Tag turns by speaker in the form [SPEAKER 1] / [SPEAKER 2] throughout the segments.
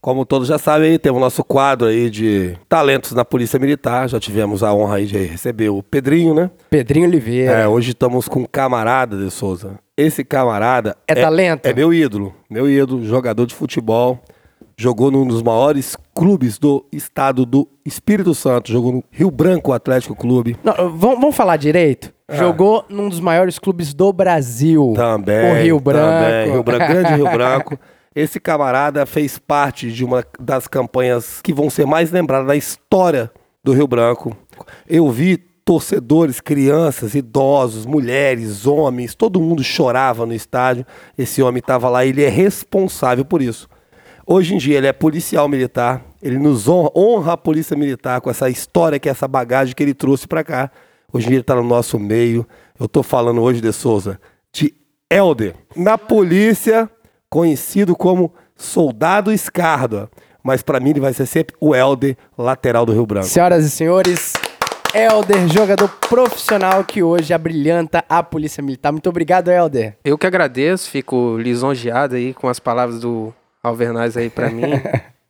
[SPEAKER 1] Como todos já sabem, aí temos o nosso quadro aí de talentos na Polícia Militar. Já tivemos a honra aí de receber o Pedrinho, né?
[SPEAKER 2] Pedrinho Oliveira.
[SPEAKER 1] É, hoje estamos com um camarada de Souza. Esse camarada
[SPEAKER 2] É talento?
[SPEAKER 1] É meu ídolo, meu ídolo, jogador de futebol. Jogou num dos maiores clubes do estado do Espírito Santo. Jogou no Rio Branco Atlético Clube.
[SPEAKER 2] Não, vamos, vamos falar direito?
[SPEAKER 1] É.
[SPEAKER 2] Jogou num dos maiores clubes do Brasil.
[SPEAKER 1] Também.
[SPEAKER 2] O Rio Branco.
[SPEAKER 1] Também, Rio Branco, grande Rio Branco. Esse camarada fez parte de uma das campanhas que vão ser mais lembradas da história do Rio Branco. Eu vi torcedores, crianças, idosos, mulheres, homens, todo mundo chorava no estádio. Esse homem estava lá, e ele é responsável por isso. Hoje em dia ele é policial militar, ele nos honra, honra a polícia militar com essa história, que é essa bagagem que ele trouxe pra cá. Hoje em dia ele tá no nosso meio. Eu tô falando hoje de Souza, de Helder, na polícia, conhecido como Soldado Escarda. Mas pra mim ele vai ser sempre o Helder, lateral do Rio Branco.
[SPEAKER 2] Senhoras e senhores, Helder, jogador profissional que hoje abrilhanta a Polícia Militar. Muito obrigado, Helder.
[SPEAKER 3] Eu que agradeço, fico lisonjeado aí com as palavras do Alvernaz aí pra mim.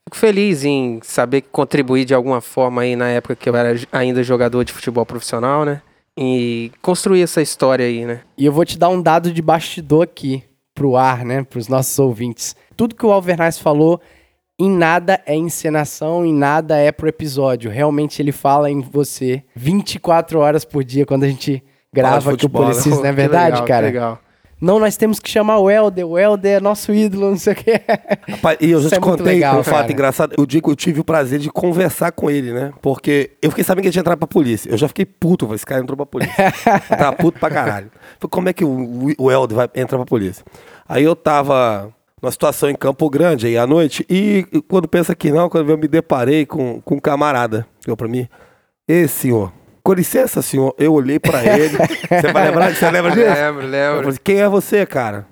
[SPEAKER 3] Fico feliz em saber que contribuí de alguma forma aí na época que eu era j- ainda jogador de futebol profissional, né? E construir essa história aí, né?
[SPEAKER 2] E eu vou te dar um dado de bastidor aqui pro ar, né, pros nossos ouvintes. Tudo que o Alvernaz falou em nada é encenação, em nada é pro episódio. Realmente ele fala em você 24 horas por dia quando a gente grava
[SPEAKER 1] de
[SPEAKER 2] que o
[SPEAKER 1] futebol, né?
[SPEAKER 2] policista,
[SPEAKER 3] Pô,
[SPEAKER 2] não é
[SPEAKER 3] que
[SPEAKER 2] verdade,
[SPEAKER 3] legal, que
[SPEAKER 2] cara?
[SPEAKER 3] legal.
[SPEAKER 2] Não, nós temos que chamar o Helder. O Helder é nosso ídolo, não sei o quê.
[SPEAKER 1] Rapaz, e eu já
[SPEAKER 2] Isso
[SPEAKER 1] te
[SPEAKER 2] é muito
[SPEAKER 1] contei
[SPEAKER 2] legal,
[SPEAKER 1] um fato
[SPEAKER 2] cara.
[SPEAKER 1] engraçado. Eu digo que eu tive o prazer de conversar com ele, né? Porque eu fiquei sabendo que ele tinha entrado pra polícia. Eu já fiquei puto, falei, esse cara entrou pra polícia. eu tava puto pra caralho. Falei, como é que o, o, o Helder vai entrar pra polícia? Aí eu tava numa situação em Campo Grande aí à noite, e quando pensa que não, quando eu me deparei com, com um camarada, que eu pra mim, ei senhor, com licença senhor, eu olhei pra ele, você vai lembrar, você lembra disso?
[SPEAKER 3] Lembro,
[SPEAKER 1] Eu
[SPEAKER 3] lembro.
[SPEAKER 1] falei, quem é você, cara?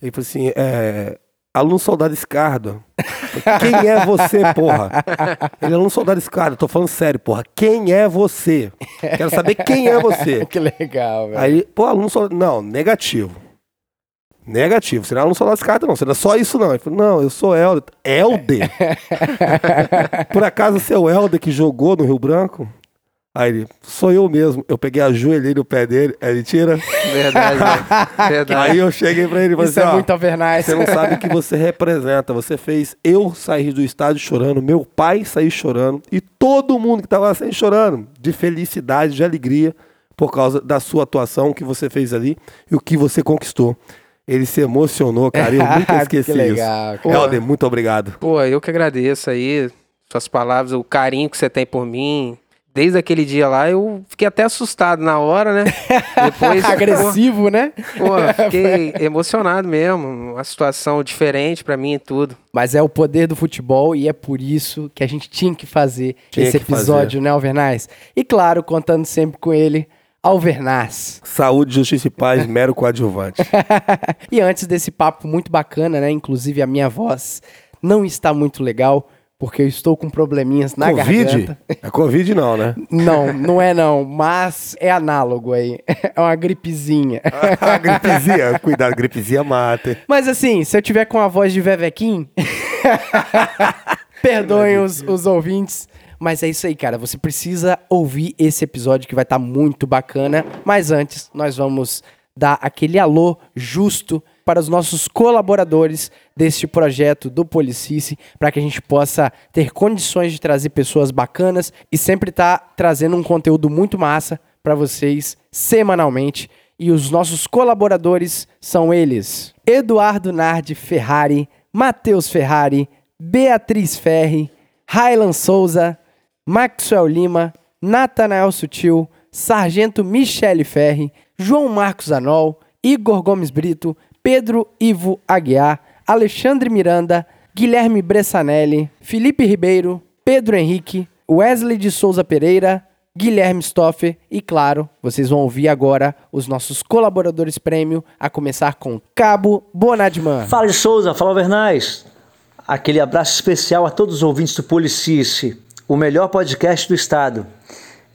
[SPEAKER 1] Ele falou assim, é... Aluno Soldado Escardo. Quem é você, porra? Ele é aluno Soldado Escardo, tô falando sério, porra. Quem é você? Quero saber quem é você.
[SPEAKER 2] que legal, velho.
[SPEAKER 1] Aí, pô, aluno Soldado... Não, negativo. Negativo. Você não é aluno Soldado Escardo, não. Você não é só isso, não. Ele falou, não, eu sou Helder. Helder? Por acaso você é o Helder que jogou no Rio Branco? Aí ele, sou eu mesmo. Eu peguei a joelhinha no pé dele. Aí ele tira...
[SPEAKER 3] Verdade, né? verdade.
[SPEAKER 1] Aí eu cheguei pra ele e falei
[SPEAKER 2] Isso
[SPEAKER 1] assim,
[SPEAKER 2] é
[SPEAKER 1] ó,
[SPEAKER 2] muito Alvernaz.
[SPEAKER 1] você não sabe o que você representa. Você fez eu sair do estádio chorando, meu pai sair chorando e todo mundo que tava lá saindo chorando de felicidade, de alegria por causa da sua atuação, o que você fez ali e o que você conquistou. Ele se emocionou, cara. e Eu nunca
[SPEAKER 2] Ah, Que
[SPEAKER 1] esqueci
[SPEAKER 2] legal,
[SPEAKER 1] isso.
[SPEAKER 2] cara.
[SPEAKER 1] Helder, muito obrigado.
[SPEAKER 3] Pô, eu que agradeço aí suas palavras, o carinho que você tem por mim. Desde aquele dia lá, eu fiquei até assustado na hora, né? Depois, pô,
[SPEAKER 2] Agressivo, né?
[SPEAKER 3] Pô, fiquei emocionado mesmo. Uma situação diferente pra mim e tudo.
[SPEAKER 2] Mas é o poder do futebol e é por isso que a gente tinha que fazer
[SPEAKER 1] Tinha
[SPEAKER 2] esse
[SPEAKER 1] que
[SPEAKER 2] episódio, né, Alvernaz? E claro, contando sempre com ele, Alvernaz.
[SPEAKER 1] Saúde, justiça e paz, mero coadjuvante.
[SPEAKER 2] e antes desse papo muito bacana, né? Inclusive a minha voz não está muito legal, porque eu estou com probleminhas na
[SPEAKER 1] Covid?
[SPEAKER 2] garganta.
[SPEAKER 1] É Covid não, né?
[SPEAKER 2] Não, não é não, mas é análogo aí. É uma gripezinha.
[SPEAKER 1] A gripezinha, cuidado, gripezinha mata. hein?
[SPEAKER 2] Mas assim, se eu tiver com a voz de Vevequim, perdoem os, os ouvintes. Mas é isso aí, cara. Você precisa ouvir esse episódio que vai estar muito bacana. Mas antes, nós vamos dar aquele alô justo para os nossos colaboradores deste projeto do Policice, para que a gente possa ter condições de trazer pessoas bacanas e sempre estar trazendo um conteúdo muito massa para vocês semanalmente. E os nossos colaboradores são eles: Eduardo Nardi Ferrari, Matheus Ferrari, Beatriz Ferri, Raylan Souza, Maxwell Lima, Natanael Sutil, Sargento Michele Ferri, João Marcos Anol, Igor Gomes Brito, Pedro Ivo Aguiar, Alexandre Miranda, Guilherme Bressanelli, Felipe Ribeiro, Pedro Henrique, Wesley de Souza Pereira, Guilherme Stoffer e, claro, vocês vão ouvir agora os nossos colaboradores prêmio, a começar com Cabo Bonadman.
[SPEAKER 4] Fala de Souza, fala Vernais. Aquele abraço especial a todos os ouvintes do Policice, o melhor podcast do estado.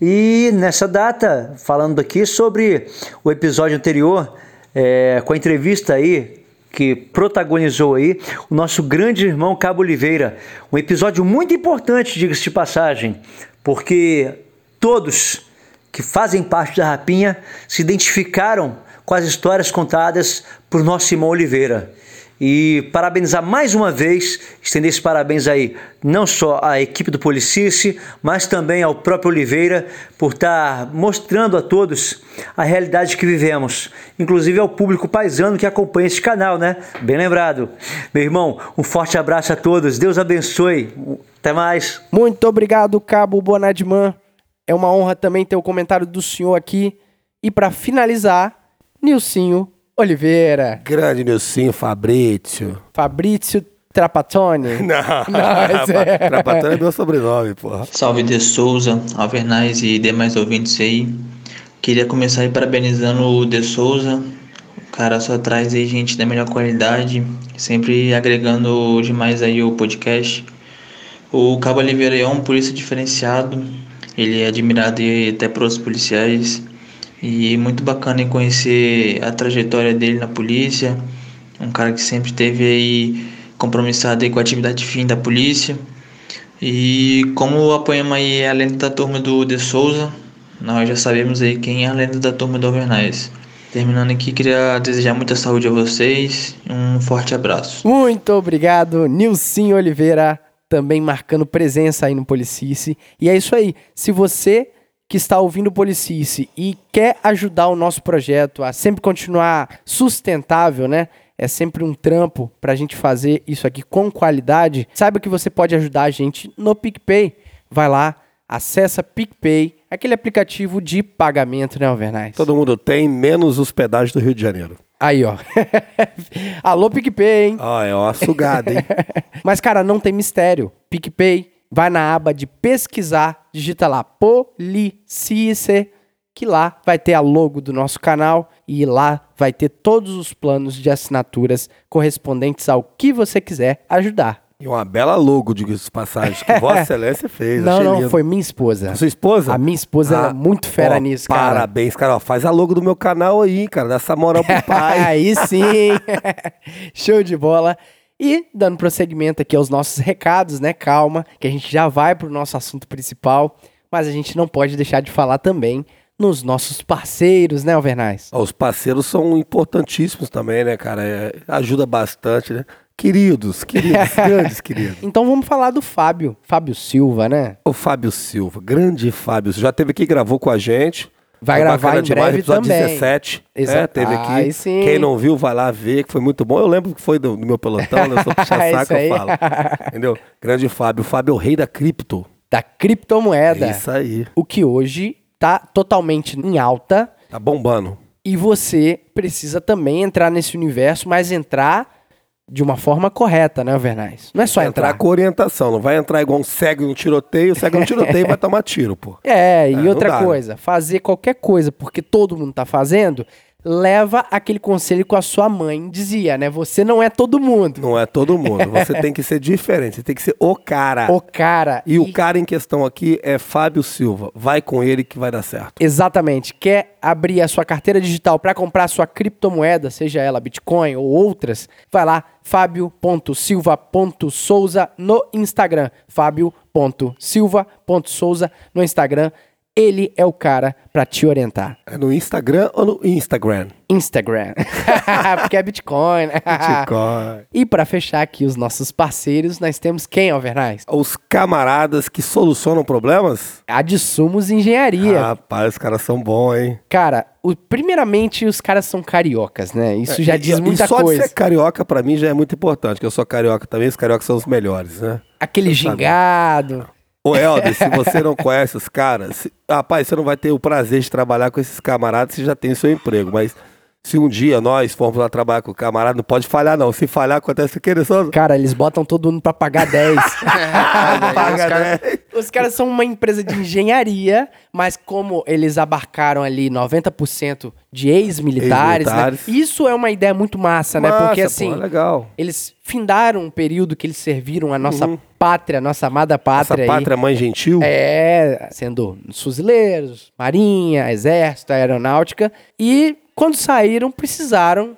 [SPEAKER 4] E nessa data, falando aqui sobre o episódio anterior, é, com a entrevista aí que protagonizou aí o nosso grande irmão Cabo Oliveira. Um episódio muito importante, diga-se de passagem, porque todos que fazem parte da Rapinha se identificaram com as histórias contadas por nosso irmão Oliveira. E parabenizar mais uma vez, estender esse parabéns aí não só à equipe do Policice, mas também ao próprio Oliveira por estar mostrando a todos a realidade que vivemos, inclusive ao público paisano que acompanha esse canal, né? Bem lembrado. Meu irmão, um forte abraço a todos, Deus abençoe. Até mais.
[SPEAKER 2] Muito obrigado, Cabo Bonadman. É uma honra também ter o comentário do senhor aqui. E para finalizar, Nilcinho Oliveira,
[SPEAKER 1] Grande Nilcinho Fabrício.
[SPEAKER 2] Fabrício Trapattoni.
[SPEAKER 1] Não,
[SPEAKER 2] Não, esse é-
[SPEAKER 1] Trapatão é meu sobrenome, porra.
[SPEAKER 5] Salve de Souza, Alvernais e demais ouvintes aí. Queria começar aí parabenizando o De Souza. O cara só traz aí gente da melhor qualidade, sempre agregando demais aí o podcast. O Cabo Oliveira é um polícia diferenciado, ele é admirado aí até por outros policiais. E muito bacana em conhecer a trajetória dele na polícia. Um cara que sempre esteve aí compromissado aí com a atividade fim da polícia. E como apoiamos aí é a lenda da turma do De Souza, nós já sabemos aí quem é a lenda da turma do Alvernais. Terminando aqui, queria desejar muita saúde a vocês e um forte abraço.
[SPEAKER 2] Muito obrigado, Nilcinho Oliveira, também marcando presença aí no Policice. E é isso aí. Se você que está ouvindo o Policice e quer ajudar o nosso projeto a sempre continuar sustentável, né? É sempre um trampo para a gente fazer isso aqui com qualidade. Saiba que você pode ajudar a gente no PicPay. Vai lá, acessa PicPay, aquele aplicativo de pagamento, né, Alvernais?
[SPEAKER 1] Todo mundo tem, menos os pedágios do Rio de Janeiro.
[SPEAKER 2] Aí, ó. Alô, PicPay, hein?
[SPEAKER 1] Ah, é uma sugada, hein?
[SPEAKER 2] Mas, cara, não tem mistério. PicPay, vai na aba de pesquisar, digita lá Policice, que lá vai ter a logo do nosso canal e lá vai ter todos os planos de assinaturas correspondentes ao que você quiser ajudar.
[SPEAKER 1] E uma bela logo, digo isso de passagem, que Vossa Excelência fez.
[SPEAKER 2] não,
[SPEAKER 1] achei
[SPEAKER 2] não,
[SPEAKER 1] lindo.
[SPEAKER 2] foi minha esposa.
[SPEAKER 1] Sua esposa?
[SPEAKER 2] A minha esposa era
[SPEAKER 1] Ah,
[SPEAKER 2] muito fera
[SPEAKER 1] ó,
[SPEAKER 2] nisso, cara.
[SPEAKER 1] Parabéns, cara. Ó, faz a logo do meu canal aí, cara. Dá essa moral pro pai.
[SPEAKER 2] Aí sim! Show de bola! E dando prosseguimento aqui aos nossos recados, né? Calma, que a gente já vai pro nosso assunto principal, mas a gente não pode deixar de falar também nos nossos parceiros, né, Alvernais?
[SPEAKER 1] Ó, os parceiros são importantíssimos também, né, cara? É, ajuda bastante, né? Queridos, queridos, grandes queridos.
[SPEAKER 2] Então vamos falar do Fábio, Fábio Silva, né?
[SPEAKER 1] O Fábio Silva, grande Fábio. Já teve aqui, gravou com a gente.
[SPEAKER 2] Vai
[SPEAKER 1] Foi
[SPEAKER 2] gravar
[SPEAKER 1] bacana
[SPEAKER 2] em breve
[SPEAKER 1] episódio
[SPEAKER 2] também.
[SPEAKER 1] 17.
[SPEAKER 2] Exa-
[SPEAKER 1] né? Teve aqui.
[SPEAKER 2] Aí sim.
[SPEAKER 1] Quem não viu, vai lá ver, que foi muito bom. Eu lembro que foi do, do meu pelotão, né? Eu sou
[SPEAKER 2] É
[SPEAKER 1] puxa
[SPEAKER 2] isso
[SPEAKER 1] saco,
[SPEAKER 2] aí.
[SPEAKER 1] eu falo. Entendeu? Grande Fábio. O Fábio é o rei da cripto.
[SPEAKER 2] Da
[SPEAKER 1] É
[SPEAKER 2] criptomoeda,
[SPEAKER 1] isso aí.
[SPEAKER 2] o que hoje tá totalmente em alta
[SPEAKER 1] Tá bombando.
[SPEAKER 2] e você precisa também entrar nesse universo, mas entrar de uma forma correta, né, Alvernais? Não é só
[SPEAKER 1] entrar
[SPEAKER 2] entrar.
[SPEAKER 1] com orientação, não vai entrar igual um cego em um tiroteio, o cego no tiroteio vai tomar tiro, pô.
[SPEAKER 2] É, e
[SPEAKER 1] não
[SPEAKER 2] outra
[SPEAKER 1] dá, né?
[SPEAKER 2] coisa, fazer qualquer coisa porque todo mundo tá fazendo, leva aquele conselho que a sua mãe dizia, né? Você não é todo mundo.
[SPEAKER 1] Não é todo mundo. Você tem que ser diferente, você tem que ser o cara.
[SPEAKER 2] O cara.
[SPEAKER 1] E o cara em questão aqui é Fábio Silva. Vai com ele que vai dar certo.
[SPEAKER 2] Exatamente. Quer abrir a sua carteira digital para comprar a sua criptomoeda, seja ela Bitcoin ou outras? Vai lá, fabio.silva.souza no Instagram. fabio.silva.souza no Instagram. Ele é o cara para te orientar.
[SPEAKER 1] É no Instagram ou no Instagram?
[SPEAKER 2] Instagram. Porque é Bitcoin. né?
[SPEAKER 1] Bitcoin.
[SPEAKER 2] E para fechar aqui os nossos parceiros, nós temos quem, Alvernais?
[SPEAKER 1] Os camaradas que solucionam problemas?
[SPEAKER 2] A de Sumos Engenharia.
[SPEAKER 1] Rapaz, os caras são bons, hein?
[SPEAKER 2] Cara, o- primeiramente os caras são cariocas, né? Isso já
[SPEAKER 1] É, E-
[SPEAKER 2] diz muita
[SPEAKER 1] e só
[SPEAKER 2] coisa.
[SPEAKER 1] de ser carioca pra mim já é muito importante, que eu sou carioca também, os cariocas são os melhores, né?
[SPEAKER 2] Aquele
[SPEAKER 1] sabe.
[SPEAKER 2] gingado.
[SPEAKER 1] Ô Helder, se você não conhece os caras, se- rapaz, você não vai ter o prazer de trabalhar com esses camaradas, você já tem o seu emprego, mas se um dia nós formos lá trabalhar com o camarada, não pode falhar não, se falhar acontece o que, né, Souza?
[SPEAKER 2] Cara, eles botam todo mundo pra pagar 10.
[SPEAKER 3] Olha aí, os
[SPEAKER 1] Paga,
[SPEAKER 3] cara-
[SPEAKER 1] né?
[SPEAKER 2] Ah, Os caras são uma empresa de engenharia, mas como eles abarcaram ali 90% de ex-militares, né?
[SPEAKER 1] Ex-militares.
[SPEAKER 2] isso é uma ideia muito massa, né? Porque
[SPEAKER 1] Massa, pô,
[SPEAKER 2] assim,
[SPEAKER 1] legal.
[SPEAKER 2] eles findaram um período que eles serviram a nossa pátria, a nossa amada
[SPEAKER 1] Essa
[SPEAKER 2] pátria. aí.
[SPEAKER 1] Uhum. pátria mãe gentil,
[SPEAKER 2] É, sendo fuzileiros, marinha, exército, aeronáutica. E quando saíram, precisaram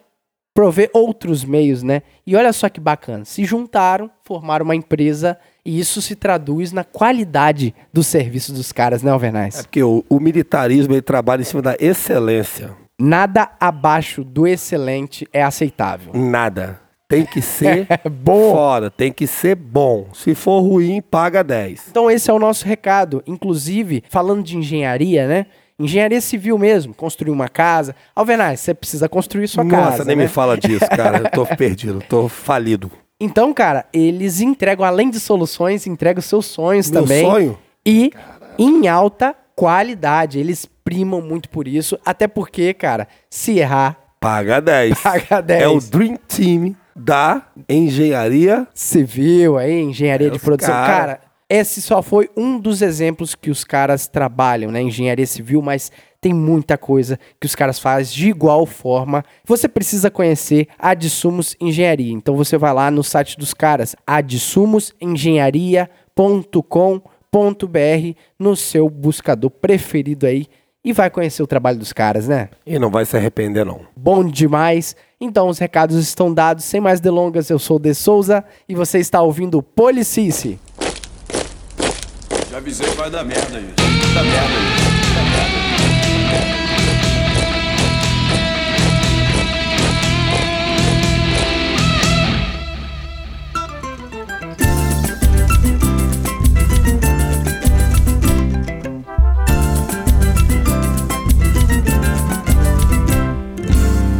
[SPEAKER 2] prover outros meios, né? E olha só que bacana, se juntaram, formaram uma empresa e isso se traduz na qualidade do serviço dos caras, né,
[SPEAKER 1] É
[SPEAKER 2] Alvernais?
[SPEAKER 1] porque o, o militarismo ele trabalha em cima da excelência.
[SPEAKER 2] Nada abaixo do excelente é aceitável.
[SPEAKER 1] Nada. Tem que ser
[SPEAKER 2] É Bom.
[SPEAKER 1] fora, tem que ser bom. Se for ruim, paga 10.
[SPEAKER 2] Então esse é o nosso recado. Inclusive, falando de engenharia, né? Engenharia civil mesmo, construir uma casa. Alvernaz, você precisa construir sua
[SPEAKER 1] Nossa,
[SPEAKER 2] casa.
[SPEAKER 1] nem
[SPEAKER 2] né?
[SPEAKER 1] me fala disso, cara. Eu tô perdido, tô falido.
[SPEAKER 2] Então, cara, eles entregam, além de soluções, entregam seus sonhos
[SPEAKER 1] Meu
[SPEAKER 2] também.
[SPEAKER 1] sonho?
[SPEAKER 2] E em alta qualidade. Eles primam muito por isso. Até porque, cara, se errar,
[SPEAKER 1] Paga 10.
[SPEAKER 2] Paga 10.
[SPEAKER 1] É o Dream Team da engenharia.
[SPEAKER 2] civil aí, engenharia
[SPEAKER 1] É,
[SPEAKER 2] de
[SPEAKER 1] os
[SPEAKER 2] produção.
[SPEAKER 1] cara-
[SPEAKER 2] Cara... esse só foi um dos exemplos que os caras trabalham, né? Engenharia civil, mas tem muita coisa que os caras fazem de igual forma. Você precisa conhecer a Adsumos Engenharia. Então você vai lá no site dos caras, adsumosengenharia.com.br, no seu buscador preferido aí, e vai conhecer o trabalho dos caras, né?
[SPEAKER 1] E não vai se arrepender, não.
[SPEAKER 2] Bom demais. Então, os recados estão dados. Sem mais delongas, eu sou o De Souza e você está ouvindo o Policice.
[SPEAKER 6] Já avisei que vai dar merda isso. Dá merda isso.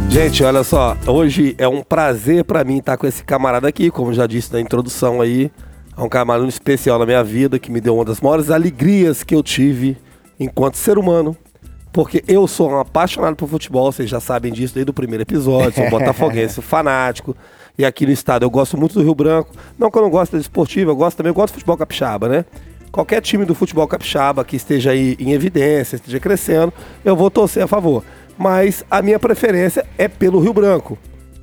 [SPEAKER 1] Gente, olha só, hoje é um prazer pra mim estar com esse camarada aqui, como já disse na introdução aí. É um camarada especial na minha vida que me deu uma das maiores alegrias que eu tive enquanto ser humano. Porque eu sou um apaixonado por futebol, vocês já sabem disso desde o primeiro episódio, sou botafoguense fanático. E aqui no estado eu gosto muito do Rio Branco. Não que eu não gosto de esportivo, eu gosto também, eu gosto do futebol capixaba, né? Qualquer time do futebol capixaba que esteja aí em evidência, esteja crescendo, eu vou torcer a favor. Mas a minha preferência é pelo Rio Branco.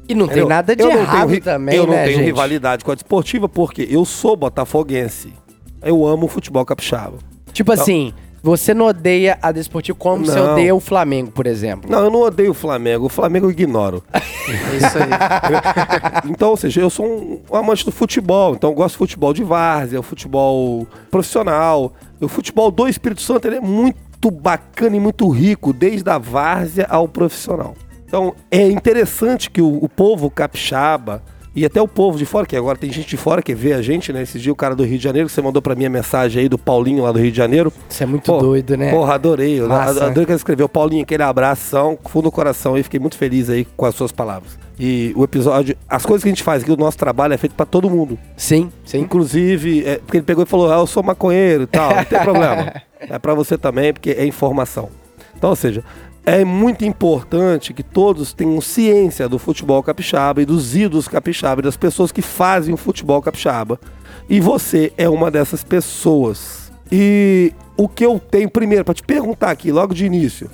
[SPEAKER 2] E não tem
[SPEAKER 1] Entendeu?
[SPEAKER 2] nada de
[SPEAKER 1] Eu não
[SPEAKER 2] errado
[SPEAKER 1] tenho ri-
[SPEAKER 2] também,
[SPEAKER 1] Eu não
[SPEAKER 2] né,
[SPEAKER 1] tenho
[SPEAKER 2] gente?
[SPEAKER 1] rivalidade com a desportiva porque eu sou botafoguense. Eu amo o futebol capixaba.
[SPEAKER 2] Tipo assim, você não odeia a Desportivo como você
[SPEAKER 1] Não.
[SPEAKER 2] odeia o Flamengo, por exemplo.
[SPEAKER 1] Não, eu não odeio o Flamengo. O Flamengo eu ignoro.
[SPEAKER 3] É isso aí.
[SPEAKER 1] Então, ou seja, eu sou um, um amante do futebol, então eu gosto de futebol de várzea, futebol profissional. O futebol do Espírito Santo ele é muito bacana e muito rico, desde a várzea ao profissional. Então, é interessante que o, o povo capixaba e até o povo de fora, que agora tem gente de fora que vê a gente, né? Esse dia o cara do Rio de Janeiro, que você mandou pra mim a mensagem aí do Paulinho lá do Rio de Janeiro.
[SPEAKER 2] Isso é muito doido, né?
[SPEAKER 1] Porra, adorei. Eu
[SPEAKER 2] Massa,
[SPEAKER 1] adorei que ele escreveu. Paulinho, aquele abração, fundo do coração aí. Fiquei muito feliz aí com as suas palavras. E o episódio, as coisas que a gente faz aqui, o nosso trabalho é feito pra todo mundo.
[SPEAKER 2] Sim, sim.
[SPEAKER 1] Inclusive, é, porque ele pegou e falou, ah, eu sou maconheiro e tal. Não tem problema. É pra você também, porque é informação. Então, ou seja, é muito importante que todos tenham ciência do futebol capixaba e dos ídolos capixaba e das pessoas que fazem o futebol capixaba. E você é uma dessas pessoas. E o que eu tenho primeiro pra te perguntar aqui, logo de início.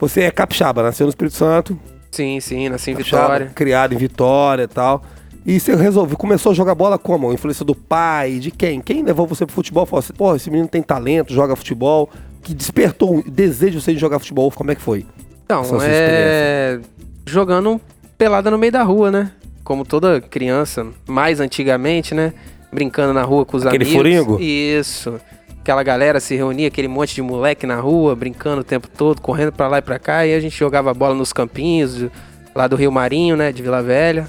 [SPEAKER 1] Você é capixaba, nasceu no Espírito Santo,
[SPEAKER 3] Sim, sim, nasci em
[SPEAKER 1] Capixaba,
[SPEAKER 3] Vitória.
[SPEAKER 1] criado em Vitória e tal. E você resolveu, começou a jogar bola como? A influência do pai, de quem? Quem levou você pro futebol? Falou assim, pô, esse menino tem talento, joga futebol. Que despertou um desejo seu de jogar futebol. Como é que foi?
[SPEAKER 3] Então,
[SPEAKER 1] Essa sua
[SPEAKER 3] é. Jogando pelada no meio da rua, né? Como toda criança, mais antigamente, né? Brincando na rua com os
[SPEAKER 1] Aquele
[SPEAKER 3] amigos.
[SPEAKER 1] furingo?
[SPEAKER 3] Isso. Aquela galera se reunia, aquele monte de moleque na rua, brincando o tempo todo, correndo pra lá e pra cá. E a gente jogava bola nos campinhos, de- lá do Rio Marinho, né? De Vila Velha.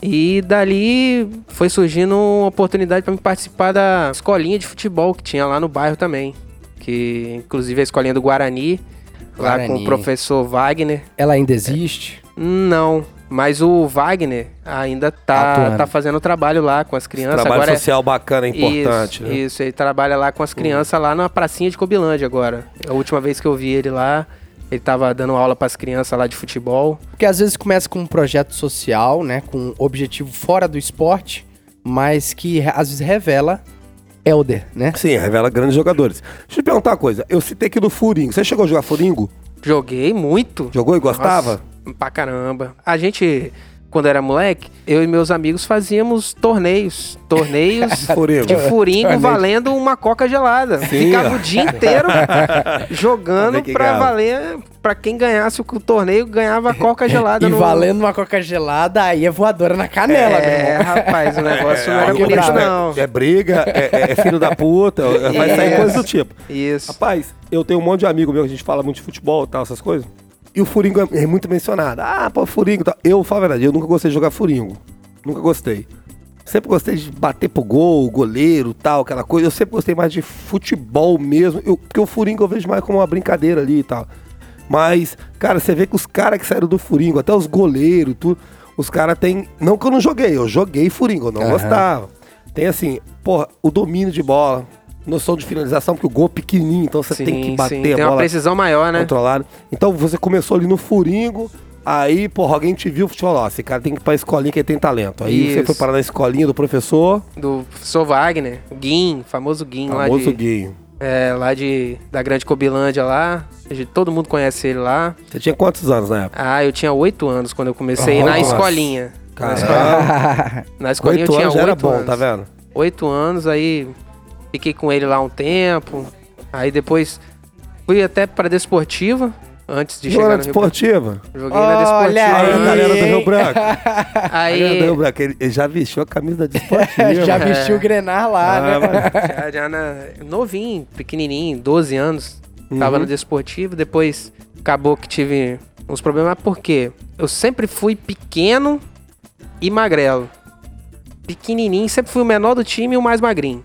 [SPEAKER 3] E dali foi surgindo uma oportunidade pra me participar da escolinha de futebol que tinha lá no bairro também. Que inclusive a escolinha do Guarani, lá com
[SPEAKER 2] Guarani.
[SPEAKER 3] o professor Wagner.
[SPEAKER 2] Ela ainda existe.
[SPEAKER 3] Não, mas o Wagner ainda tá,
[SPEAKER 2] Atuando.
[SPEAKER 3] tá fazendo trabalho lá com as crianças.
[SPEAKER 1] Trabalho
[SPEAKER 3] agora é-
[SPEAKER 1] social bacana, importante.
[SPEAKER 3] Isso,
[SPEAKER 1] né?
[SPEAKER 3] isso, ele trabalha lá com as crianças lá na pracinha de Cobilândia agora. A última vez que eu vi ele lá, ele tava dando aula pras crianças lá de futebol.
[SPEAKER 2] Porque às vezes começa com um projeto social, né? Com um objetivo fora do esporte, mas que às vezes revela Elder, né?
[SPEAKER 1] Sim, revela grandes jogadores. Deixa eu te perguntar uma coisa. Eu citei aqui do Furingo. Você chegou a jogar Furingo?
[SPEAKER 3] Joguei muito.
[SPEAKER 1] Jogou e gostava?
[SPEAKER 3] Nossa, pra caramba. A gente quando era moleque, eu e meus amigos fazíamos torneios. Torneios
[SPEAKER 1] Furego.
[SPEAKER 3] de furingo
[SPEAKER 2] Torneio.
[SPEAKER 3] valendo uma coca gelada. Ficava o dia inteiro
[SPEAKER 1] Olha
[SPEAKER 3] jogando
[SPEAKER 1] é que
[SPEAKER 3] pra
[SPEAKER 1] galo.
[SPEAKER 3] valer. Pra quem ganhasse o torneio, ganhava a coca gelada.
[SPEAKER 2] E
[SPEAKER 3] no-
[SPEAKER 2] valendo uma coca gelada, aí é voadora na canela, meu
[SPEAKER 3] É,
[SPEAKER 2] irmão.
[SPEAKER 3] rapaz, o negócio não
[SPEAKER 2] aí
[SPEAKER 3] era
[SPEAKER 2] o
[SPEAKER 3] bonito,
[SPEAKER 2] bicho, né?
[SPEAKER 3] não.
[SPEAKER 1] É briga, é, é- é filho da puta, vai sair
[SPEAKER 3] Isso.
[SPEAKER 1] coisa do tipo.
[SPEAKER 3] Isso.
[SPEAKER 1] Rapaz, eu tenho um monte de amigo meu que a gente fala muito de futebol e tal, essas coisas. E o Furingo é muito mencionado. Ah, pô, Furingo. e Tal. Eu falo a verdade, eu nunca gostei de jogar Furingo. Nunca gostei. Sempre gostei de bater pro gol, goleiro tal, aquela coisa. Eu sempre gostei mais de futebol mesmo. Eu- porque o Furingo eu vejo mais como uma brincadeira ali e tal. Mas, cara, você vê que os caras que saíram do Furingo, até os goleiros, tudo, os caras têm. Não que eu não joguei, eu joguei Furingo, eu não gostava. Tem assim, porra, o domínio de bola, noção de finalização, porque o gol é pequenininho, então você tem que bater a
[SPEAKER 3] Tem uma
[SPEAKER 1] bola
[SPEAKER 3] precisão maior, né?
[SPEAKER 1] controlada. Então você começou ali no Furingo. Aí, porra, alguém te viu e falou, ó, esse cara tem que ir pra escolinha que ele tem talento. Aí você
[SPEAKER 3] Isso.
[SPEAKER 1] foi parar na escolinha do professor,
[SPEAKER 3] Do professor Wagner, Guim, famoso Guim lá
[SPEAKER 1] famoso
[SPEAKER 3] de...
[SPEAKER 1] Guinho.
[SPEAKER 3] É, lá de, da Grande Cobilândia lá. A gente- Todo mundo conhece ele lá.
[SPEAKER 1] Você tinha quantos anos na época?
[SPEAKER 3] Ah, eu tinha oito anos quando eu comecei na
[SPEAKER 1] Nossa.
[SPEAKER 3] escolinha. Na escolinha,
[SPEAKER 1] Caralho,
[SPEAKER 3] na escolinha eu
[SPEAKER 1] oito
[SPEAKER 3] tinha
[SPEAKER 1] anos
[SPEAKER 3] oito
[SPEAKER 1] já era
[SPEAKER 3] anos.
[SPEAKER 1] bom, tá vendo?
[SPEAKER 3] Oito anos, aí fiquei com ele lá um tempo. Aí depois fui até pra Desportiva, antes de
[SPEAKER 1] Jogou
[SPEAKER 3] chegar
[SPEAKER 1] na
[SPEAKER 3] no Rio Branco.
[SPEAKER 1] desportiva?
[SPEAKER 3] Joguei na Desportiva.
[SPEAKER 1] Olha a
[SPEAKER 2] É, aí,
[SPEAKER 1] galera do
[SPEAKER 2] hein?
[SPEAKER 1] Rio Branco. A galera do
[SPEAKER 3] Aí,
[SPEAKER 1] Rio Branco, ele, ele já vestiu a camisa da desportiva.
[SPEAKER 2] É, Já vestiu o grenar lá,
[SPEAKER 1] Ah,
[SPEAKER 2] né?
[SPEAKER 3] já, já na- novinho, pequenininho, 12 anos. Tava
[SPEAKER 1] Uhum.
[SPEAKER 3] no Desportivo, depois acabou que tive uns problemas. porque Eu sempre fui pequeno e magrelo. Pequenininho, sempre fui o menor do time e o mais magrinho.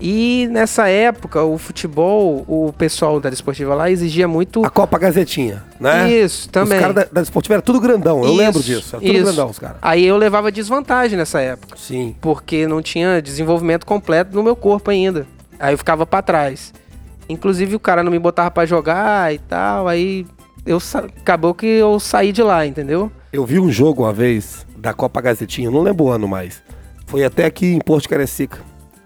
[SPEAKER 3] E nessa época, o futebol, o pessoal da Desportiva lá exigia muito...
[SPEAKER 1] A Copa Gazetinha, né?
[SPEAKER 3] Isso, também.
[SPEAKER 1] Os caras da, da desportiva era tudo grandão, eu
[SPEAKER 3] Isso,
[SPEAKER 1] lembro disso. Era tudo
[SPEAKER 3] isso.
[SPEAKER 1] grandão, os caras.
[SPEAKER 3] Aí eu levava desvantagem nessa época.
[SPEAKER 1] Sim.
[SPEAKER 3] porque não tinha desenvolvimento completo no meu corpo ainda. Aí eu ficava pra trás. Inclusive o cara não me botava pra jogar e tal, aí eu sa- acabou que eu saí de lá, entendeu?
[SPEAKER 1] Eu vi um jogo uma vez da Copa Gazetinha, não lembro o ano mais. Foi até aqui em Porto Carecica,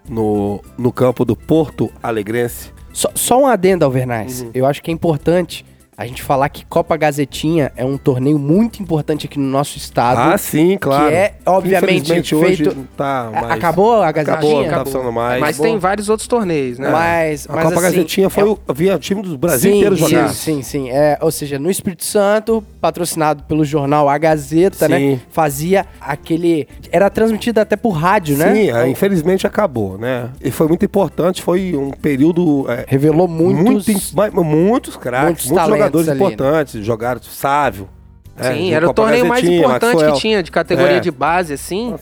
[SPEAKER 1] no, no campo do Porto Alegrense.
[SPEAKER 2] Só, só um adendo, Alvernais.
[SPEAKER 1] Uhum.
[SPEAKER 2] Eu acho que é importante a gente falar que Copa Gazetinha é um torneio muito importante aqui no nosso estado.
[SPEAKER 1] Ah, sim, claro.
[SPEAKER 2] Que é, obviamente,
[SPEAKER 1] Infelizmente,
[SPEAKER 2] feito...
[SPEAKER 1] hoje tá mais...
[SPEAKER 2] Acabou a Gazetinha?
[SPEAKER 1] Acabou, não tá funcionando mais.
[SPEAKER 3] Mas tem vários outros torneios, né?
[SPEAKER 2] Mas,
[SPEAKER 1] A
[SPEAKER 2] mas
[SPEAKER 1] Copa
[SPEAKER 2] assim,
[SPEAKER 1] Gazetinha foi...
[SPEAKER 2] é-
[SPEAKER 1] o- Eu vi o time do Brasil
[SPEAKER 2] sim,
[SPEAKER 1] inteiro
[SPEAKER 2] sim,
[SPEAKER 1] jogar.
[SPEAKER 2] Sim, sim. É, ou seja, no Espírito Santo, patrocinado pelo jornal A Gazeta,
[SPEAKER 1] Sim.
[SPEAKER 2] né? Fazia aquele. Era transmitido até por rádio, né?
[SPEAKER 1] Sim, é, infelizmente acabou, né? E foi muito importante, foi um período... é,
[SPEAKER 2] Revelou
[SPEAKER 1] muito
[SPEAKER 2] muitos.
[SPEAKER 1] im- mas- mas muitos craques,
[SPEAKER 2] muitos
[SPEAKER 1] muitos,
[SPEAKER 2] talentos
[SPEAKER 1] jogadores
[SPEAKER 2] ali, né?
[SPEAKER 1] importantes, jogaram Sávio. né?
[SPEAKER 3] Sim,
[SPEAKER 1] Jogou
[SPEAKER 3] era o
[SPEAKER 1] Copa
[SPEAKER 3] torneio mais
[SPEAKER 1] Gazetinha,
[SPEAKER 3] importante
[SPEAKER 1] Maxwell.
[SPEAKER 3] que tinha, de categoria
[SPEAKER 1] É.
[SPEAKER 3] de base, assim.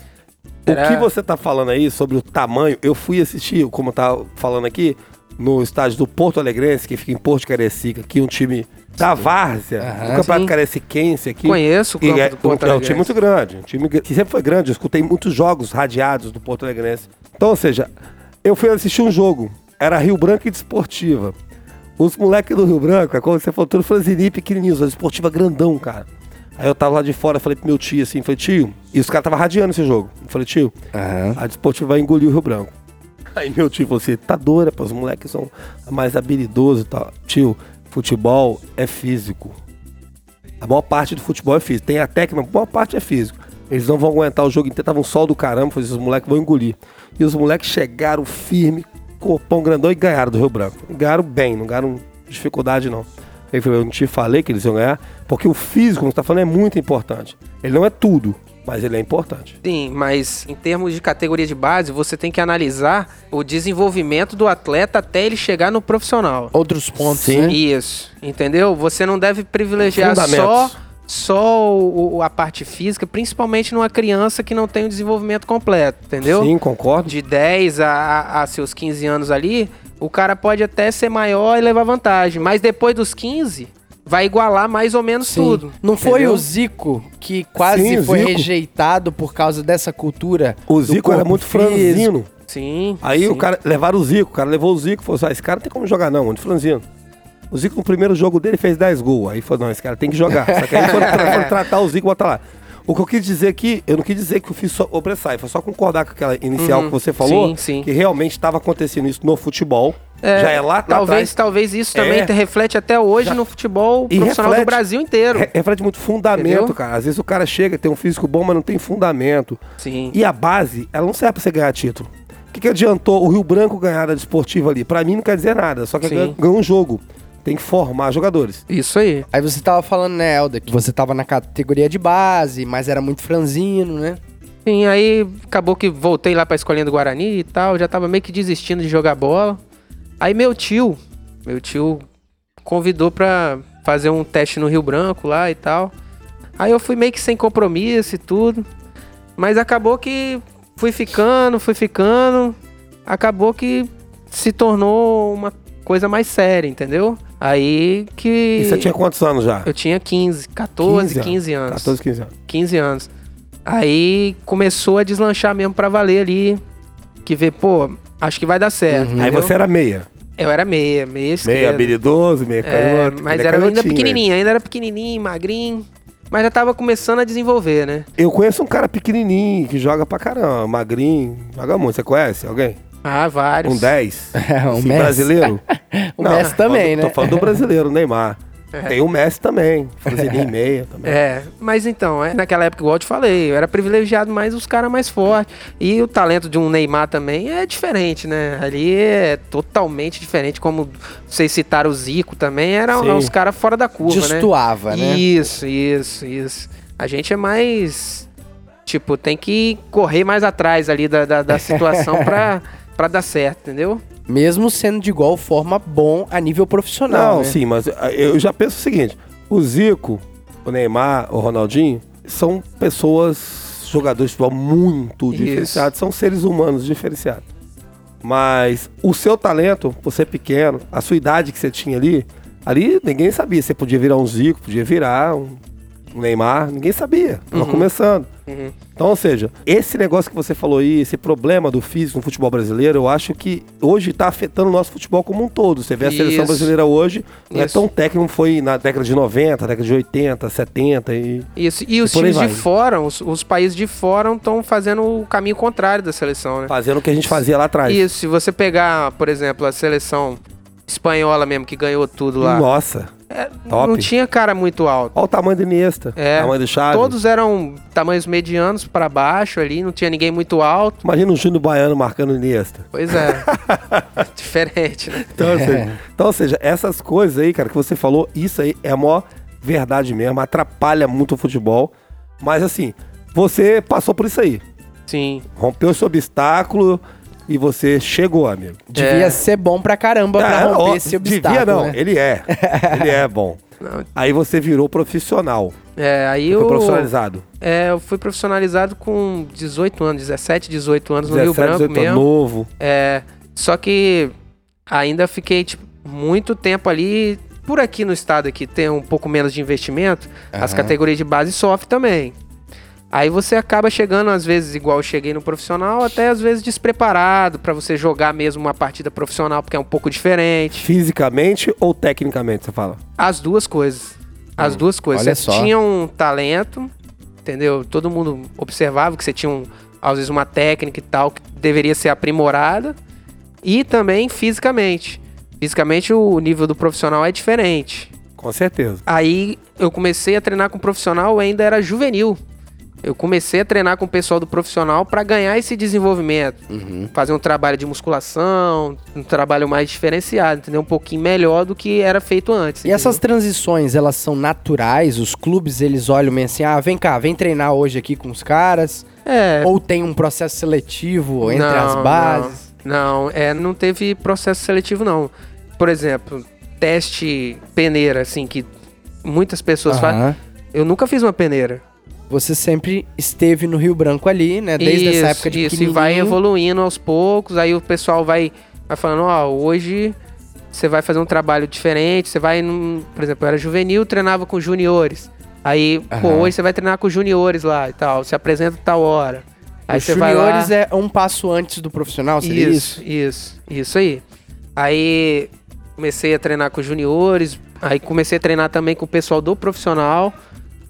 [SPEAKER 1] O
[SPEAKER 3] Era-
[SPEAKER 1] que você tá falando aí sobre o tamanho, eu fui assistir, como eu tava falando aqui, no estádio do Porto Alegrense, que fica em Porto de Carecica, que é um time da Várzea, do Campeonato
[SPEAKER 3] Sim.
[SPEAKER 1] Careciquense aqui.
[SPEAKER 3] Conheço o
[SPEAKER 1] E
[SPEAKER 3] campo
[SPEAKER 1] é,
[SPEAKER 3] do Porto
[SPEAKER 1] um- é um
[SPEAKER 3] Alegrense.
[SPEAKER 1] time muito grande, um time gr- que sempre foi grande, eu escutei muitos jogos radiados do Porto Alegrense. Então, ou seja, eu fui assistir um jogo, era Rio Branco e Desportiva. Os moleques do Rio Branco, é como você falou, tudo franzininho, pequenininhos, a Desportiva é grandão, cara. Aí eu tava lá de fora, falei pro meu tio assim, falei, tio, e os caras tava radiando esse jogo. Eu falei, tio, a Desportiva vai engolir o Rio Branco. Aí meu tio falou assim, tá doida, pô, os moleques são mais habilidosos e tal. Tio, futebol é físico. A maior parte do futebol é físico. Tem a técnica, mas a maior parte é físico. Eles não vão aguentar o jogo inteiro. Tava um sol do caramba, falei, esses moleques vão engolir. E os moleques chegaram firme, corpão grandão e ganharam do Rio Branco. Ganharam bem, não ganharam dificuldade não. Ele falou, eu não te falei que eles iam ganhar, porque o físico, como você tá falando, é muito importante. Ele não é tudo, mas ele é importante.
[SPEAKER 3] Sim, mas em termos de categoria de base, você tem que analisar o desenvolvimento do atleta até ele chegar no profissional.
[SPEAKER 2] Outros pontos,
[SPEAKER 1] Sim.
[SPEAKER 2] né?
[SPEAKER 3] Isso, entendeu? Você não deve privilegiar só,
[SPEAKER 1] Fundamentos.
[SPEAKER 3] só o- o- a parte física, principalmente numa criança que não tem o desenvolvimento completo, entendeu?
[SPEAKER 1] Sim, concordo.
[SPEAKER 3] De 10 a, a- a seus 15 anos ali, o cara pode até ser maior e levar vantagem, mas depois dos 15, vai igualar mais ou menos
[SPEAKER 2] Sim.
[SPEAKER 3] tudo.
[SPEAKER 2] Não foi
[SPEAKER 3] entendeu?
[SPEAKER 2] o Zico que quase
[SPEAKER 1] Sim, o
[SPEAKER 2] foi
[SPEAKER 1] Zico.
[SPEAKER 2] rejeitado por causa dessa cultura?
[SPEAKER 1] O
[SPEAKER 2] do
[SPEAKER 1] Zico era
[SPEAKER 2] corpo
[SPEAKER 1] muito
[SPEAKER 2] físico?
[SPEAKER 1] franzino.
[SPEAKER 3] Sim.
[SPEAKER 1] Aí
[SPEAKER 3] sim.
[SPEAKER 1] o cara levaram o Zico, o cara levou o Zico, falou assim: ah, esse cara não tem como jogar, não, mano, franzino. O Zico no primeiro jogo dele fez 10 gols. Aí falou: não, esse cara tem que jogar. Só que aí foram, tra- foram tratar o Zico e botar lá. O que eu quis dizer aqui, eu não quis dizer que eu fiz só sobressai, foi só concordar com aquela inicial que você falou,
[SPEAKER 3] Uhum. sim, sim.
[SPEAKER 1] que realmente estava acontecendo isso no futebol. Já é lá, tá
[SPEAKER 3] talvez,
[SPEAKER 1] atrás.
[SPEAKER 3] talvez isso
[SPEAKER 1] É.
[SPEAKER 3] também te- reflete até hoje no futebol
[SPEAKER 1] E
[SPEAKER 3] profissional
[SPEAKER 1] reflete-
[SPEAKER 3] do Brasil inteiro.
[SPEAKER 1] Re- reflete muito fundamento,
[SPEAKER 3] Entendeu?
[SPEAKER 1] cara. Às vezes o cara chega, tem um físico bom, mas não tem fundamento.
[SPEAKER 3] Sim.
[SPEAKER 1] E a base, ela não serve pra você ganhar título. O que, que adiantou o Rio Branco ganhar da desportiva ali? Pra mim não quer dizer nada, só que
[SPEAKER 3] Sim.
[SPEAKER 1] ganha- ganhou um jogo. Tem que formar jogadores.
[SPEAKER 3] Isso aí.
[SPEAKER 2] Aí você tava falando, né, Helder, que você tava na categoria de base, mas era muito franzino, né?
[SPEAKER 3] Sim, aí acabou que voltei lá pra escolinha do Guarani e tal, já tava meio que desistindo de jogar bola. Aí meu tio, meu tio convidou pra fazer um teste no Rio Branco lá e tal. Aí eu fui meio que sem compromisso e tudo. Mas acabou que fui ficando, fui ficando. Acabou que se tornou uma coisa mais séria, entendeu? Aí que.
[SPEAKER 1] E você tinha quantos anos já?
[SPEAKER 3] Eu tinha 15, 14, 15, anos.
[SPEAKER 1] 14, 15 anos.
[SPEAKER 3] 15 anos. Aí começou a deslanchar mesmo pra valer ali. Que vê, pô, acho que vai dar certo.
[SPEAKER 1] Uhum. Aí
[SPEAKER 3] entendeu?
[SPEAKER 1] você era meia.
[SPEAKER 3] Eu era meia, meia
[SPEAKER 1] Meia
[SPEAKER 3] esquerda.
[SPEAKER 1] habilidoso, meia
[SPEAKER 3] É,
[SPEAKER 1] canhoto.
[SPEAKER 3] mas
[SPEAKER 1] meia
[SPEAKER 3] era ainda
[SPEAKER 1] canhotinho,
[SPEAKER 3] pequenininho, ainda era pequenininho, magrinho. Mas já tava começando a desenvolver, né?
[SPEAKER 1] velho. Eu conheço um cara pequenininho que joga pra caramba, magrinho, joga muito. Você conhece alguém?
[SPEAKER 3] Ah, vários.
[SPEAKER 1] Um 10?
[SPEAKER 2] É, um
[SPEAKER 1] Sim,
[SPEAKER 2] Messi.
[SPEAKER 1] brasileiro?
[SPEAKER 2] O Messi também,
[SPEAKER 1] tô,
[SPEAKER 2] né?
[SPEAKER 1] Tô
[SPEAKER 2] É.
[SPEAKER 1] falando do brasileiro, o Neymar. Tem o Messi também, franzininho e meia também.
[SPEAKER 3] É, mas então, é, naquela época, igual eu te falei, eu era privilegiado mais os caras mais fortes. E o talento de um Neymar também é diferente, né? Ali é totalmente diferente, como vocês citaram o Zico também, eram
[SPEAKER 1] Sim.
[SPEAKER 3] uns caras fora da curva,
[SPEAKER 2] Destoava,
[SPEAKER 3] né?
[SPEAKER 2] né?
[SPEAKER 3] Isso, isso, isso. A gente é mais. Tipo, tem que correr mais atrás ali da, da, da situação pra, pra dar certo, entendeu?
[SPEAKER 2] Mesmo sendo de igual forma bom a nível
[SPEAKER 1] Não,
[SPEAKER 2] profissional, né?
[SPEAKER 1] sim, mas ah, eu já penso o seguinte: o Zico, o Neymar, o Ronaldinho são pessoas, jogadores de futebol muito
[SPEAKER 3] Isso.
[SPEAKER 1] diferenciados, são seres humanos diferenciados. Mas o seu talento, você pequeno, a sua idade que você tinha ali, ali ninguém sabia. Você podia virar um Zico, podia virar um, um Neymar, ninguém sabia. Tava começando. Então, ou seja, esse negócio que você falou aí, esse problema do físico no futebol brasileiro, eu acho que hoje tá afetando o nosso futebol como um todo. Você vê a seleção
[SPEAKER 3] Isso.
[SPEAKER 1] brasileira hoje, não é
[SPEAKER 3] Isso.
[SPEAKER 1] tão técnico como foi na década de 90, década de 80, 70 e.
[SPEAKER 3] Isso. E os
[SPEAKER 1] por aí
[SPEAKER 3] times de
[SPEAKER 1] vai.
[SPEAKER 3] fora, os, os países de fora estão fazendo o caminho contrário da seleção, né?
[SPEAKER 1] Fazendo o que a gente fazia lá atrás.
[SPEAKER 3] Isso, se você pegar, por exemplo, a seleção espanhola mesmo, que ganhou tudo lá. É,
[SPEAKER 1] Nossa. top.
[SPEAKER 3] Não tinha cara muito alto.
[SPEAKER 1] Olha o tamanho do Iniesta,
[SPEAKER 3] É,
[SPEAKER 1] tamanho do Chaves.
[SPEAKER 3] Todos eram tamanhos medianos pra baixo ali, não tinha ninguém muito alto.
[SPEAKER 1] Imagina o Júnior Baiano marcando o Iniesta.
[SPEAKER 3] Pois é. Diferente, né?
[SPEAKER 1] Então, ou seja, então, ou seja, essas coisas aí, cara, que você falou, isso aí é a maior verdade mesmo, atrapalha muito o futebol. Mas assim, você passou por isso aí.
[SPEAKER 3] Sim.
[SPEAKER 1] Rompeu esse obstáculo e você chegou, amigo.
[SPEAKER 2] Devia
[SPEAKER 3] É.
[SPEAKER 2] ser bom pra caramba pra
[SPEAKER 1] Ah,
[SPEAKER 2] romper
[SPEAKER 1] ó,
[SPEAKER 2] esse obstáculo,
[SPEAKER 1] Devia não,
[SPEAKER 2] né?
[SPEAKER 1] ele é. Ele é bom.
[SPEAKER 3] Não,
[SPEAKER 1] Aí você virou profissional.
[SPEAKER 3] é, aí
[SPEAKER 1] Foi
[SPEAKER 3] eu,
[SPEAKER 1] profissionalizado.
[SPEAKER 3] é, eu fui profissionalizado com 18 anos, 17, 18 anos no Rio
[SPEAKER 1] 17,
[SPEAKER 3] Branco
[SPEAKER 1] 18
[SPEAKER 3] mesmo.
[SPEAKER 1] novo.
[SPEAKER 3] É, só que ainda fiquei tipo, muito tempo ali. Por aqui no estado aqui tem um pouco menos de investimento, as categorias de base sofrem também. Aí você acaba chegando, às vezes, igual eu cheguei no profissional, até às vezes despreparado pra você jogar mesmo uma partida profissional, porque é um pouco diferente.
[SPEAKER 1] Fisicamente ou tecnicamente, você fala?
[SPEAKER 3] As duas coisas. As duas coisas.
[SPEAKER 2] Hum, olha
[SPEAKER 3] você
[SPEAKER 2] só.
[SPEAKER 3] tinha um talento, entendeu? Todo mundo observava que você tinha, um, às vezes, uma técnica e tal que deveria ser aprimorada. E também fisicamente. Fisicamente, o nível do profissional é diferente.
[SPEAKER 1] Com certeza.
[SPEAKER 3] Aí eu comecei a treinar com profissional, eu ainda era juvenil. Eu comecei a treinar com o pessoal do profissional pra ganhar esse desenvolvimento.
[SPEAKER 2] Uhum.
[SPEAKER 3] Fazer um trabalho de musculação, um trabalho mais diferenciado, entendeu? Um pouquinho melhor do que era feito antes.
[SPEAKER 2] E essas transições, elas são naturais? Os clubes, eles olham meio assim, ah, vem cá, vem treinar hoje aqui com os caras?
[SPEAKER 3] É.
[SPEAKER 2] Ou tem um processo seletivo entre
[SPEAKER 3] Não,
[SPEAKER 2] as bases?
[SPEAKER 3] Não, não, é, não teve processo seletivo, não. Por exemplo, teste peneira, assim, que muitas pessoas
[SPEAKER 2] Aham.
[SPEAKER 3] fazem. Eu nunca fiz uma peneira.
[SPEAKER 2] Você sempre esteve no Rio Branco ali, né? Desde
[SPEAKER 3] isso,
[SPEAKER 2] essa época de
[SPEAKER 3] Isso, e vai
[SPEAKER 2] pequenininho.
[SPEAKER 3] evoluindo aos poucos, aí o pessoal vai, vai falando, ó, hoje você vai fazer um trabalho diferente, você vai, num, por exemplo, eu era juvenil, treinava com juniores. Aí, pô,
[SPEAKER 2] Aham.
[SPEAKER 3] hoje você vai treinar com juniores lá e tal, se apresenta tal hora. Aí
[SPEAKER 2] Os
[SPEAKER 3] você vai lá...
[SPEAKER 2] juniores é um passo antes do profissional, seria isso?
[SPEAKER 3] Isso, isso, isso aí. Aí comecei a treinar com os juniores, aí comecei a treinar também com o pessoal do profissional.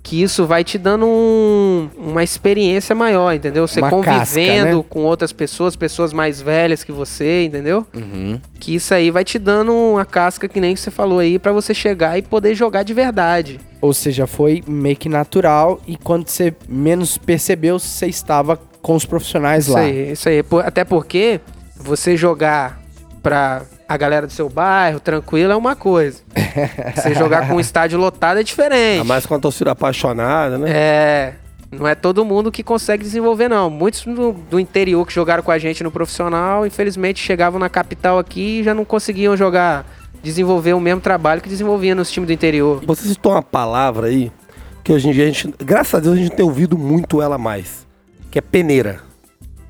[SPEAKER 3] que isso vai te dando um- uma experiência maior, entendeu? Você
[SPEAKER 2] Uma
[SPEAKER 3] convivendo
[SPEAKER 2] casca, né?
[SPEAKER 3] com outras pessoas, pessoas mais velhas que você, entendeu?
[SPEAKER 2] Uhum.
[SPEAKER 3] Que isso aí vai te dando uma casca que nem você falou aí pra você chegar e poder jogar de verdade.
[SPEAKER 2] Ou seja, foi meio que natural e quando você menos percebeu, você estava com os profissionais
[SPEAKER 3] Isso
[SPEAKER 2] lá.
[SPEAKER 3] aí, isso aí. Por- Até porque você jogar pra a galera do seu bairro, tranquilo, é uma coisa. você jogar com um estádio lotado é diferente.
[SPEAKER 1] Ainda mais com a torcida apaixonada, né?
[SPEAKER 3] É. Não é todo mundo que consegue desenvolver, não. Muitos do, do interior que jogaram com a gente no profissional, infelizmente, chegavam na capital aqui e já não conseguiam jogar, desenvolver o mesmo trabalho que desenvolviam nos times do interior.
[SPEAKER 1] Você citou uma palavra aí que hoje em dia a gente, graças a Deus, a gente tem ouvido muito ela mais, que é peneira.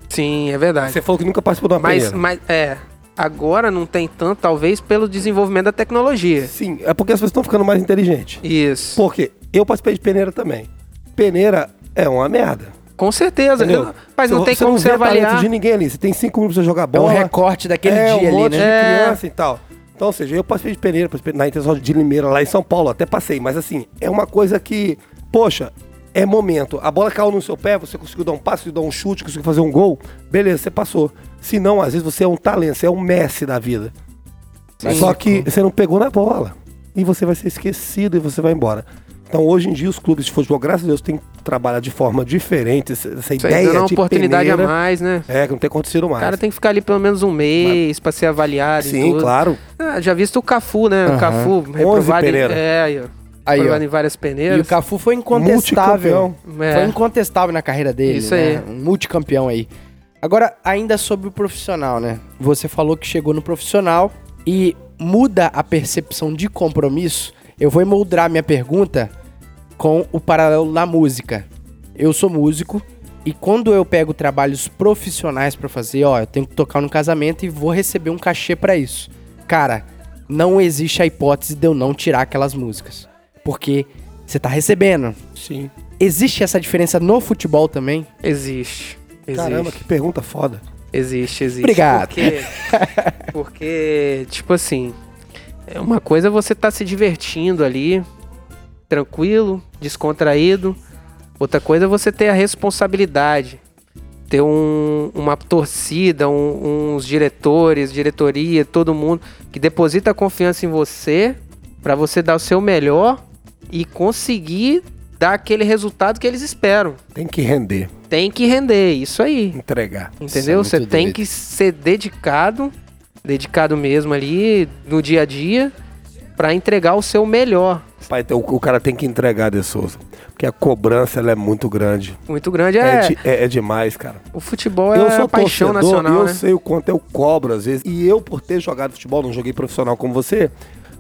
[SPEAKER 3] Sim, é verdade.
[SPEAKER 1] Você falou que nunca participou de uma
[SPEAKER 3] Mas,
[SPEAKER 1] peneira.
[SPEAKER 3] mas, é. Agora não tem tanto, talvez, pelo desenvolvimento da tecnologia.
[SPEAKER 1] Sim, é porque as pessoas estão ficando mais inteligentes.
[SPEAKER 3] Isso.
[SPEAKER 1] Por quê? Eu participei de peneira também. Peneira é uma merda.
[SPEAKER 3] Com certeza.
[SPEAKER 1] Entendeu?
[SPEAKER 3] Eu- mas não
[SPEAKER 1] Você-
[SPEAKER 3] tem como
[SPEAKER 1] não
[SPEAKER 3] você
[SPEAKER 1] vê talento
[SPEAKER 3] avaliar.
[SPEAKER 1] de ninguém ali. Você tem cinco minutos pra jogar
[SPEAKER 2] É um
[SPEAKER 1] bola.
[SPEAKER 2] recorte daquele
[SPEAKER 1] é,
[SPEAKER 2] dia
[SPEAKER 1] um
[SPEAKER 2] ali,
[SPEAKER 1] monte
[SPEAKER 2] né?
[SPEAKER 3] né?
[SPEAKER 1] de criança e tal. Então, ou seja, eu participei de peneira, participei na intenção de Limeira, lá em São Paulo, até passei. Mas assim, é uma coisa que, poxa, é momento. A bola caiu no seu pé, você conseguiu dar um passo, conseguiu dar um chute, conseguiu fazer um gol. Beleza, você passou. Se não, às vezes você é um talento, você é um Messi da vida. Só que você não pegou na bola. E você vai ser esquecido e você vai embora. Então, hoje em dia, os clubes de futebol, graças a Deus, têm que trabalhar de forma diferente. Essa essa
[SPEAKER 3] Isso aí
[SPEAKER 1] ideia
[SPEAKER 3] dando uma
[SPEAKER 1] de
[SPEAKER 3] oportunidade
[SPEAKER 1] É, tipo peneira,
[SPEAKER 3] a mais, né?
[SPEAKER 1] É, que não tem acontecido
[SPEAKER 3] O
[SPEAKER 1] mais.
[SPEAKER 3] cara tem que ficar ali pelo menos um mês pra ser avaliado e
[SPEAKER 1] Sim,
[SPEAKER 3] tudo.
[SPEAKER 1] claro.
[SPEAKER 3] Ah, já visto o Cafu, né? O Cafu reprovado em,
[SPEAKER 1] peneira.
[SPEAKER 3] é, aí, ó.
[SPEAKER 2] Aí,
[SPEAKER 3] reprovado
[SPEAKER 2] ó.
[SPEAKER 3] em várias peneiras.
[SPEAKER 2] E o Cafu foi incontestável.
[SPEAKER 3] Multicampeão. É.
[SPEAKER 2] Foi incontestável na carreira dele.
[SPEAKER 3] Isso
[SPEAKER 2] né?
[SPEAKER 3] aí.
[SPEAKER 2] Um multicampeão aí. Agora, ainda sobre o profissional, né? Você falou que chegou no profissional e muda a percepção de compromisso. Eu vou emoldrar minha pergunta com o paralelo na música. Eu sou músico e quando eu pego trabalhos profissionais pra fazer, ó, eu tenho que tocar no casamento e vou receber um cachê pra isso. Cara, não existe a hipótese de eu não tirar aquelas músicas, porque você tá recebendo.
[SPEAKER 1] Sim.
[SPEAKER 2] Existe essa diferença no futebol também?
[SPEAKER 3] Existe. Existe.
[SPEAKER 1] Caramba, que pergunta foda.
[SPEAKER 3] Existe, existe.
[SPEAKER 2] Obrigado.
[SPEAKER 3] Porque, porque, tipo assim, é uma coisa é você tá se divertindo ali, tranquilo, descontraído. Outra coisa é você ter a responsabilidade, ter um- uma torcida, um- uns diretores, diretoria, todo mundo que deposita a confiança em você para você dar o seu melhor e conseguir dar aquele resultado que eles esperam.
[SPEAKER 1] Tem que render,
[SPEAKER 3] Tem que render, isso aí.
[SPEAKER 1] entregar.
[SPEAKER 3] Entendeu?
[SPEAKER 2] Isso é
[SPEAKER 3] Você
[SPEAKER 2] muito
[SPEAKER 3] tem
[SPEAKER 2] doido.
[SPEAKER 3] que ser dedicado, dedicado mesmo ali no dia a dia, pra entregar o seu melhor.
[SPEAKER 1] Pai, o, o cara tem que entregar, De Souza. Porque a cobrança ela é muito grande.
[SPEAKER 3] Muito grande
[SPEAKER 1] É,
[SPEAKER 3] é.
[SPEAKER 1] de- é- é demais, cara.
[SPEAKER 3] O futebol é a paixão nacional,
[SPEAKER 1] eu
[SPEAKER 3] né?
[SPEAKER 1] sei o quanto eu cobro às vezes. E eu, por ter jogado futebol, não joguei profissional como você,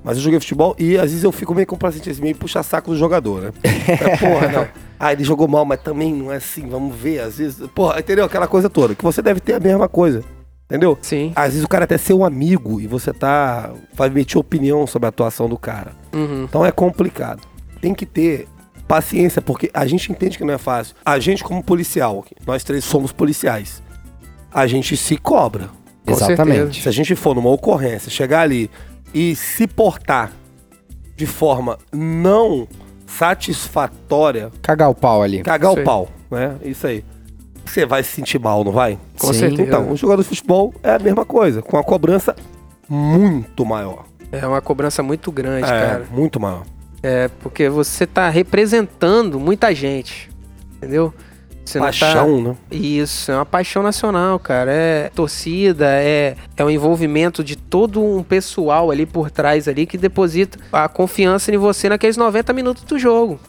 [SPEAKER 1] mas eu joguei futebol e às vezes eu fico meio complacente, assim, meio puxa saco do jogador, né? É, porra, não. Ah, ele jogou mal, mas também não é assim, vamos ver, às vezes... Porra, entendeu? Aquela coisa toda, que você deve ter a mesma coisa, entendeu?
[SPEAKER 3] Sim.
[SPEAKER 1] Às vezes o cara é até seu amigo e você tá... vai emitir opinião sobre a atuação do cara.
[SPEAKER 3] Uhum.
[SPEAKER 1] Então é complicado. Tem que ter paciência, porque a gente entende que não é fácil. A gente como policial, nós três somos policiais a gente se cobra.
[SPEAKER 3] Com
[SPEAKER 1] Se a gente for numa ocorrência, chegar ali e se portar de forma não satisfatória,
[SPEAKER 2] Cagar o pau ali.
[SPEAKER 1] cagar
[SPEAKER 3] É Isso
[SPEAKER 1] o
[SPEAKER 3] aí.
[SPEAKER 1] pau, né? Isso aí. Você vai se sentir mal, não vai?
[SPEAKER 3] Com
[SPEAKER 2] Sim.
[SPEAKER 3] certeza.
[SPEAKER 1] Então, o jogador de futebol é a mesma coisa, com a cobrança muito maior.
[SPEAKER 3] É uma cobrança muito grande,
[SPEAKER 1] é,
[SPEAKER 3] cara.
[SPEAKER 1] muito maior.
[SPEAKER 3] É, porque você tá representando muita gente. Entendeu? Você não tá-
[SPEAKER 1] Paixão, né?
[SPEAKER 3] Isso, é uma paixão nacional, cara. É torcida, é, é o envolvimento de todo um pessoal ali por trás ali que deposita a confiança em você naqueles 90 minutos do jogo.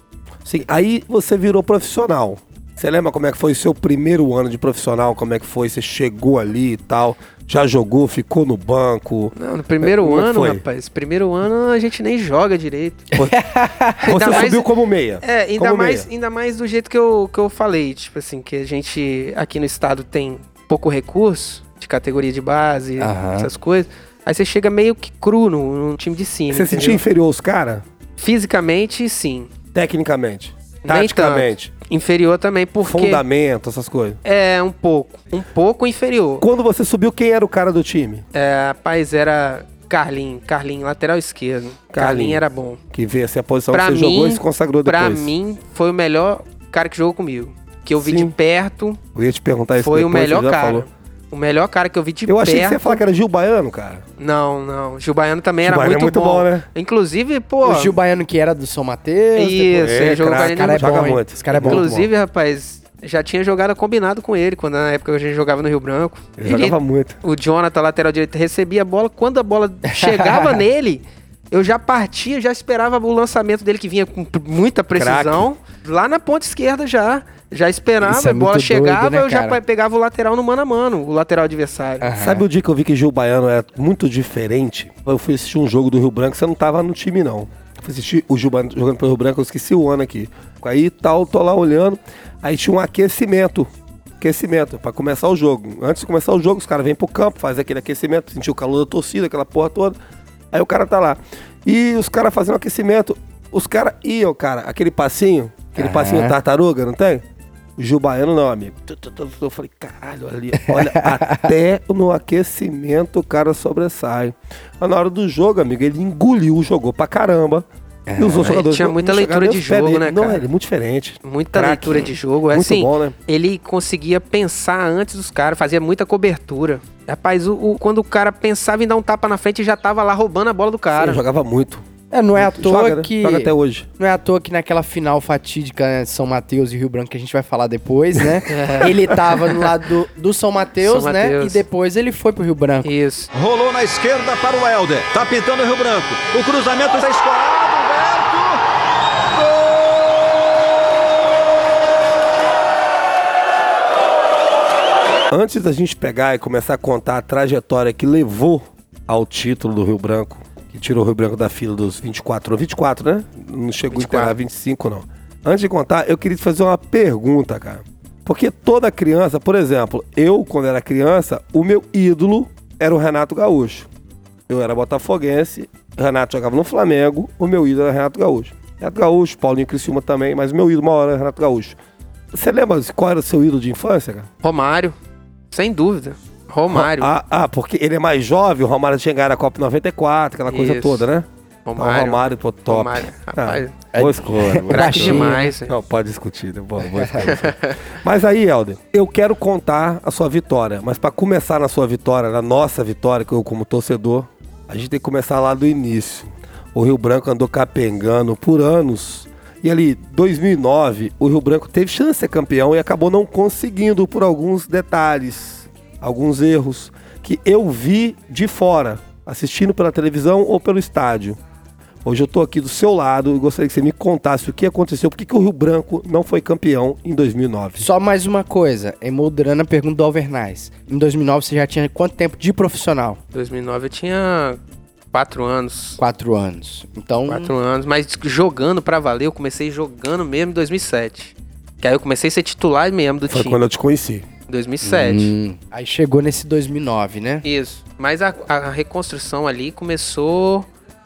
[SPEAKER 1] Sim, aí você virou profissional. Você lembra como é que foi o seu primeiro ano de profissional? Como é que foi? Você chegou ali e tal, já jogou, ficou no banco.
[SPEAKER 3] Não, no primeiro
[SPEAKER 1] Como é que
[SPEAKER 3] ano,
[SPEAKER 1] foi?
[SPEAKER 3] rapaz, primeiro ano a gente nem joga direito.
[SPEAKER 1] Você
[SPEAKER 3] mais-
[SPEAKER 1] subiu como meia.
[SPEAKER 3] É, ainda
[SPEAKER 1] Como
[SPEAKER 3] mais,
[SPEAKER 1] meia.
[SPEAKER 3] ainda mais do jeito que eu, que eu falei, tipo assim, que a gente aqui no estado tem pouco recurso de categoria de base,
[SPEAKER 2] Aham.
[SPEAKER 3] essas coisas. Aí você chega meio que cru no, no time de cima.
[SPEAKER 1] Você
[SPEAKER 3] entendeu?
[SPEAKER 1] sentiu inferior aos caras?
[SPEAKER 3] Fisicamente, sim.
[SPEAKER 1] Tecnicamente,
[SPEAKER 3] Nem
[SPEAKER 1] taticamente,
[SPEAKER 3] Inferior também, porque.
[SPEAKER 1] fundamento, essas coisas.
[SPEAKER 3] É, um pouco. Um pouco inferior.
[SPEAKER 1] Quando você subiu, quem era o cara do time?
[SPEAKER 3] É, rapaz, era Carlinho, Carlinho, lateral esquerdo. Carlinho, era bom.
[SPEAKER 1] Que veio assim a posição
[SPEAKER 3] Pra
[SPEAKER 1] que
[SPEAKER 3] mim,
[SPEAKER 1] você jogou e se consagrou depois.
[SPEAKER 3] pra mim, foi o melhor cara que jogou comigo. Que eu vi
[SPEAKER 1] Sim.
[SPEAKER 3] de perto,
[SPEAKER 1] Eu ia te perguntar isso
[SPEAKER 3] foi o
[SPEAKER 1] depois, você
[SPEAKER 3] melhor
[SPEAKER 1] já
[SPEAKER 3] cara.
[SPEAKER 1] falou.
[SPEAKER 3] O melhor cara que eu vi de
[SPEAKER 1] Eu
[SPEAKER 3] perto.
[SPEAKER 1] achei que você ia falar que era Gil Baiano, cara.
[SPEAKER 3] Não, não. Gil Baiano também era
[SPEAKER 1] Gil
[SPEAKER 3] muito,
[SPEAKER 1] Baiano é muito
[SPEAKER 3] bom.
[SPEAKER 1] bom, né?
[SPEAKER 3] Inclusive, pô.
[SPEAKER 2] O Gil Baiano que era do São Mateus.
[SPEAKER 3] Isso,
[SPEAKER 1] É,
[SPEAKER 3] ele jogou
[SPEAKER 1] craque,
[SPEAKER 3] com a
[SPEAKER 2] cara é
[SPEAKER 3] Arena
[SPEAKER 1] joga
[SPEAKER 2] bom, hein?
[SPEAKER 1] muito.
[SPEAKER 2] Esse cara é bom.
[SPEAKER 3] Inclusive, rapaz, já tinha jogado combinado com ele, quando na época a gente jogava no Rio Branco.
[SPEAKER 1] Ele jogava muito.
[SPEAKER 3] O Jonathan, lateral direito, recebia a bola. Quando a bola chegava nele, eu já partia, já esperava o lançamento dele, que vinha com p- muita precisão. Lá na ponta esquerda já. Já esperava,
[SPEAKER 2] Isso é
[SPEAKER 3] a bola
[SPEAKER 2] muito
[SPEAKER 3] chegava,
[SPEAKER 2] doido, né,
[SPEAKER 3] eu já
[SPEAKER 2] cara? Ah,
[SPEAKER 3] pe- pegava o lateral no mano a mano, o lateral adversário.
[SPEAKER 2] Aham.
[SPEAKER 1] Sabe o dia que eu vi que Gil Baiano era muito diferente? Eu fui assistir um jogo do Rio Branco, você não tava no time, não. Eu fui assistir o Gil Baiano jogando pelo Rio Branco, eu esqueci o ano aqui. Aí tal, tô lá olhando, aí tinha um aquecimento. Aquecimento, pra começar o jogo. Antes de começar o jogo, os caras vêm pro campo, faz aquele aquecimento, sentiu o calor da torcida, aquela porra toda. Aí o cara tá lá. E os caras fazendo aquecimento, os caras iam, cara, aquele passinho, aquele passinho tartaruga, não tem? O Gil Baiano não, amigo. Tu, tu, tu, tu. Eu falei, caralho, olha ali. Olha, até no aquecimento o cara sobressai. Mas na hora do jogo, amigo, ele engoliu, jogou pra caramba. e os outros jogadores
[SPEAKER 3] É, tinha
[SPEAKER 1] não-
[SPEAKER 3] muita
[SPEAKER 1] não chegaram
[SPEAKER 3] leitura
[SPEAKER 1] nem
[SPEAKER 3] de
[SPEAKER 1] aos pés
[SPEAKER 3] jogo,
[SPEAKER 1] dele.
[SPEAKER 3] né,
[SPEAKER 1] Não,
[SPEAKER 3] cara?
[SPEAKER 1] ele é muito diferente.
[SPEAKER 3] Muita
[SPEAKER 1] Craque.
[SPEAKER 3] leitura de jogo.
[SPEAKER 1] Muito
[SPEAKER 3] assim,
[SPEAKER 1] bom, né?
[SPEAKER 3] ele conseguia pensar antes dos caras, fazia muita cobertura. Rapaz, o, o- quando o cara pensava em dar um tapa na frente, já tava lá roubando a bola do cara.
[SPEAKER 1] ele jogava muito.
[SPEAKER 2] É, não é à toa
[SPEAKER 1] Joga, né?
[SPEAKER 2] que.
[SPEAKER 1] Joga até hoje.
[SPEAKER 2] Não é à toa que naquela final fatídica né, São Mateus e Rio Branco, que a gente vai falar depois, né?
[SPEAKER 1] É.
[SPEAKER 2] ele tava no lado do, do São Mateus,
[SPEAKER 3] São
[SPEAKER 2] né?
[SPEAKER 3] Mateus.
[SPEAKER 2] E depois ele foi pro Rio Branco.
[SPEAKER 3] Isso.
[SPEAKER 6] Rolou na esquerda para o Helder. Tá pintando o Rio Branco. O cruzamento está escorado. Humberto.
[SPEAKER 1] Antes da gente pegar e começar a contar a trajetória que levou ao título do Rio Branco, que tirou o Rio Branco da fila dos 24, 24, né? Não chegou a integrar 25, não. Antes de contar, eu queria te fazer uma pergunta, cara. Porque toda criança, por exemplo, eu, quando era criança, o meu ídolo era o Renato Gaúcho. Eu era botafoguense, Renato jogava no Flamengo, o meu ídolo era Renato Gaúcho. Renato Gaúcho, Paulinho Criciúma também, mas o meu ídolo uma hora era Renato Gaúcho. Você lembra qual era o seu ídolo de infância, cara?
[SPEAKER 3] Romário, sem dúvida. Romário.
[SPEAKER 1] Ah, ah, porque ele é mais jovem, o Romário tinha ganhado a Copa 94, aquela coisa
[SPEAKER 3] Isso.
[SPEAKER 1] toda, né? Então,
[SPEAKER 3] Romário.
[SPEAKER 1] o Romário, pô, top.
[SPEAKER 3] Romário, rapaz.
[SPEAKER 1] Ah, boa escolha. boa
[SPEAKER 3] Craque
[SPEAKER 1] escolha.
[SPEAKER 3] demais, hein?
[SPEAKER 1] Não, pode discutir, né? boa, boa escolha. mas aí, Helder, eu quero contar a sua vitória, mas pra começar na sua vitória, na nossa vitória, que eu como torcedor, a gente tem que começar lá do início. O Rio Branco andou capengando por anos. E ali, 2009, o Rio Branco teve chance de ser campeão e acabou não conseguindo por alguns detalhes alguns erros que eu vi de fora, assistindo pela televisão ou pelo estádio. Hoje eu tô aqui do seu lado e gostaria que você me contasse o que aconteceu, por que que o Rio Branco não foi campeão em 2009.
[SPEAKER 2] Só mais uma coisa, emoldrando a pergunta do Alvernais. Em 2009 você já tinha quanto tempo de profissional?
[SPEAKER 3] 2009 eu tinha quatro anos.
[SPEAKER 2] Quatro anos. Então,
[SPEAKER 3] Quatro anos, mas jogando pra valer, eu comecei jogando mesmo em 2007. Que aí eu comecei a ser titular mesmo do
[SPEAKER 1] Foi
[SPEAKER 3] time.
[SPEAKER 1] quando eu te conheci.
[SPEAKER 3] 2007.
[SPEAKER 2] hum, aí chegou nesse 2009, né?
[SPEAKER 3] Isso. Mas a, a reconstrução ali começou,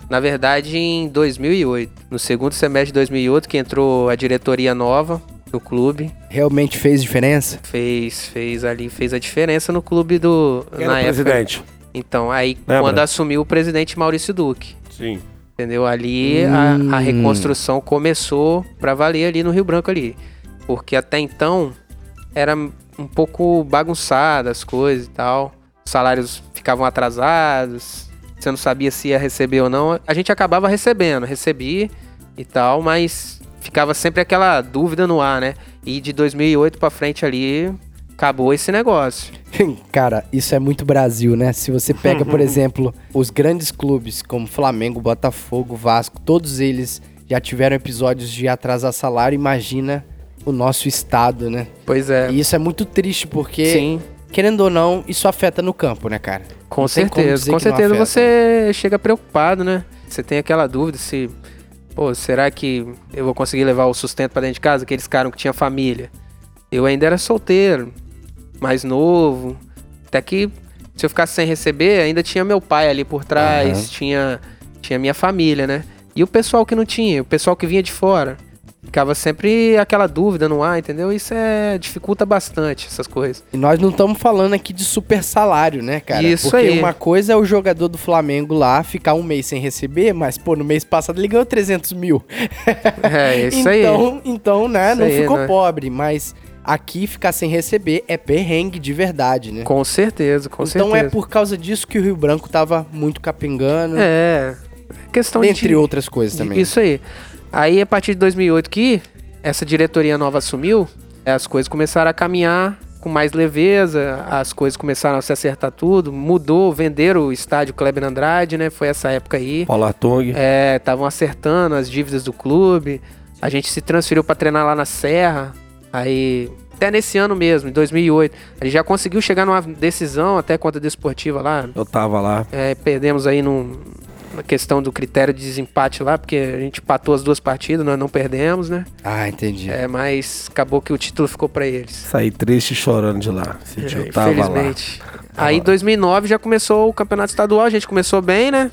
[SPEAKER 3] na verdade, em 2008. No segundo semestre de 2008, que entrou a diretoria nova no clube.
[SPEAKER 2] Realmente fez diferença?
[SPEAKER 3] Fez, fez ali, fez a diferença no clube do...
[SPEAKER 1] Quem Era
[SPEAKER 3] na
[SPEAKER 1] o
[SPEAKER 3] época.
[SPEAKER 1] presidente.
[SPEAKER 3] Então, aí
[SPEAKER 1] Lembra?
[SPEAKER 3] quando assumiu o presidente Maurício Duque.
[SPEAKER 1] Sim.
[SPEAKER 3] Entendeu? Ali
[SPEAKER 2] Hum.
[SPEAKER 3] a, a reconstrução começou pra valer ali no Rio Branco ali. Porque até então era um pouco bagunçada as coisas e tal. Os salários ficavam atrasados. Você não sabia se ia receber ou não. A gente acabava recebendo, recebi e tal, mas ficava sempre aquela dúvida no ar, né? E de 2008 pra frente ali acabou esse negócio.
[SPEAKER 2] Cara, isso é muito Brasil, né? Se você pega, por exemplo, os grandes clubes como Flamengo, Botafogo, Vasco, todos eles já tiveram episódios de atrasar salário, imagina o nosso estado, né?
[SPEAKER 3] Pois é.
[SPEAKER 2] E isso é muito triste porque,
[SPEAKER 3] Sim.
[SPEAKER 2] querendo ou não, isso afeta no campo, né, cara?
[SPEAKER 3] Com
[SPEAKER 2] Não tem como
[SPEAKER 3] certeza,
[SPEAKER 2] dizer
[SPEAKER 3] com
[SPEAKER 2] que não
[SPEAKER 3] certeza
[SPEAKER 2] afeta.
[SPEAKER 3] você chega preocupado, né? Você tem aquela dúvida se, pô, será que eu vou conseguir levar o sustento pra dentro de casa? Aqueles caras que tinha família. Eu ainda era solteiro, mais novo. Até que se eu ficasse sem receber, ainda tinha meu pai ali por trás, tinha, tinha minha família, né? E o pessoal que não tinha, o pessoal que vinha de fora. Ficava sempre aquela dúvida no ar, entendeu? Isso é dificulta bastante essas coisas.
[SPEAKER 2] E nós não estamos falando aqui de super salário, né, cara?
[SPEAKER 3] Isso
[SPEAKER 2] Porque
[SPEAKER 3] aí.
[SPEAKER 2] uma coisa é o jogador do Flamengo lá ficar um mês sem receber, mas, pô, no mês passado ele ganhou 300 mil.
[SPEAKER 3] É, isso aí.
[SPEAKER 2] então, então, né,
[SPEAKER 3] Isso
[SPEAKER 2] não
[SPEAKER 3] aí,
[SPEAKER 2] ficou
[SPEAKER 3] né?
[SPEAKER 2] pobre, mas aqui ficar sem receber é perrengue de verdade, né?
[SPEAKER 3] Com certeza, com
[SPEAKER 2] então
[SPEAKER 3] certeza.
[SPEAKER 2] é por causa disso que o Rio Branco tava muito capengando,
[SPEAKER 3] É. Questão
[SPEAKER 2] dentre
[SPEAKER 3] de,
[SPEAKER 2] outras coisas também.
[SPEAKER 3] Isso aí. Aí, a partir de 2008 que essa diretoria nova assumiu, as coisas começaram a caminhar com mais leveza, as coisas começaram a se acertar tudo, mudou, venderam o estádio Kleber Andrade, né? Foi essa época aí.
[SPEAKER 1] Paulo Artung.
[SPEAKER 3] É, estavam acertando as dívidas do clube. A gente se transferiu pra treinar lá na Serra. Aí, até nesse ano mesmo, em 2008, a gente já conseguiu chegar numa decisão até contra a Desportiva lá,
[SPEAKER 1] Eu tava lá.
[SPEAKER 3] é, perdemos aí num- na questão do critério de desempate lá, porque a gente empatou as duas partidas, nós não perdemos, né?
[SPEAKER 2] Ah, entendi.
[SPEAKER 3] É, mas acabou que o título ficou pra eles. É,
[SPEAKER 1] Saí triste e chorando de lá. Esse dia eu tava
[SPEAKER 3] Infelizmente. Aí em 2009 já começou o campeonato estadual, a gente começou bem, né?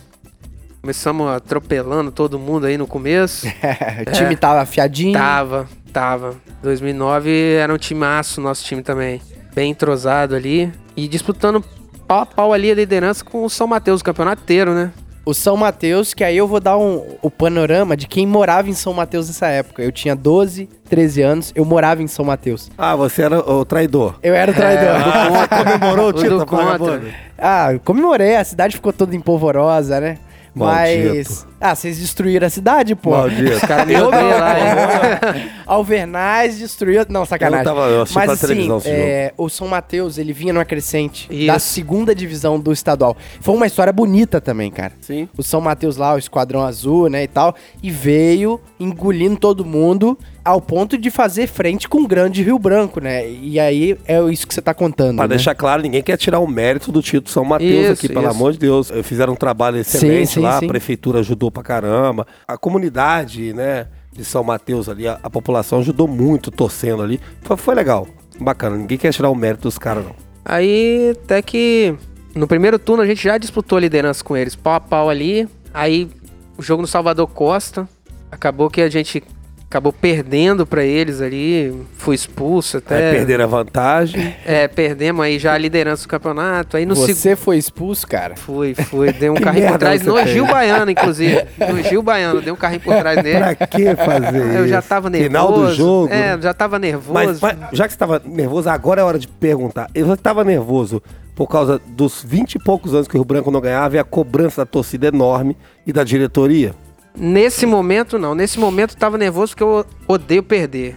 [SPEAKER 3] Começamos atropelando todo mundo aí no começo.
[SPEAKER 2] o
[SPEAKER 3] é.
[SPEAKER 2] time tava afiadinho.
[SPEAKER 3] tava, tava. 2009 era um timaço nosso time também. Bem entrosado ali. E disputando pau a pau ali a liderança com o São Mateus, o campeonato inteiro, né?
[SPEAKER 2] O São Mateus, que aí eu vou dar um, o panorama de quem morava em São Mateus nessa época. Eu tinha 12, 13 anos, eu morava em São Mateus.
[SPEAKER 1] lá. Ah, você era o traidor.
[SPEAKER 2] Eu
[SPEAKER 3] É.
[SPEAKER 2] era o traidor.
[SPEAKER 1] Ah, comemorou o
[SPEAKER 3] do
[SPEAKER 1] título,
[SPEAKER 3] contra.
[SPEAKER 1] vagabundo.
[SPEAKER 2] Ah, comemorei, a cidade ficou toda empolvorosa, né? Mas.
[SPEAKER 1] Maldito.
[SPEAKER 2] Ah, vocês destruíram a cidade, pô.
[SPEAKER 1] Maldito.
[SPEAKER 3] Os caras me
[SPEAKER 1] É.
[SPEAKER 3] odeiam lá, né? hein?
[SPEAKER 2] Alvernais destruiu. Não, sacanagem.
[SPEAKER 1] Eu tava- eu assisti
[SPEAKER 2] Mas
[SPEAKER 1] pela
[SPEAKER 2] assim,
[SPEAKER 1] televisão esse
[SPEAKER 2] é, o São Mateus, ele vinha numa crescente
[SPEAKER 3] Isso.
[SPEAKER 2] da segunda divisão do estadual. Foi uma história bonita também, cara.
[SPEAKER 1] Sim.
[SPEAKER 2] O São Mateus lá, o Esquadrão Azul, né, e tal. E veio engolindo todo mundo ao ponto de fazer frente com o grande Rio Branco, né? E aí é isso que você tá contando.
[SPEAKER 1] Pra
[SPEAKER 2] né?
[SPEAKER 1] deixar claro, ninguém quer tirar o mérito do título São Mateus
[SPEAKER 3] Isso,
[SPEAKER 1] aqui, pelo
[SPEAKER 3] isso.
[SPEAKER 1] amor de Deus. Eh, Fizeram um trabalho excelente
[SPEAKER 2] sim,
[SPEAKER 1] lá,
[SPEAKER 2] sim.
[SPEAKER 1] a prefeitura ajudou pra caramba. A comunidade, né, de São Mateus ali, a, a população ajudou muito torcendo ali. Foi, foi legal, bacana. Ninguém quer tirar o mérito dos caras, não.
[SPEAKER 3] Aí até que no primeiro turno a gente já disputou a liderança com eles, pau a pau ali. Aí o jogo no Salvador Costa, acabou que a gente acabou perdendo pra eles ali, fui expulso até.
[SPEAKER 1] Aí perderam É a vantagem.
[SPEAKER 3] É, perdemos aí já a liderança do campeonato. Aí no
[SPEAKER 2] Você
[SPEAKER 3] segundo
[SPEAKER 2] foi expulso, cara.
[SPEAKER 3] fui, fui, dei um
[SPEAKER 1] Que
[SPEAKER 3] carrinho por
[SPEAKER 1] merda
[SPEAKER 3] trás
[SPEAKER 1] você
[SPEAKER 3] no
[SPEAKER 1] fez.
[SPEAKER 3] Gil Baiano, inclusive. No Gil Baiano, dei um carrinho por trás
[SPEAKER 1] Pra
[SPEAKER 3] dele.
[SPEAKER 1] que fazer isso?
[SPEAKER 3] Eu já tava nervoso.
[SPEAKER 1] Final do jogo.
[SPEAKER 3] É, já tava nervoso.
[SPEAKER 1] Mas, mas já que você tava nervoso, agora é hora de perguntar. Eu tava nervoso por causa dos 20 e poucos anos que o Rio Branco não ganhava e a cobrança da torcida enorme e da diretoria.
[SPEAKER 3] Nesse momento, não. Nesse momento eu tava nervoso porque eu odeio perder.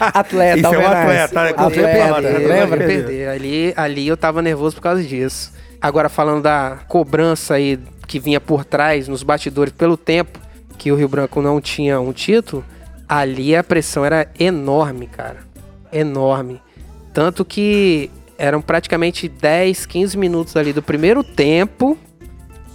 [SPEAKER 2] atleta,
[SPEAKER 1] Isso é um
[SPEAKER 2] Alvernaz.
[SPEAKER 1] atleta, né?
[SPEAKER 3] Eu
[SPEAKER 1] Quando você
[SPEAKER 3] odeio
[SPEAKER 1] fala,
[SPEAKER 3] perder,
[SPEAKER 1] né?
[SPEAKER 3] eu
[SPEAKER 1] Lembra?
[SPEAKER 3] odeio perder. Ali, ali eu tava nervoso por causa disso. Agora, falando da cobrança aí que vinha por trás, nos bastidores, pelo tempo que o Rio Branco não tinha um título, ali a pressão era enorme, cara. Enorme. Tanto que eram praticamente 10, 15 minutos ali do primeiro tempo.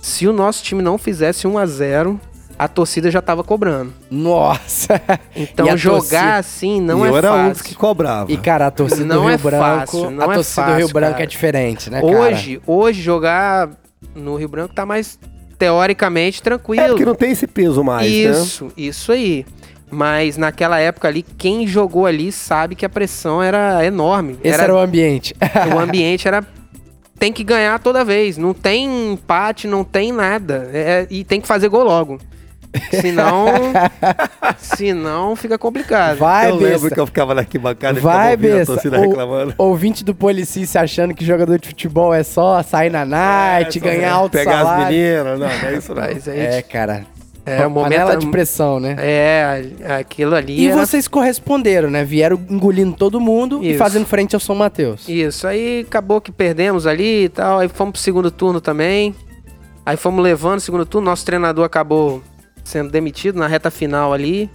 [SPEAKER 3] Se o nosso time não fizesse 1 a 0 a torcida já tava cobrando.
[SPEAKER 2] Nossa. E
[SPEAKER 3] Então,
[SPEAKER 2] a
[SPEAKER 3] jogar
[SPEAKER 2] torcida-
[SPEAKER 3] assim não
[SPEAKER 1] e
[SPEAKER 3] é
[SPEAKER 1] eu era um
[SPEAKER 3] fácil.
[SPEAKER 1] dos que cobrava.
[SPEAKER 2] E, cara, a torcida
[SPEAKER 3] Não
[SPEAKER 2] do Rio
[SPEAKER 3] é
[SPEAKER 2] Branco.
[SPEAKER 3] fácil, não
[SPEAKER 2] a
[SPEAKER 3] é
[SPEAKER 2] torcida do
[SPEAKER 3] fácil,
[SPEAKER 2] Rio Branco
[SPEAKER 3] cara.
[SPEAKER 2] é diferente, né, cara?
[SPEAKER 3] Hoje, hoje jogar no Rio Branco tá mais teoricamente tranquilo.
[SPEAKER 1] É porque não tem esse peso mais, né?
[SPEAKER 3] isso, isso aí. Mas naquela época ali, quem jogou ali sabe que a pressão era enorme.
[SPEAKER 2] Esse era, o ambiente.
[SPEAKER 3] o ambiente era tem que ganhar toda vez, não tem empate, não tem nada É- e tem que fazer gol logo. Senão, senão fica complicado.
[SPEAKER 2] Vai,
[SPEAKER 1] eu
[SPEAKER 2] besta.
[SPEAKER 1] lembro que eu ficava na arquibancada e ficava
[SPEAKER 2] Vai,
[SPEAKER 1] ouvindo a
[SPEAKER 2] besta.
[SPEAKER 1] torcida
[SPEAKER 2] Ou-
[SPEAKER 1] reclamando.
[SPEAKER 2] Ouvinte do Policice achando que jogador de futebol é só sair na night,
[SPEAKER 1] É, só
[SPEAKER 2] ganhar alto
[SPEAKER 1] Pegar
[SPEAKER 2] salário.
[SPEAKER 1] as meninas, não, não é isso não.
[SPEAKER 3] Mas aí,
[SPEAKER 2] É, cara.
[SPEAKER 3] É, o momento
[SPEAKER 2] Panela
[SPEAKER 3] era
[SPEAKER 2] de
[SPEAKER 3] um-
[SPEAKER 2] pressão, né?
[SPEAKER 3] é, aquilo ali
[SPEAKER 2] E
[SPEAKER 3] era
[SPEAKER 2] vocês corresponderam, né? Vieram engolindo todo mundo e
[SPEAKER 3] Isso.
[SPEAKER 2] fazendo frente ao São Mateus.
[SPEAKER 3] Isso, aí acabou que perdemos ali e tal, aí fomos pro segundo turno também. Aí fomos levando o segundo turno, nosso treinador acabou sendo demitido na reta final ali.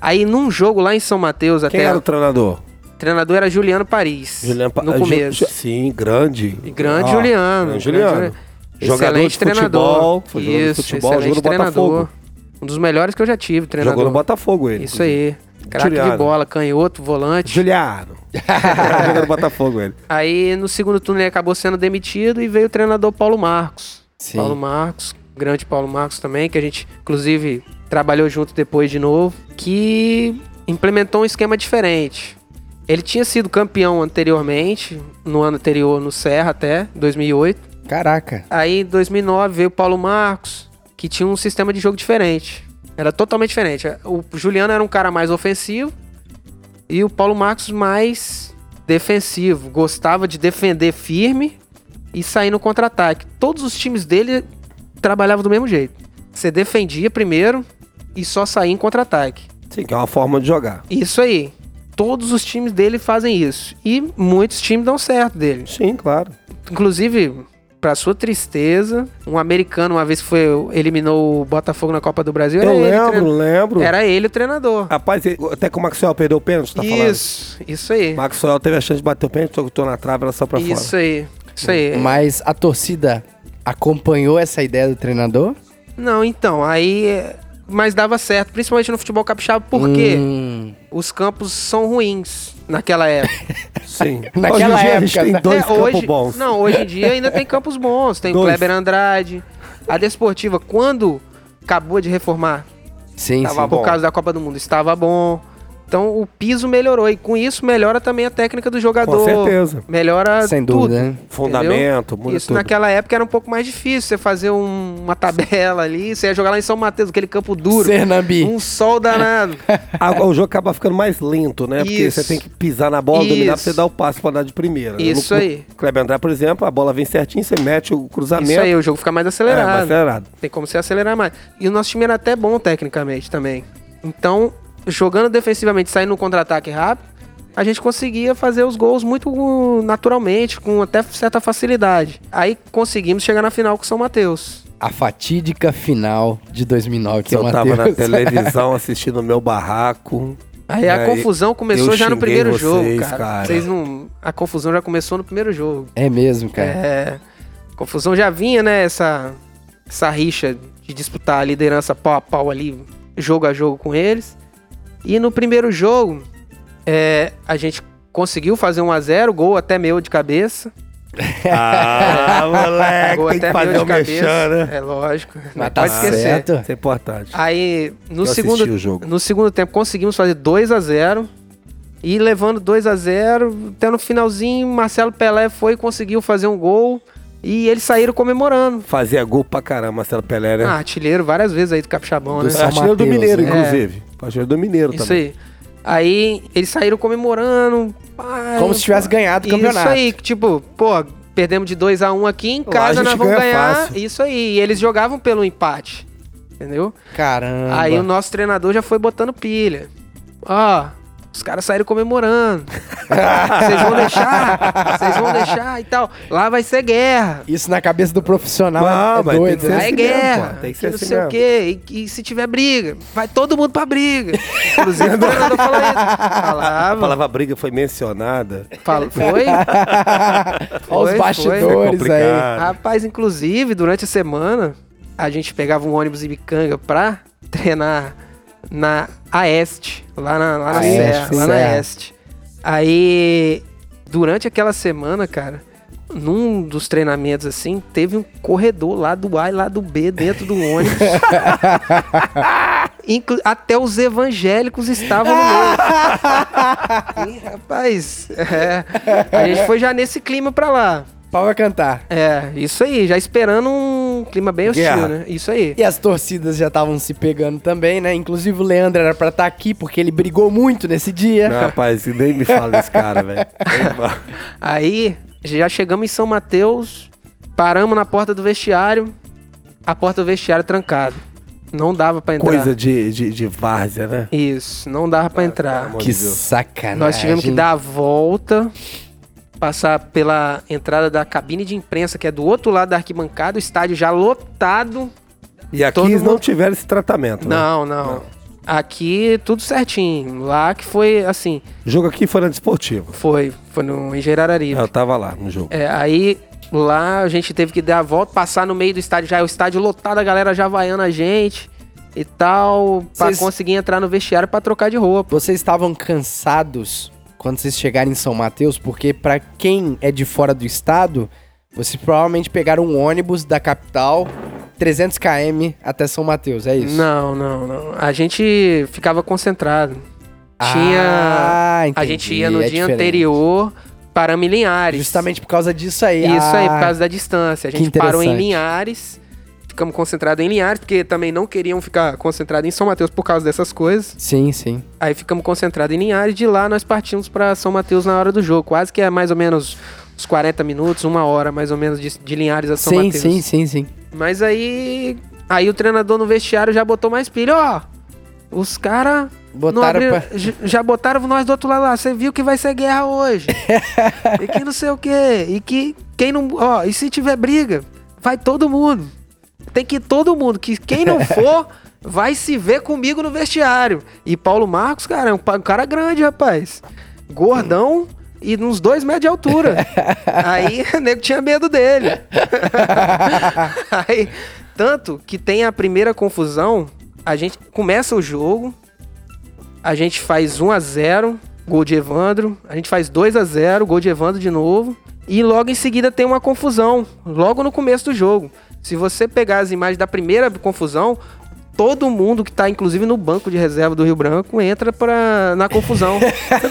[SPEAKER 3] Aí num jogo lá em São Mateus até,
[SPEAKER 1] Quem era o treinador?
[SPEAKER 3] o treinador era Juliano Paris.
[SPEAKER 1] Juliano Pa-
[SPEAKER 3] no
[SPEAKER 1] Ju-
[SPEAKER 3] começo.
[SPEAKER 1] Ju- Sim, grande.
[SPEAKER 3] Grande
[SPEAKER 1] Ah,
[SPEAKER 3] Juliano.
[SPEAKER 1] grande Juliano.
[SPEAKER 3] Grande
[SPEAKER 1] Jogador
[SPEAKER 3] excelente
[SPEAKER 1] de
[SPEAKER 3] treinador.
[SPEAKER 1] futebol, foi jogador de
[SPEAKER 3] Isso,
[SPEAKER 1] futebol,
[SPEAKER 3] excelente
[SPEAKER 1] jogou no
[SPEAKER 3] treinador.
[SPEAKER 1] Botafogo.
[SPEAKER 3] Um dos melhores que eu já tive, treinador.
[SPEAKER 1] Jogou no Botafogo ele.
[SPEAKER 3] Isso aí. Craque de
[SPEAKER 1] Juliano.
[SPEAKER 3] bola, canhoto, volante.
[SPEAKER 1] Juliano. Jogou no Botafogo ele.
[SPEAKER 3] Aí no segundo turno ele acabou sendo demitido e veio o treinador Paulo Marcos.
[SPEAKER 2] Sim.
[SPEAKER 3] Paulo Marcos, grande Paulo Marcos também, que a gente, inclusive, trabalhou junto depois de novo, que implementou um esquema diferente. Ele tinha sido campeão anteriormente, no ano anterior no Serra até, 2008.
[SPEAKER 2] Caraca.
[SPEAKER 3] Aí em 2009 veio o Paulo Marcos, que tinha um sistema de jogo diferente. Era totalmente diferente. O Juliano era um cara mais ofensivo e o Paulo Marcos mais defensivo. Gostava de defender firme e sair no contra-ataque. Todos os times dele trabalhavam do mesmo jeito. Você defendia primeiro e só saía em contra-ataque.
[SPEAKER 1] Sim, que é uma forma de jogar.
[SPEAKER 3] Isso aí. Todos os times dele fazem isso. E muitos times dão certo dele.
[SPEAKER 1] Sim, claro.
[SPEAKER 3] Inclusive, pra sua tristeza, um americano, uma vez que foi, eliminou o Botafogo na Copa do Brasil,
[SPEAKER 1] Eu
[SPEAKER 3] era ele.
[SPEAKER 1] lembro,
[SPEAKER 3] trein-
[SPEAKER 1] lembro.
[SPEAKER 3] Era ele o treinador.
[SPEAKER 1] Rapaz, ele- até que o Maxwell perdeu o pênalti, tá falando?
[SPEAKER 3] isso, isso aí.
[SPEAKER 1] O Maxwell teve a chance de bater o pênalti, só que tô na trave, ela só pra
[SPEAKER 3] Isso
[SPEAKER 1] fora.
[SPEAKER 3] aí. Isso aí.
[SPEAKER 2] Mas a torcida acompanhou essa ideia do treinador?
[SPEAKER 3] Não, então, aí. é, Mas dava certo, principalmente no futebol capixaba, porque
[SPEAKER 2] Hum.
[SPEAKER 3] os campos são ruins naquela época.
[SPEAKER 1] Sim.
[SPEAKER 2] Naquela
[SPEAKER 1] Hoje em dia a gente
[SPEAKER 2] época,
[SPEAKER 1] tem
[SPEAKER 2] né?
[SPEAKER 1] dois
[SPEAKER 3] É,
[SPEAKER 1] campos
[SPEAKER 3] hoje,
[SPEAKER 1] bons.
[SPEAKER 3] Não, hoje em dia ainda tem campos bons. Tem
[SPEAKER 1] Dois.
[SPEAKER 3] Kleber Andrade. A Desportiva, quando acabou de reformar
[SPEAKER 2] Sim,
[SPEAKER 1] Tava
[SPEAKER 2] sim.
[SPEAKER 1] bom.
[SPEAKER 3] por causa da Copa do Mundo, estava bom. Então o piso melhorou e com isso melhora também a técnica do jogador.
[SPEAKER 1] Com certeza.
[SPEAKER 3] Melhora
[SPEAKER 2] Sem
[SPEAKER 3] tudo.
[SPEAKER 2] dúvida, né?
[SPEAKER 1] Fundamento, muda
[SPEAKER 3] Isso
[SPEAKER 1] tudo.
[SPEAKER 3] naquela época era um pouco mais difícil. Você fazer um- uma tabela ali, você ia jogar lá em São Mateus, aquele campo duro.
[SPEAKER 2] Sernambi.
[SPEAKER 3] Um sol danado.
[SPEAKER 1] Agora, o jogo acaba ficando mais lento, né? Porque
[SPEAKER 3] Isso.
[SPEAKER 1] você tem que pisar na bola, dominar pra
[SPEAKER 3] Isso.
[SPEAKER 1] você dar o passe pra dar de primeira.
[SPEAKER 3] Isso aí.
[SPEAKER 1] O Kleber Andrade, por exemplo, a bola vem certinho, você mete o cruzamento.
[SPEAKER 3] Isso aí, o jogo fica mais
[SPEAKER 1] é,
[SPEAKER 3] acelerado.
[SPEAKER 1] mais acelerado.
[SPEAKER 3] Tem como se acelerar mais. E o nosso time era até bom tecnicamente também. Então, jogando defensivamente, saindo no contra-ataque rápido, a gente conseguia fazer os gols muito naturalmente, com até certa facilidade. Aí conseguimos chegar na final com o São Mateus.
[SPEAKER 2] A fatídica final de 2009
[SPEAKER 1] Que eu
[SPEAKER 2] São
[SPEAKER 1] tava na
[SPEAKER 2] Mateus.
[SPEAKER 1] televisão assistindo o meu barraco.
[SPEAKER 3] Aí a
[SPEAKER 1] É,
[SPEAKER 3] confusão começou
[SPEAKER 1] eu
[SPEAKER 3] já no
[SPEAKER 1] xinguei
[SPEAKER 3] primeiro
[SPEAKER 1] vocês,
[SPEAKER 3] jogo, cara.
[SPEAKER 1] cara.
[SPEAKER 3] Vocês não. A confusão já começou no primeiro jogo.
[SPEAKER 2] É mesmo, cara.
[SPEAKER 3] É. Confusão já vinha, né? Essa, essa rixa de disputar a liderança pau a pau ali, jogo a jogo com eles. E no primeiro jogo, é, a gente conseguiu fazer 1 a 0 gol até meu de cabeça.
[SPEAKER 1] Ah, moleque,
[SPEAKER 3] gol
[SPEAKER 1] tem que
[SPEAKER 3] até
[SPEAKER 1] fazer o mexão, né?
[SPEAKER 3] É lógico. não
[SPEAKER 2] Mas tá
[SPEAKER 3] pode esquecer.
[SPEAKER 2] certo.
[SPEAKER 1] Isso é importante.
[SPEAKER 3] Aí, Ah, no
[SPEAKER 1] Eu assisti
[SPEAKER 3] segundo,
[SPEAKER 1] o jogo.
[SPEAKER 3] no segundo tempo, conseguimos fazer 2 a 0 E levando 2 a 0 até no finalzinho, Marcelo Pelé foi e conseguiu fazer um gol. E eles saíram comemorando.
[SPEAKER 1] Fazia gol pra caramba, Marcelo Pelé, né?
[SPEAKER 3] Ah, artilheiro várias vezes aí do Capixabão,
[SPEAKER 1] Do
[SPEAKER 3] né?
[SPEAKER 2] São
[SPEAKER 1] Artilheiro do
[SPEAKER 2] Mateus,
[SPEAKER 1] Mineiro,
[SPEAKER 2] né?
[SPEAKER 1] inclusive. Artilheiro do Mineiro
[SPEAKER 3] Isso
[SPEAKER 1] também.
[SPEAKER 3] aí. Aí eles saíram comemorando. pá,
[SPEAKER 2] Como se tivesse ganhado o campeonato.
[SPEAKER 3] Isso aí, que tipo, pô, perdemos de 2 a 1 aqui em casa,
[SPEAKER 1] a gente
[SPEAKER 3] nós vamos
[SPEAKER 1] ganha
[SPEAKER 3] ganhar.
[SPEAKER 1] fácil.
[SPEAKER 3] Isso aí. E eles jogavam pelo empate. Entendeu?
[SPEAKER 2] Caramba.
[SPEAKER 3] Aí o nosso treinador já foi botando pilha. Ó, os caras saíram comemorando. Vocês vão deixar, vocês vão deixar e tal. Lá vai ser guerra.
[SPEAKER 2] Isso na cabeça do profissional
[SPEAKER 1] Ah,
[SPEAKER 2] é
[SPEAKER 1] mas tem
[SPEAKER 2] doido,
[SPEAKER 1] que ser
[SPEAKER 2] né?
[SPEAKER 3] Lá é
[SPEAKER 1] assim
[SPEAKER 3] guerra,
[SPEAKER 1] mesmo, pô. Tem que
[SPEAKER 3] que
[SPEAKER 1] ser
[SPEAKER 3] não
[SPEAKER 1] assim
[SPEAKER 3] sei
[SPEAKER 1] mesmo.
[SPEAKER 3] o quê, e, e se tiver briga, vai todo mundo pra briga. Inclusive o treinador falou isso.
[SPEAKER 1] A
[SPEAKER 3] Falava,
[SPEAKER 1] palavra briga foi mencionada.
[SPEAKER 3] fala, foi?
[SPEAKER 2] Olha
[SPEAKER 3] Foi,
[SPEAKER 2] os
[SPEAKER 1] assim. É
[SPEAKER 2] bastidores aí.
[SPEAKER 1] complicado.
[SPEAKER 3] Rapaz, inclusive, durante a semana, a gente pegava um ônibus em Bicanga pra treinar na Aeste, lá na, lá na
[SPEAKER 2] Aeste,
[SPEAKER 3] Serra, lá na
[SPEAKER 2] Serra.
[SPEAKER 3] Este. Aí, durante aquela semana, cara, num dos treinamentos, assim, teve um corredor lá do A e lá do B dentro do ônibus. Inclu- Até os evangélicos estavam no meio. Ih, rapaz, é, a gente foi já nesse clima pra lá.
[SPEAKER 2] Pau vai cantar.
[SPEAKER 3] É, isso aí, já esperando um clima bem hostil,
[SPEAKER 1] Guerra.
[SPEAKER 3] né? Isso aí.
[SPEAKER 2] E as torcidas já estavam se pegando também, né? Inclusive o Leandro era pra estar aqui porque ele brigou muito nesse
[SPEAKER 3] É.
[SPEAKER 2] dia.
[SPEAKER 1] Não, rapaz, nem me fala desse cara, velho. Nem fala.
[SPEAKER 3] Aí, já chegamos em São Mateus, paramos na porta do vestiário, a porta do vestiário trancada. Não dava pra entrar.
[SPEAKER 1] Coisa de, de, de várzea, né?
[SPEAKER 3] Isso, não dava pra entrar.
[SPEAKER 1] amor né,
[SPEAKER 2] Que
[SPEAKER 1] de Deus.
[SPEAKER 2] sacanagem.
[SPEAKER 3] Nós tivemos que dar a volta, passar pela entrada da cabine de imprensa, que é do outro lado da arquibancada, o estádio já lotado.
[SPEAKER 1] E aqui
[SPEAKER 3] Todo
[SPEAKER 1] eles não
[SPEAKER 3] mundo-
[SPEAKER 1] tiveram esse tratamento, né?
[SPEAKER 3] Não, não. Aqui tudo certinho. Lá que foi assim,
[SPEAKER 1] O jogo aqui foi na desportiva.
[SPEAKER 3] foi, foi no Engenheiro Araripe.
[SPEAKER 1] Eu tava lá no jogo.
[SPEAKER 3] É, aí lá a gente teve que dar a volta, passar no meio do estádio, já é o estádio lotado, a galera já vaiando a gente e tal, pra
[SPEAKER 2] Vocês-
[SPEAKER 3] conseguir entrar no vestiário pra trocar de roupa.
[SPEAKER 2] Vocês estavam cansados quando vocês chegaram em São Mateus, porque pra quem é de fora do estado, vocês provavelmente pegaram um ônibus da capital 300 km até São Mateus, é isso?
[SPEAKER 3] Não, não, não. A gente ficava concentrado.
[SPEAKER 2] Ah,
[SPEAKER 3] Tinha. A
[SPEAKER 2] entendi,
[SPEAKER 3] gente ia no
[SPEAKER 2] é
[SPEAKER 3] dia
[SPEAKER 2] diferente.
[SPEAKER 3] anterior para Linhares.
[SPEAKER 2] Justamente por causa disso aí.
[SPEAKER 3] Isso aí,
[SPEAKER 2] Ah,
[SPEAKER 3] por causa da distância. A
[SPEAKER 2] que
[SPEAKER 3] gente parou em
[SPEAKER 2] interessante.
[SPEAKER 3] Linhares, ficamos concentrados em Linhares, porque também não queriam ficar concentrados em São Mateus por causa dessas coisas.
[SPEAKER 2] Sim, sim.
[SPEAKER 3] Aí ficamos concentrados em Linhares, de lá nós partimos para São Mateus na hora do jogo. Quase que é mais ou menos uns 40 minutos, uma hora mais ou menos de, de Linhares a São
[SPEAKER 2] sim,
[SPEAKER 3] Mateus.
[SPEAKER 2] sim, sim, sim.
[SPEAKER 3] Mas aí. Aí o treinador no vestiário já botou mais pilha, ó. Os caras.
[SPEAKER 2] Botaram pra-
[SPEAKER 3] Já botaram nós do outro lado lá. Você viu que vai ser guerra hoje. e que não sei o quê. E que quem não. Ó, e se tiver briga, vai todo mundo. Tem que ir todo mundo. Que quem não for, vai se ver comigo no vestiário. E Paulo Marcos, cara, é um pa- um cara grande, rapaz. Gordão e uns dois metros de altura. Aí o nego tinha medo dele. Aí, tanto que tem a primeira confusão, a gente começa o jogo, a gente faz 1 a 0 gol de Evandro, a gente faz 2 a 0 gol de Evandro de novo, e logo em seguida tem uma confusão, logo no começo do jogo. Se você pegar as imagens da primeira confusão, todo mundo que tá inclusive no banco de reserva do Rio Branco entra pra, na confusão.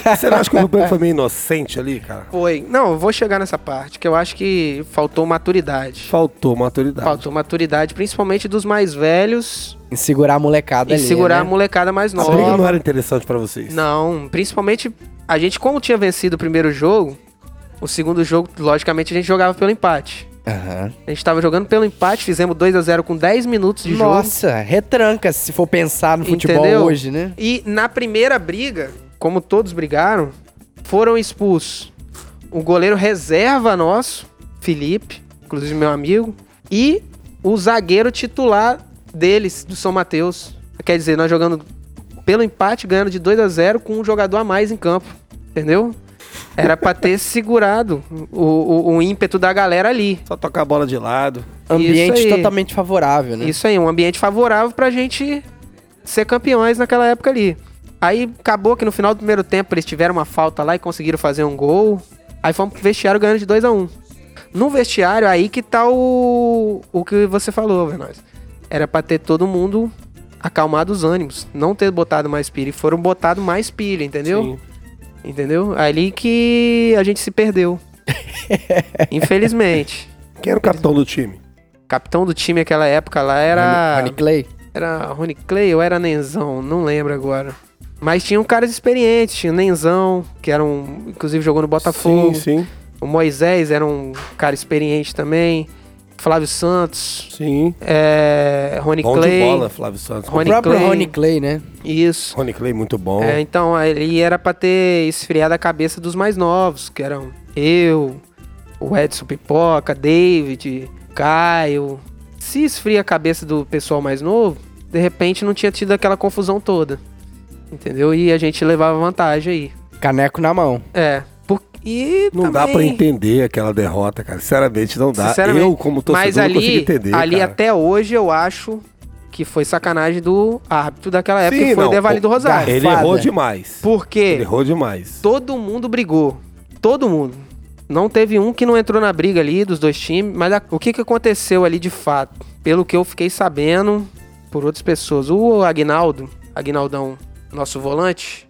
[SPEAKER 1] Você não acha que o Rio Branco foi meio inocente ali, cara?
[SPEAKER 3] Foi. Não, eu vou chegar nessa parte, que eu acho que faltou maturidade.
[SPEAKER 1] Faltou maturidade.
[SPEAKER 3] Faltou maturidade, principalmente dos mais velhos
[SPEAKER 2] E segurar a molecada
[SPEAKER 3] e
[SPEAKER 2] ali,
[SPEAKER 3] segurar a
[SPEAKER 2] né?
[SPEAKER 3] molecada mais
[SPEAKER 1] A briga não
[SPEAKER 3] nova.
[SPEAKER 1] era interessante pra vocês.
[SPEAKER 3] Não, principalmente a gente, como tinha vencido o primeiro jogo, o segundo jogo, logicamente, a gente jogava pelo empate.
[SPEAKER 2] Aham.
[SPEAKER 3] A gente tava jogando pelo empate, fizemos 2 a 0 com 10 minutos de jogo.
[SPEAKER 2] Nossa, retranca se for pensar no futebol
[SPEAKER 3] Entendeu?
[SPEAKER 2] hoje, né?
[SPEAKER 3] E na primeira briga, como todos brigaram, foram expulsos o goleiro reserva nosso, Felipe, inclusive meu amigo, e o zagueiro titular deles, do São Mateus. Quer dizer, nós jogando pelo empate, ganhando de 2 a 0 com um jogador a mais em campo. Entendeu? Era pra ter segurado o, o- o ímpeto da galera ali.
[SPEAKER 1] Só tocar a bola de lado.
[SPEAKER 2] Ambiente
[SPEAKER 3] aí.
[SPEAKER 2] totalmente favorável, né?
[SPEAKER 3] Isso aí, um ambiente favorável pra gente ser campeões naquela época ali. Aí acabou que no final do primeiro tempo eles tiveram uma falta lá e conseguiram fazer um gol. Aí fomos pro vestiário ganhando de 2 a 1 No vestiário, aí que tá o, o que você falou, Vernais. Era pra ter todo mundo acalmado os ânimos. Não ter botado mais pilha. E foram botado mais pilha, entendeu?
[SPEAKER 1] Sim.
[SPEAKER 3] Entendeu? Ali que a gente se perdeu. Infelizmente.
[SPEAKER 1] Quem era o capitão do time?
[SPEAKER 3] Capitão do time naquela época lá era.
[SPEAKER 2] Rony Clay.
[SPEAKER 3] Era Rony Clay ou era Nenzão? Não lembro agora. Mas tinha um cara experiente, tinha o Nenzão, que era um. Inclusive jogou no Botafogo.
[SPEAKER 1] Sim, sim.
[SPEAKER 3] O Moisés era um cara experiente também. Flávio Santos.
[SPEAKER 1] Sim.
[SPEAKER 3] É, Rony
[SPEAKER 1] Bom
[SPEAKER 3] Clay.
[SPEAKER 1] de bola, Flávio Santos.
[SPEAKER 2] O
[SPEAKER 3] Rony
[SPEAKER 2] próprio
[SPEAKER 3] Clay.
[SPEAKER 2] Rony Clay, né?
[SPEAKER 3] Isso.
[SPEAKER 1] Rony Clay, muito bom.
[SPEAKER 3] É, então, ele era pra ter esfriado a cabeça dos mais novos, que eram eu, o Edson Pipoca, David, Caio. Se esfria a cabeça do pessoal mais novo, de repente não tinha tido aquela confusão toda. Entendeu? E a gente levava vantagem aí.
[SPEAKER 2] Caneco na mão.
[SPEAKER 3] É. Por... E
[SPEAKER 1] Não dá pra
[SPEAKER 3] também-
[SPEAKER 1] entender aquela derrota, cara. Sinceramente, não dá.
[SPEAKER 3] Sinceramente,
[SPEAKER 1] eu, como torcedor,
[SPEAKER 3] Mas
[SPEAKER 1] não consigo
[SPEAKER 3] ali,
[SPEAKER 1] entender.
[SPEAKER 3] ali
[SPEAKER 1] cara.
[SPEAKER 3] até hoje eu acho que foi sacanagem do árbitro daquela época,
[SPEAKER 1] Sim,
[SPEAKER 3] que foi o
[SPEAKER 1] não,
[SPEAKER 3] Devali do
[SPEAKER 1] pô,
[SPEAKER 3] Rosário.
[SPEAKER 1] Ele
[SPEAKER 2] Fada.
[SPEAKER 1] errou demais.
[SPEAKER 3] Porque
[SPEAKER 1] Ele errou demais.
[SPEAKER 3] todo mundo brigou. Todo mundo. Não teve um que não entrou na briga ali dos dois times, mas a- o que, que aconteceu ali de fato? Pelo que eu fiquei sabendo por outras pessoas, o Agnaldo, Agnaldão, nosso volante,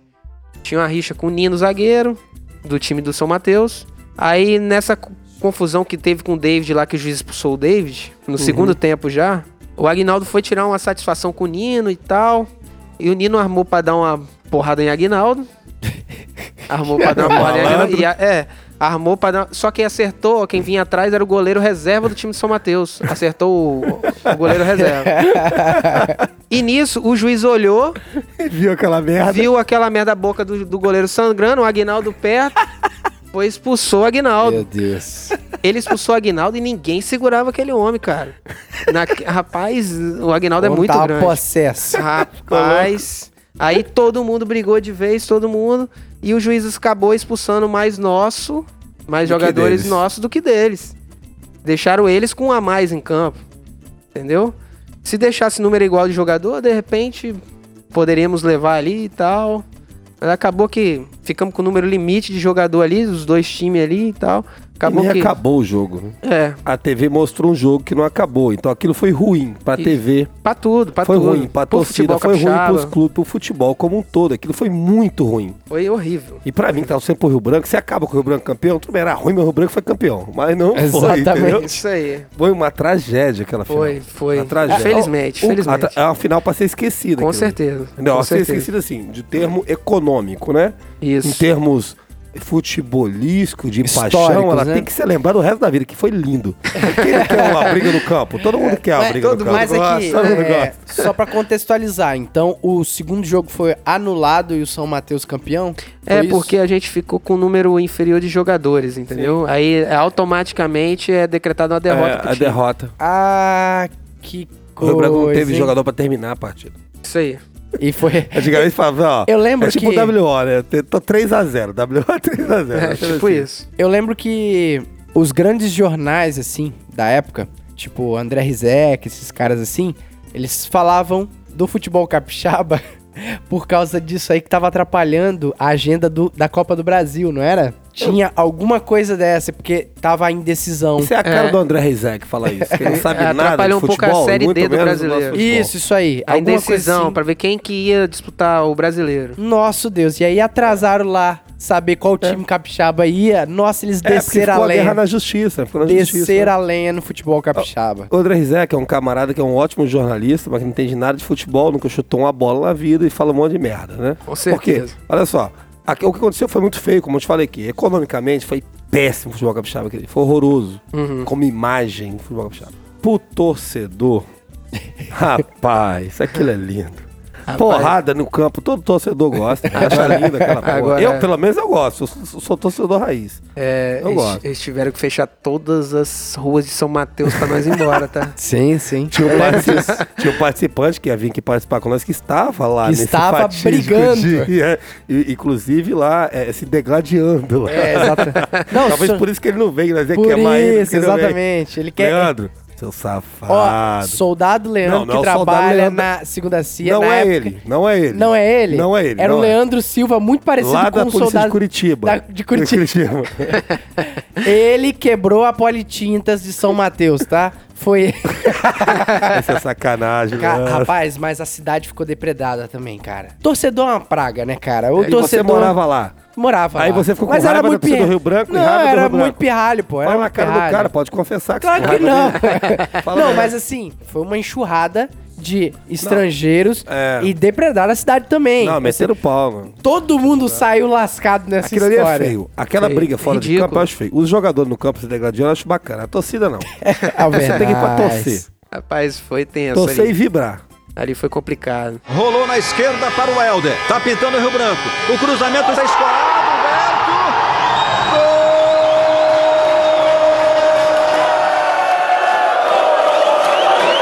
[SPEAKER 3] tinha uma rixa com o Nino zagueiro do time do São Mateus. Aí nessa co- confusão que teve com o David lá que o juiz expulsou o David, no segundo tempo já, o Agnaldo foi tirar uma satisfação com o Nino e tal. E o Nino armou pra dar uma porrada em Agnaldo. Armou pra dar uma porrada em Aguinaldo. E a- é, armou pra dar. Só quem acertou, quem vinha atrás era o goleiro reserva do time de São Mateus. Acertou o, o goleiro reserva. E nisso, o juiz olhou,
[SPEAKER 1] Viu aquela merda?
[SPEAKER 3] viu aquela merda boca do, do goleiro sangrando, o Aguinaldo perto, foi expulsou o Aguinaldo.
[SPEAKER 2] Deus.
[SPEAKER 3] Ele expulsou o Aguinaldo e ninguém segurava aquele homem, cara. Na- rapaz, o Aguinaldo é muito
[SPEAKER 2] tava
[SPEAKER 3] grande.
[SPEAKER 2] tá possesso.
[SPEAKER 3] Rapaz. Aí todo mundo brigou de vez, todo mundo. E o juiz acabou expulsando mais nosso, mais
[SPEAKER 1] Do que
[SPEAKER 3] jogadores
[SPEAKER 1] deles.
[SPEAKER 3] nossos do que deles. Deixaram eles com um a mais em campo. Entendeu? Se deixasse número igual de jogador, de repente poderíamos levar ali e tal. Mas acabou que ficamos com o número limite de jogador ali, dos dois times ali e tal.
[SPEAKER 1] Acabou
[SPEAKER 3] Acabou que...
[SPEAKER 1] acabou o jogo.
[SPEAKER 3] É,
[SPEAKER 1] A TV mostrou um jogo que não acabou. Então aquilo foi ruim pra
[SPEAKER 3] E-
[SPEAKER 1] TV.
[SPEAKER 3] pra tudo, pra
[SPEAKER 1] foi
[SPEAKER 3] tudo.
[SPEAKER 1] ruim pra
[SPEAKER 3] Pro
[SPEAKER 1] torcida,
[SPEAKER 3] futebol
[SPEAKER 1] foi ruim
[SPEAKER 3] capixaba.
[SPEAKER 1] pros clubes, pro futebol como um todo. Aquilo foi muito ruim.
[SPEAKER 3] Foi horrível.
[SPEAKER 1] E pra mim, que tava sempre pro Rio Branco, você acaba com o Rio Branco campeão, tudo bem, era ruim, mas o Rio Branco foi campeão. Mas não foi,
[SPEAKER 2] Exatamente.
[SPEAKER 1] entendeu?
[SPEAKER 3] Isso aí.
[SPEAKER 1] Foi uma tragédia aquela final.
[SPEAKER 3] Foi, foi.
[SPEAKER 1] Uma tragédia.
[SPEAKER 3] Felizmente,
[SPEAKER 1] O-
[SPEAKER 3] felizmente.
[SPEAKER 1] a tra- É uma final pra ser esquecida.
[SPEAKER 3] Com
[SPEAKER 1] aquilo.
[SPEAKER 3] certeza.
[SPEAKER 1] Não,
[SPEAKER 3] com
[SPEAKER 1] pra ser
[SPEAKER 3] certeza.
[SPEAKER 1] esquecida assim, de termo econômico, né?
[SPEAKER 3] Isso.
[SPEAKER 1] Em termos futebolístico, de paixão,
[SPEAKER 2] Históricos,
[SPEAKER 1] ela
[SPEAKER 2] né?
[SPEAKER 1] tem que ser lembrada o resto da vida, que foi lindo. Quem quer uma briga no campo? Todo mundo quer uma
[SPEAKER 2] É, Mas,
[SPEAKER 1] briga
[SPEAKER 2] todo
[SPEAKER 1] no campo.
[SPEAKER 2] mais
[SPEAKER 1] Gosta,
[SPEAKER 2] aqui,
[SPEAKER 1] todo mundo
[SPEAKER 2] é,
[SPEAKER 1] gosta.
[SPEAKER 2] só pra contextualizar, então o segundo jogo foi anulado e o São Mateus campeão?
[SPEAKER 3] É
[SPEAKER 2] Foi isso?
[SPEAKER 3] porque a gente ficou com um número inferior de jogadores, entendeu? Aí é, automaticamente é decretada uma derrota. pro
[SPEAKER 1] É, a
[SPEAKER 3] time.
[SPEAKER 1] derrota.
[SPEAKER 2] Ah, que
[SPEAKER 1] O
[SPEAKER 2] coisa.
[SPEAKER 1] Rio Branco não teve
[SPEAKER 2] hein?
[SPEAKER 1] jogador pra terminar a partida.
[SPEAKER 3] Isso aí.
[SPEAKER 2] E foi.
[SPEAKER 1] Antigamente falava, ó.
[SPEAKER 2] Eu lembro
[SPEAKER 1] é tipo
[SPEAKER 2] que-
[SPEAKER 1] o WO, né? Tô 3x0. WO 3x0.
[SPEAKER 3] É, tipo isso.
[SPEAKER 2] Eu lembro que os grandes jornais, assim, da época, tipo André Rizek, esses caras assim, eles falavam do futebol capixaba por causa disso aí que tava atrapalhando a agenda do- da Copa do Brasil, não era? Tinha alguma coisa dessa, porque tava a indecisão.
[SPEAKER 1] Isso é a cara
[SPEAKER 3] É.
[SPEAKER 1] do André Rizek falar isso. Que ele não sabe
[SPEAKER 3] É,
[SPEAKER 1] nada de
[SPEAKER 3] atrapalhou um pouco a
[SPEAKER 1] futebol,
[SPEAKER 3] Série
[SPEAKER 1] muito
[SPEAKER 3] D do
[SPEAKER 1] menos nosso
[SPEAKER 3] brasileiro.
[SPEAKER 1] futebol. É,
[SPEAKER 2] Isso, isso aí.
[SPEAKER 3] A
[SPEAKER 2] alguma
[SPEAKER 3] indecisão,
[SPEAKER 1] assim.
[SPEAKER 2] coisa
[SPEAKER 3] pra ver quem que ia disputar o brasileiro.
[SPEAKER 2] assim. Nosso Deus, e aí atrasaram lá saber qual time capixaba ia. Nossa, eles
[SPEAKER 1] É, porque
[SPEAKER 2] desceram
[SPEAKER 1] ficou
[SPEAKER 2] a
[SPEAKER 1] a guerra
[SPEAKER 2] lenha.
[SPEAKER 1] na justiça. Ficou na justiça.
[SPEAKER 2] Desceram
[SPEAKER 1] né?
[SPEAKER 2] a lenha no futebol capixaba.
[SPEAKER 1] O André Rizek é um camarada que é um ótimo jornalista, mas que não entende nada de futebol, nunca chutou uma bola na vida e fala um monte de merda, né?
[SPEAKER 3] Com certeza.
[SPEAKER 1] Porque, olha só, aqui- o que aconteceu foi muito feio, como eu te falei aqui. Economicamente foi péssimo o futebol capixaba, aquele- foi horroroso.
[SPEAKER 3] Uhum.
[SPEAKER 1] Como imagem do futebol capixaba. Pro torcedor, rapaz, aquilo é lindo. Porrada no campo, todo torcedor gosta. Acha linda aquela porra.
[SPEAKER 3] agora-
[SPEAKER 1] eu, pelo menos, eu gosto. Eu sou, sou torcedor raiz.
[SPEAKER 3] É,
[SPEAKER 1] Eu
[SPEAKER 3] eles,
[SPEAKER 1] gosto.
[SPEAKER 3] eles tiveram que fechar todas as ruas de São Mateus pra nós ir embora, tá?
[SPEAKER 2] Sim, sim.
[SPEAKER 1] Tinha um, partici- tinha um participante que ia vir aqui participar com nós que estava lá.
[SPEAKER 2] Que estava
[SPEAKER 1] fatídico
[SPEAKER 2] brigando.
[SPEAKER 1] dia. é, E, inclusive lá, é, se degladiando. lá.
[SPEAKER 2] É, exata- Não,
[SPEAKER 1] Talvez
[SPEAKER 2] só-
[SPEAKER 1] por isso que ele não veio, nós é
[SPEAKER 2] Por
[SPEAKER 1] que amar ele.
[SPEAKER 2] isso,
[SPEAKER 1] porque ele não veio.
[SPEAKER 2] exatamente. Ele quer.
[SPEAKER 1] Leandro, seu
[SPEAKER 2] Ó,
[SPEAKER 1] safado.
[SPEAKER 2] soldado
[SPEAKER 1] Ah,
[SPEAKER 2] Leandro
[SPEAKER 1] Não, não é
[SPEAKER 2] que
[SPEAKER 1] o soldado
[SPEAKER 2] trabalha
[SPEAKER 1] Leandro.
[SPEAKER 2] na segunda-feira.
[SPEAKER 1] não
[SPEAKER 2] na
[SPEAKER 1] é
[SPEAKER 2] época.
[SPEAKER 1] ele, não é ele.
[SPEAKER 2] Não é ele?
[SPEAKER 1] Não é ele.
[SPEAKER 2] Era o
[SPEAKER 1] não é.
[SPEAKER 2] Leandro Silva, muito parecido
[SPEAKER 1] Lá
[SPEAKER 2] com
[SPEAKER 1] da
[SPEAKER 2] o
[SPEAKER 1] polícia
[SPEAKER 2] soldado.
[SPEAKER 1] de Curitiba.
[SPEAKER 2] da- de Curitiba.
[SPEAKER 1] Curitiba.
[SPEAKER 2] Ele quebrou a Politintas de São Mateus, tá? Foi.
[SPEAKER 1] Essa é sacanagem,
[SPEAKER 2] Ca-
[SPEAKER 1] Leandro.
[SPEAKER 2] Rapaz, mas a cidade ficou depredada também, cara. Torcedor é uma praga, né, cara? O
[SPEAKER 1] E
[SPEAKER 2] torcedor.
[SPEAKER 1] você morava lá.
[SPEAKER 2] Morava
[SPEAKER 1] Aí
[SPEAKER 2] lá.
[SPEAKER 1] você ficou com
[SPEAKER 2] Mas era
[SPEAKER 1] raiva da
[SPEAKER 2] muito
[SPEAKER 1] torcida do
[SPEAKER 2] pirra-
[SPEAKER 1] Rio Branco e
[SPEAKER 2] Não,
[SPEAKER 1] raiva do
[SPEAKER 2] era
[SPEAKER 1] Rio Branco.
[SPEAKER 2] muito pirralho, pô. Era
[SPEAKER 1] Fala na
[SPEAKER 2] muito
[SPEAKER 1] cara do
[SPEAKER 2] pirralho.
[SPEAKER 1] cara, pode confessar.
[SPEAKER 2] Claro
[SPEAKER 1] você
[SPEAKER 2] que
[SPEAKER 1] tem
[SPEAKER 2] não.
[SPEAKER 1] raiva dele. Fala
[SPEAKER 2] não,
[SPEAKER 1] na
[SPEAKER 2] mas assim, foi uma enxurrada de estrangeiros
[SPEAKER 1] é.
[SPEAKER 2] e depredaram a cidade também. Assim,
[SPEAKER 1] Não, meteram o pau, mano.
[SPEAKER 2] Todo mundo saiu lascado nessa
[SPEAKER 1] Aquilo ali é
[SPEAKER 2] história.
[SPEAKER 1] feio. Aquela
[SPEAKER 3] Feio.
[SPEAKER 1] briga fora de
[SPEAKER 3] Ridículo.
[SPEAKER 1] campo eu acho feio. Os jogadores no campo se degradando eu acho bacana. A torcida não. Você tem que ir pra torcer.
[SPEAKER 3] Rapaz, foi tenso
[SPEAKER 1] Torcer e
[SPEAKER 3] ali.
[SPEAKER 1] vibrar.
[SPEAKER 3] Ali foi complicado.
[SPEAKER 6] Rolou na esquerda para o Helder. Tá pintando o Rio Branco. O cruzamento está escorado. Humberto.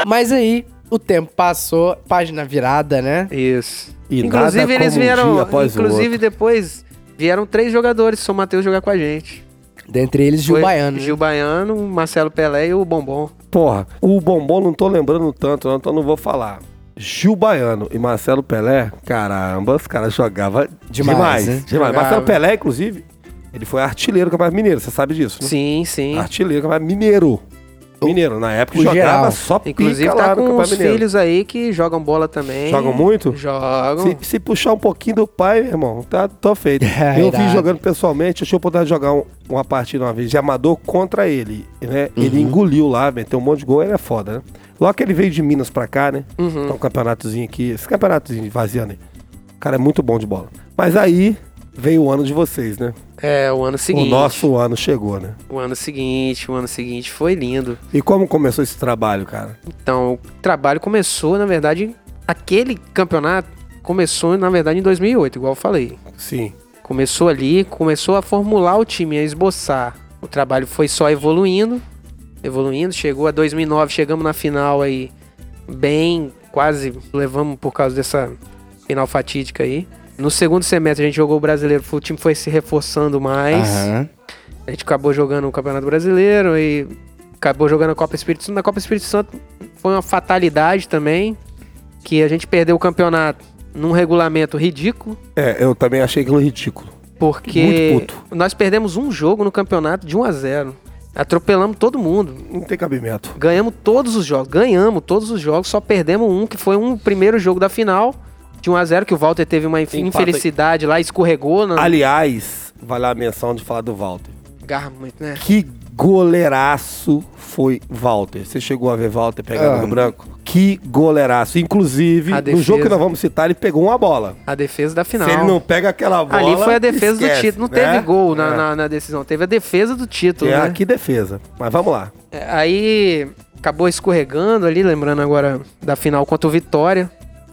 [SPEAKER 2] Mas aí, o tempo passou, página virada, né?
[SPEAKER 3] Isso.
[SPEAKER 1] E
[SPEAKER 3] inclusive
[SPEAKER 1] nada
[SPEAKER 3] eles
[SPEAKER 1] como um
[SPEAKER 3] vieram,
[SPEAKER 1] dia após o
[SPEAKER 3] inclusive
[SPEAKER 1] outro.
[SPEAKER 3] depois vieram três jogadores de São Mateus jogar com a gente.
[SPEAKER 2] Dentre eles, Gil
[SPEAKER 3] Foi
[SPEAKER 2] Baiano. né?
[SPEAKER 3] Gil Baiano, o Marcelo Pelé e o Bombom.
[SPEAKER 1] Porra, o bombom não tô lembrando tanto, não, então não vou falar. Gil Baiano e Marcelo Pelé, caramba, os caras jogavam demais.
[SPEAKER 2] Demais,
[SPEAKER 1] Demais.
[SPEAKER 2] né?
[SPEAKER 3] Jogava.
[SPEAKER 1] Marcelo Pelé, inclusive, ele foi artilheiro do Campeonato Mineiro, você sabe disso, né?
[SPEAKER 3] Sim, sim.
[SPEAKER 1] Artilheiro do Campeonato Mineiro. Mineiro, na época
[SPEAKER 2] o
[SPEAKER 1] jogava
[SPEAKER 2] geral.
[SPEAKER 1] só pica
[SPEAKER 3] Inclusive
[SPEAKER 1] lá
[SPEAKER 3] tá
[SPEAKER 1] no
[SPEAKER 3] com
[SPEAKER 1] Campeonato
[SPEAKER 3] uns
[SPEAKER 1] Mineiro.
[SPEAKER 3] filhos aí que jogam bola também.
[SPEAKER 1] Jogam muito?
[SPEAKER 3] Jogam.
[SPEAKER 1] Se, se puxar um pouquinho do pai, meu irmão, tá, tô feito.
[SPEAKER 2] É,
[SPEAKER 1] eu
[SPEAKER 2] irado.
[SPEAKER 1] vi jogando pessoalmente, eu tive a oportunidade de jogar um- uma partida uma vez de amador contra ele, né?
[SPEAKER 2] Uhum.
[SPEAKER 1] Ele engoliu lá, meteu um monte de gol, ele é foda, né? Logo que ele veio de Minas pra cá, né?
[SPEAKER 3] Uhum.
[SPEAKER 1] Então, um campeonatozinho aqui, esse campeonatozinho de vaziano aí. O cara é muito bom de bola. Mas aí veio o ano de vocês, né?
[SPEAKER 3] É, o ano seguinte.
[SPEAKER 1] O nosso ano chegou, né?
[SPEAKER 3] O ano seguinte, o ano seguinte foi lindo.
[SPEAKER 1] E como começou esse trabalho, cara?
[SPEAKER 3] Então, o trabalho começou, na verdade, aquele campeonato começou, na verdade, em 2008, igual eu falei.
[SPEAKER 1] Sim.
[SPEAKER 3] Começou ali, começou a formular o time, a esboçar. O trabalho foi só evoluindo, evoluindo, chegou a 2009, chegamos na final aí bem, quase levamos por causa dessa final fatídica aí. No segundo semestre a gente jogou o brasileiro, o time foi se reforçando mais.
[SPEAKER 2] Aham.
[SPEAKER 3] A gente acabou jogando o Campeonato Brasileiro e acabou jogando a Copa Espírito Santo. Na Copa Espírito Santo foi uma fatalidade também, que a gente perdeu o campeonato num regulamento ridículo.
[SPEAKER 1] É, eu também achei aquilo ridículo.
[SPEAKER 3] Porque
[SPEAKER 1] Muito
[SPEAKER 3] nós perdemos um jogo no campeonato de 1 a 0 Atropelamos todo mundo.
[SPEAKER 1] Não tem cabimento.
[SPEAKER 3] Ganhamos todos os jogos. Ganhamos todos os jogos, só perdemos um, que foi um primeiro jogo da final. De 1x0, que o Walter teve uma inf-
[SPEAKER 1] Empata-
[SPEAKER 3] infelicidade lá, escorregou na
[SPEAKER 1] Aliás, vale a menção de falar do Walter.
[SPEAKER 3] garra muito, né?
[SPEAKER 1] Que goleiraço foi Walter. Você chegou a ver Walter pegando
[SPEAKER 2] Ah.
[SPEAKER 1] no branco? Que goleiraço. Inclusive,
[SPEAKER 3] A
[SPEAKER 1] no
[SPEAKER 3] defesa.
[SPEAKER 1] jogo que nós vamos citar, ele pegou uma bola.
[SPEAKER 3] A defesa da final.
[SPEAKER 1] Se ele não pega aquela bola.
[SPEAKER 3] Ali foi a defesa
[SPEAKER 1] esquece,
[SPEAKER 3] do título. Não
[SPEAKER 1] né?
[SPEAKER 3] teve gol na,
[SPEAKER 1] É.
[SPEAKER 3] na- na decisão, teve a defesa do título.
[SPEAKER 1] É,
[SPEAKER 3] né?
[SPEAKER 1] aqui defesa. Mas vamos lá.
[SPEAKER 3] É, Aí acabou escorregando ali, lembrando agora da final contra o Vitória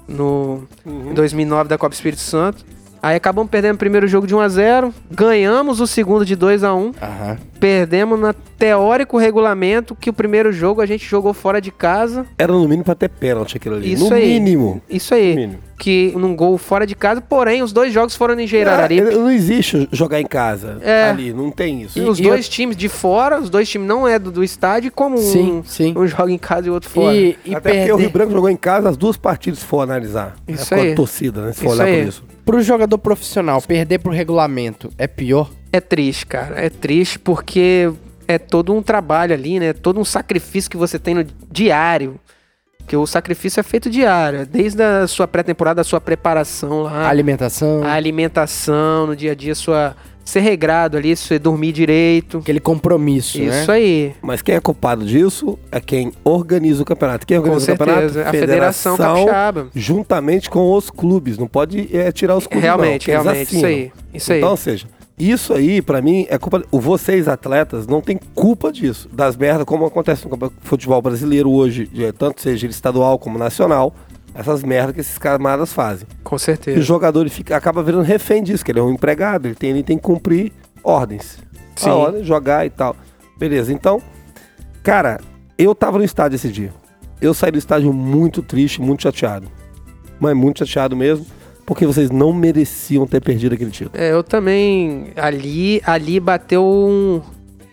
[SPEAKER 3] no em 2009 da Copa Espírito Santo. Aí acabamos perdendo o primeiro jogo de 1 a 0, ganhamos o segundo de 2 a 1,
[SPEAKER 1] Ah.
[SPEAKER 2] Aham.
[SPEAKER 3] perdemos na teórico regulamento que o primeiro jogo a gente jogou fora de casa.
[SPEAKER 1] Era no mínimo pra ter pênalti aquilo ali.
[SPEAKER 3] Isso
[SPEAKER 1] no
[SPEAKER 3] aí.
[SPEAKER 1] mínimo.
[SPEAKER 3] Isso aí,
[SPEAKER 1] Mínimo.
[SPEAKER 3] que num gol fora de casa, porém os dois jogos foram em
[SPEAKER 1] É,
[SPEAKER 3] Geirararipe.
[SPEAKER 1] não existe jogar em casa
[SPEAKER 3] É.
[SPEAKER 1] ali, não tem isso.
[SPEAKER 3] E os
[SPEAKER 2] e
[SPEAKER 3] dois times de fora, os dois times não é do, do estádio, como
[SPEAKER 2] Sim,
[SPEAKER 3] um,
[SPEAKER 2] sim.
[SPEAKER 3] um joga em casa e o outro fora.
[SPEAKER 2] E, e
[SPEAKER 1] Até porque o Rio
[SPEAKER 2] perder
[SPEAKER 1] Branco jogou em casa as duas partidas, se for analisar.
[SPEAKER 3] Isso
[SPEAKER 1] é com a
[SPEAKER 3] aí.
[SPEAKER 1] torcida, né? Se for
[SPEAKER 3] Isso
[SPEAKER 1] olhar
[SPEAKER 3] aí.
[SPEAKER 1] por isso.
[SPEAKER 2] pro jogador profissional, perder pro regulamento é pior?
[SPEAKER 3] É triste, cara. É triste porque é todo um trabalho ali, né? É todo um sacrifício que você tem no diário. Porque o sacrifício é feito diário. Desde a sua pré-temporada, a sua preparação lá.
[SPEAKER 2] Alimentação,
[SPEAKER 3] A alimentação no dia a dia, sua. Ser regrado ali, você dormir direito.
[SPEAKER 2] aquele compromisso, né?
[SPEAKER 3] Isso aí.
[SPEAKER 1] Mas quem é culpado disso é quem organiza o campeonato. Quem
[SPEAKER 3] Com
[SPEAKER 1] organiza o campeonato?
[SPEAKER 3] certeza. A Federação Capixaba.
[SPEAKER 1] Juntamente com os clubes. Não pode é, tirar os clubes,
[SPEAKER 3] Realmente,
[SPEAKER 1] não, que eles
[SPEAKER 3] realmente. Isso
[SPEAKER 1] assinam.
[SPEAKER 3] aí. Isso aí.
[SPEAKER 1] Então, ou seja, isso aí, pra mim, é culpa. o- Vocês, atletas, não tem culpa disso. Das merdas, como acontece no campe- futebol brasileiro hoje, de- tanto seja ele estadual como nacional, essas merdas que esses camaradas fazem. E
[SPEAKER 3] Com
[SPEAKER 1] o
[SPEAKER 3] certeza.
[SPEAKER 1] jogador ele fica, acaba virando refém disso, que ele é um empregado, ele tem, ele tem que cumprir ordens.
[SPEAKER 3] Sim.
[SPEAKER 1] A ordem, jogar e tal. Beleza, então, cara, eu tava no estádio esse dia. Eu saí do estádio muito triste, muito chateado. Mas muito chateado mesmo, porque vocês não mereciam ter perdido aquele título.
[SPEAKER 3] É, eu também. Ali, ali bateu um,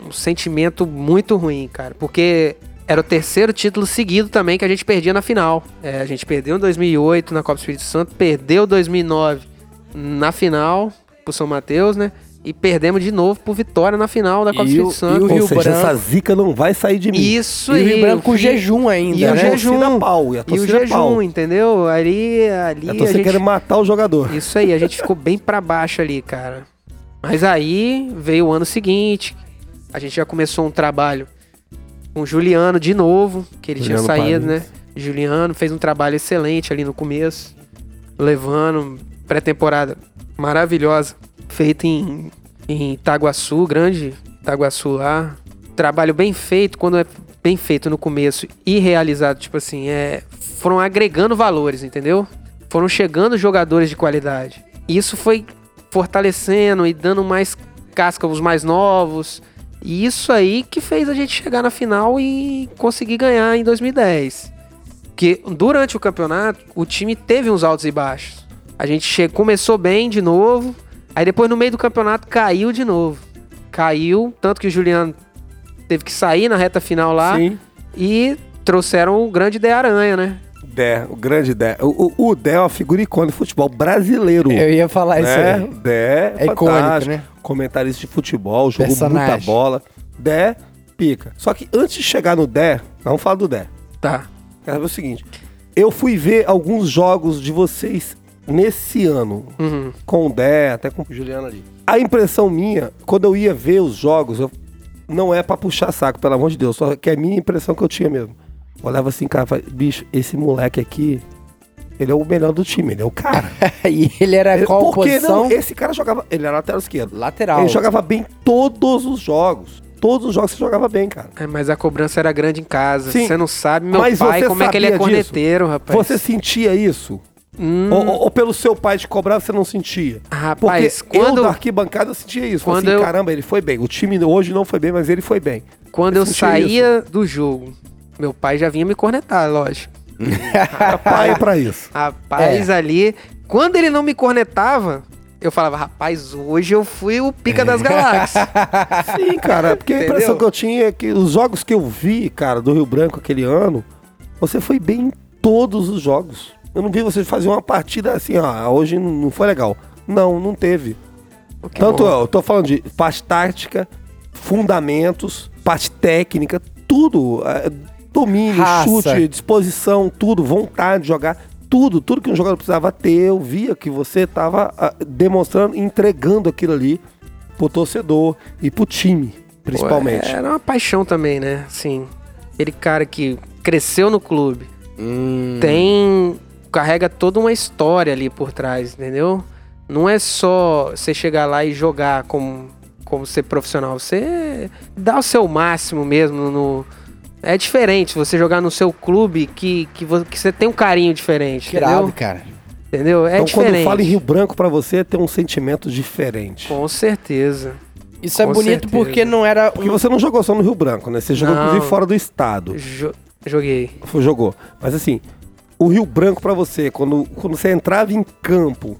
[SPEAKER 3] um sentimento muito ruim, cara. Porque era o terceiro título seguido também que a gente perdia na final. É, a gente perdeu em 2008 na Copa Espírito Santo, perdeu 2009 na final pro São Mateus, né? E perdemos de novo pro Vitória na final da Copa
[SPEAKER 2] E
[SPEAKER 3] Espírito
[SPEAKER 2] o-
[SPEAKER 3] Santo.
[SPEAKER 2] e o
[SPEAKER 1] Ou
[SPEAKER 2] Rio
[SPEAKER 1] seja,
[SPEAKER 2] Branco-
[SPEAKER 1] essa zica não vai sair de mim.
[SPEAKER 3] Isso
[SPEAKER 2] E o Rio
[SPEAKER 3] aí,
[SPEAKER 2] Branco com
[SPEAKER 3] que-
[SPEAKER 2] jejum ainda,
[SPEAKER 3] E o
[SPEAKER 1] a
[SPEAKER 2] né?
[SPEAKER 1] torcida
[SPEAKER 3] jejum.
[SPEAKER 1] pau, e a
[SPEAKER 3] E o
[SPEAKER 1] torcida
[SPEAKER 3] jejum,
[SPEAKER 1] pau.
[SPEAKER 3] entendeu? Ali, ali
[SPEAKER 1] a
[SPEAKER 3] a
[SPEAKER 1] torcida
[SPEAKER 3] gente
[SPEAKER 1] quer matar o jogador.
[SPEAKER 3] isso aí, a gente ficou bem pra baixo ali, cara. Mas aí veio o ano seguinte, a gente já começou um trabalho com o Juliano de novo, que ele
[SPEAKER 1] Juliano
[SPEAKER 3] tinha saído,
[SPEAKER 1] Paris.
[SPEAKER 3] né? Juliano fez um trabalho excelente ali no começo, levando pré-temporada maravilhosa, feita em, em Itaguaçu, grande Itaguaçu lá. Trabalho bem feito, quando é bem feito no começo e realizado, tipo assim, é, foram agregando valores, entendeu? Foram chegando jogadores de qualidade. E Isso foi fortalecendo e dando mais casca aos mais novos. E isso aí que fez a gente chegar na final e conseguir ganhar em 2010 que durante o campeonato o time teve uns altos e baixos. A gente che- começou bem de novo, aí depois no meio do campeonato caiu de novo. Caiu, tanto que o Juliano teve que sair na reta final lá
[SPEAKER 1] Sim.
[SPEAKER 3] e trouxeram o grande De Aranha, né?
[SPEAKER 1] Dé, o grande Dé. O, o, o Dé é uma figura icônica do futebol brasileiro.
[SPEAKER 2] Eu ia falar É isso
[SPEAKER 1] né?
[SPEAKER 2] aí.
[SPEAKER 1] Dé
[SPEAKER 2] É icônico,
[SPEAKER 1] fantástico,
[SPEAKER 2] né?
[SPEAKER 1] Comentarista de futebol, jogou
[SPEAKER 2] Personagem.
[SPEAKER 1] muita bola. Dé, pica. Só que antes de chegar no Dé, vamos falar do Dé.
[SPEAKER 3] Tá.
[SPEAKER 1] Quero saber o seguinte. Eu fui ver alguns jogos de vocês nesse ano.
[SPEAKER 2] Uhum.
[SPEAKER 1] Com o Dé, até com o Juliano ali. A impressão minha, quando eu ia ver os jogos, eu- não é pra puxar saco, pelo amor de Deus. Só que é a minha impressão que eu tinha mesmo. Eu olhava assim, cara, falei, bicho, esse moleque aqui, ele é o melhor do time, ele é o cara.
[SPEAKER 2] e ele era
[SPEAKER 1] Ele-
[SPEAKER 2] É, qual
[SPEAKER 1] porque
[SPEAKER 2] posição?
[SPEAKER 1] não, esse cara jogava. Ele era lateral esquerdo.
[SPEAKER 2] Lateral.
[SPEAKER 1] Ele jogava bem todos os jogos. Todos os jogos você jogava bem, cara.
[SPEAKER 3] É, mas a cobrança era grande em casa.
[SPEAKER 1] Sim.
[SPEAKER 3] Você não sabe, meu
[SPEAKER 1] Mas
[SPEAKER 3] pai,
[SPEAKER 1] você
[SPEAKER 3] como é que ele é
[SPEAKER 1] sabia disso?
[SPEAKER 3] corneteiro, rapaz. Hum.
[SPEAKER 1] Você sentia isso? Ou, ou- ou pelo seu pai te cobrar, você não sentia?
[SPEAKER 3] Rapaz,
[SPEAKER 1] Porque
[SPEAKER 3] quando-
[SPEAKER 1] eu da arquibancada eu sentia isso. Falei
[SPEAKER 3] Quando
[SPEAKER 1] assim,
[SPEAKER 3] eu-
[SPEAKER 1] Caramba, ele foi bem. O time hoje não foi bem, mas ele foi bem.
[SPEAKER 3] Quando eu
[SPEAKER 1] sentia
[SPEAKER 3] saía do jogo, meu pai já vinha me cornetar, lógico.
[SPEAKER 1] Era pai é pra isso.
[SPEAKER 3] Rapaz, ali. Quando ele não me cornetava, eu falava, rapaz, hoje eu fui o pica das galáxias.
[SPEAKER 1] Sim, cara, porque a impressão que eu tinha é que os jogos que eu vi, cara, do Rio Branco aquele ano, você foi bem em todos os jogos. Eu não vi você fazer uma partida assim, ó, hoje não não foi legal. Não, não teve. Que Tanto bom. eu, tô falando de parte tática, fundamentos, parte técnica, tudo. É, domínio,
[SPEAKER 2] Raça.
[SPEAKER 1] chute, disposição, tudo, vontade de jogar. Tudo, tudo que um jogador precisava ter, eu via que você tava ah, demonstrando, entregando aquilo ali pro torcedor e pro time, principalmente.
[SPEAKER 3] Era uma paixão também, né? Assim, aquele cara que cresceu no clube, tem. carrega toda uma história ali por trás, entendeu? Não é só você chegar lá e jogar como, como ser profissional. Você dá o seu máximo mesmo no. É diferente você jogar no seu clube que, que, vo- que você tem um carinho diferente,
[SPEAKER 2] Que irado,
[SPEAKER 3] entendeu?
[SPEAKER 2] cara.
[SPEAKER 3] Entendeu? É
[SPEAKER 1] então, quando
[SPEAKER 3] diferente.
[SPEAKER 1] fala em Rio Branco pra você, tem um sentimento diferente.
[SPEAKER 3] Com certeza.
[SPEAKER 2] Isso é
[SPEAKER 3] Com
[SPEAKER 2] bonito
[SPEAKER 3] certeza.
[SPEAKER 2] porque não era
[SPEAKER 1] Porque
[SPEAKER 2] um...
[SPEAKER 1] você não jogou só no Rio Branco, né? Você jogou,
[SPEAKER 3] Não.
[SPEAKER 1] inclusive, fora do estado.
[SPEAKER 3] Jo- joguei.
[SPEAKER 1] F- Jogou. Mas assim, o Rio Branco pra você, quando, quando você entrava em campo,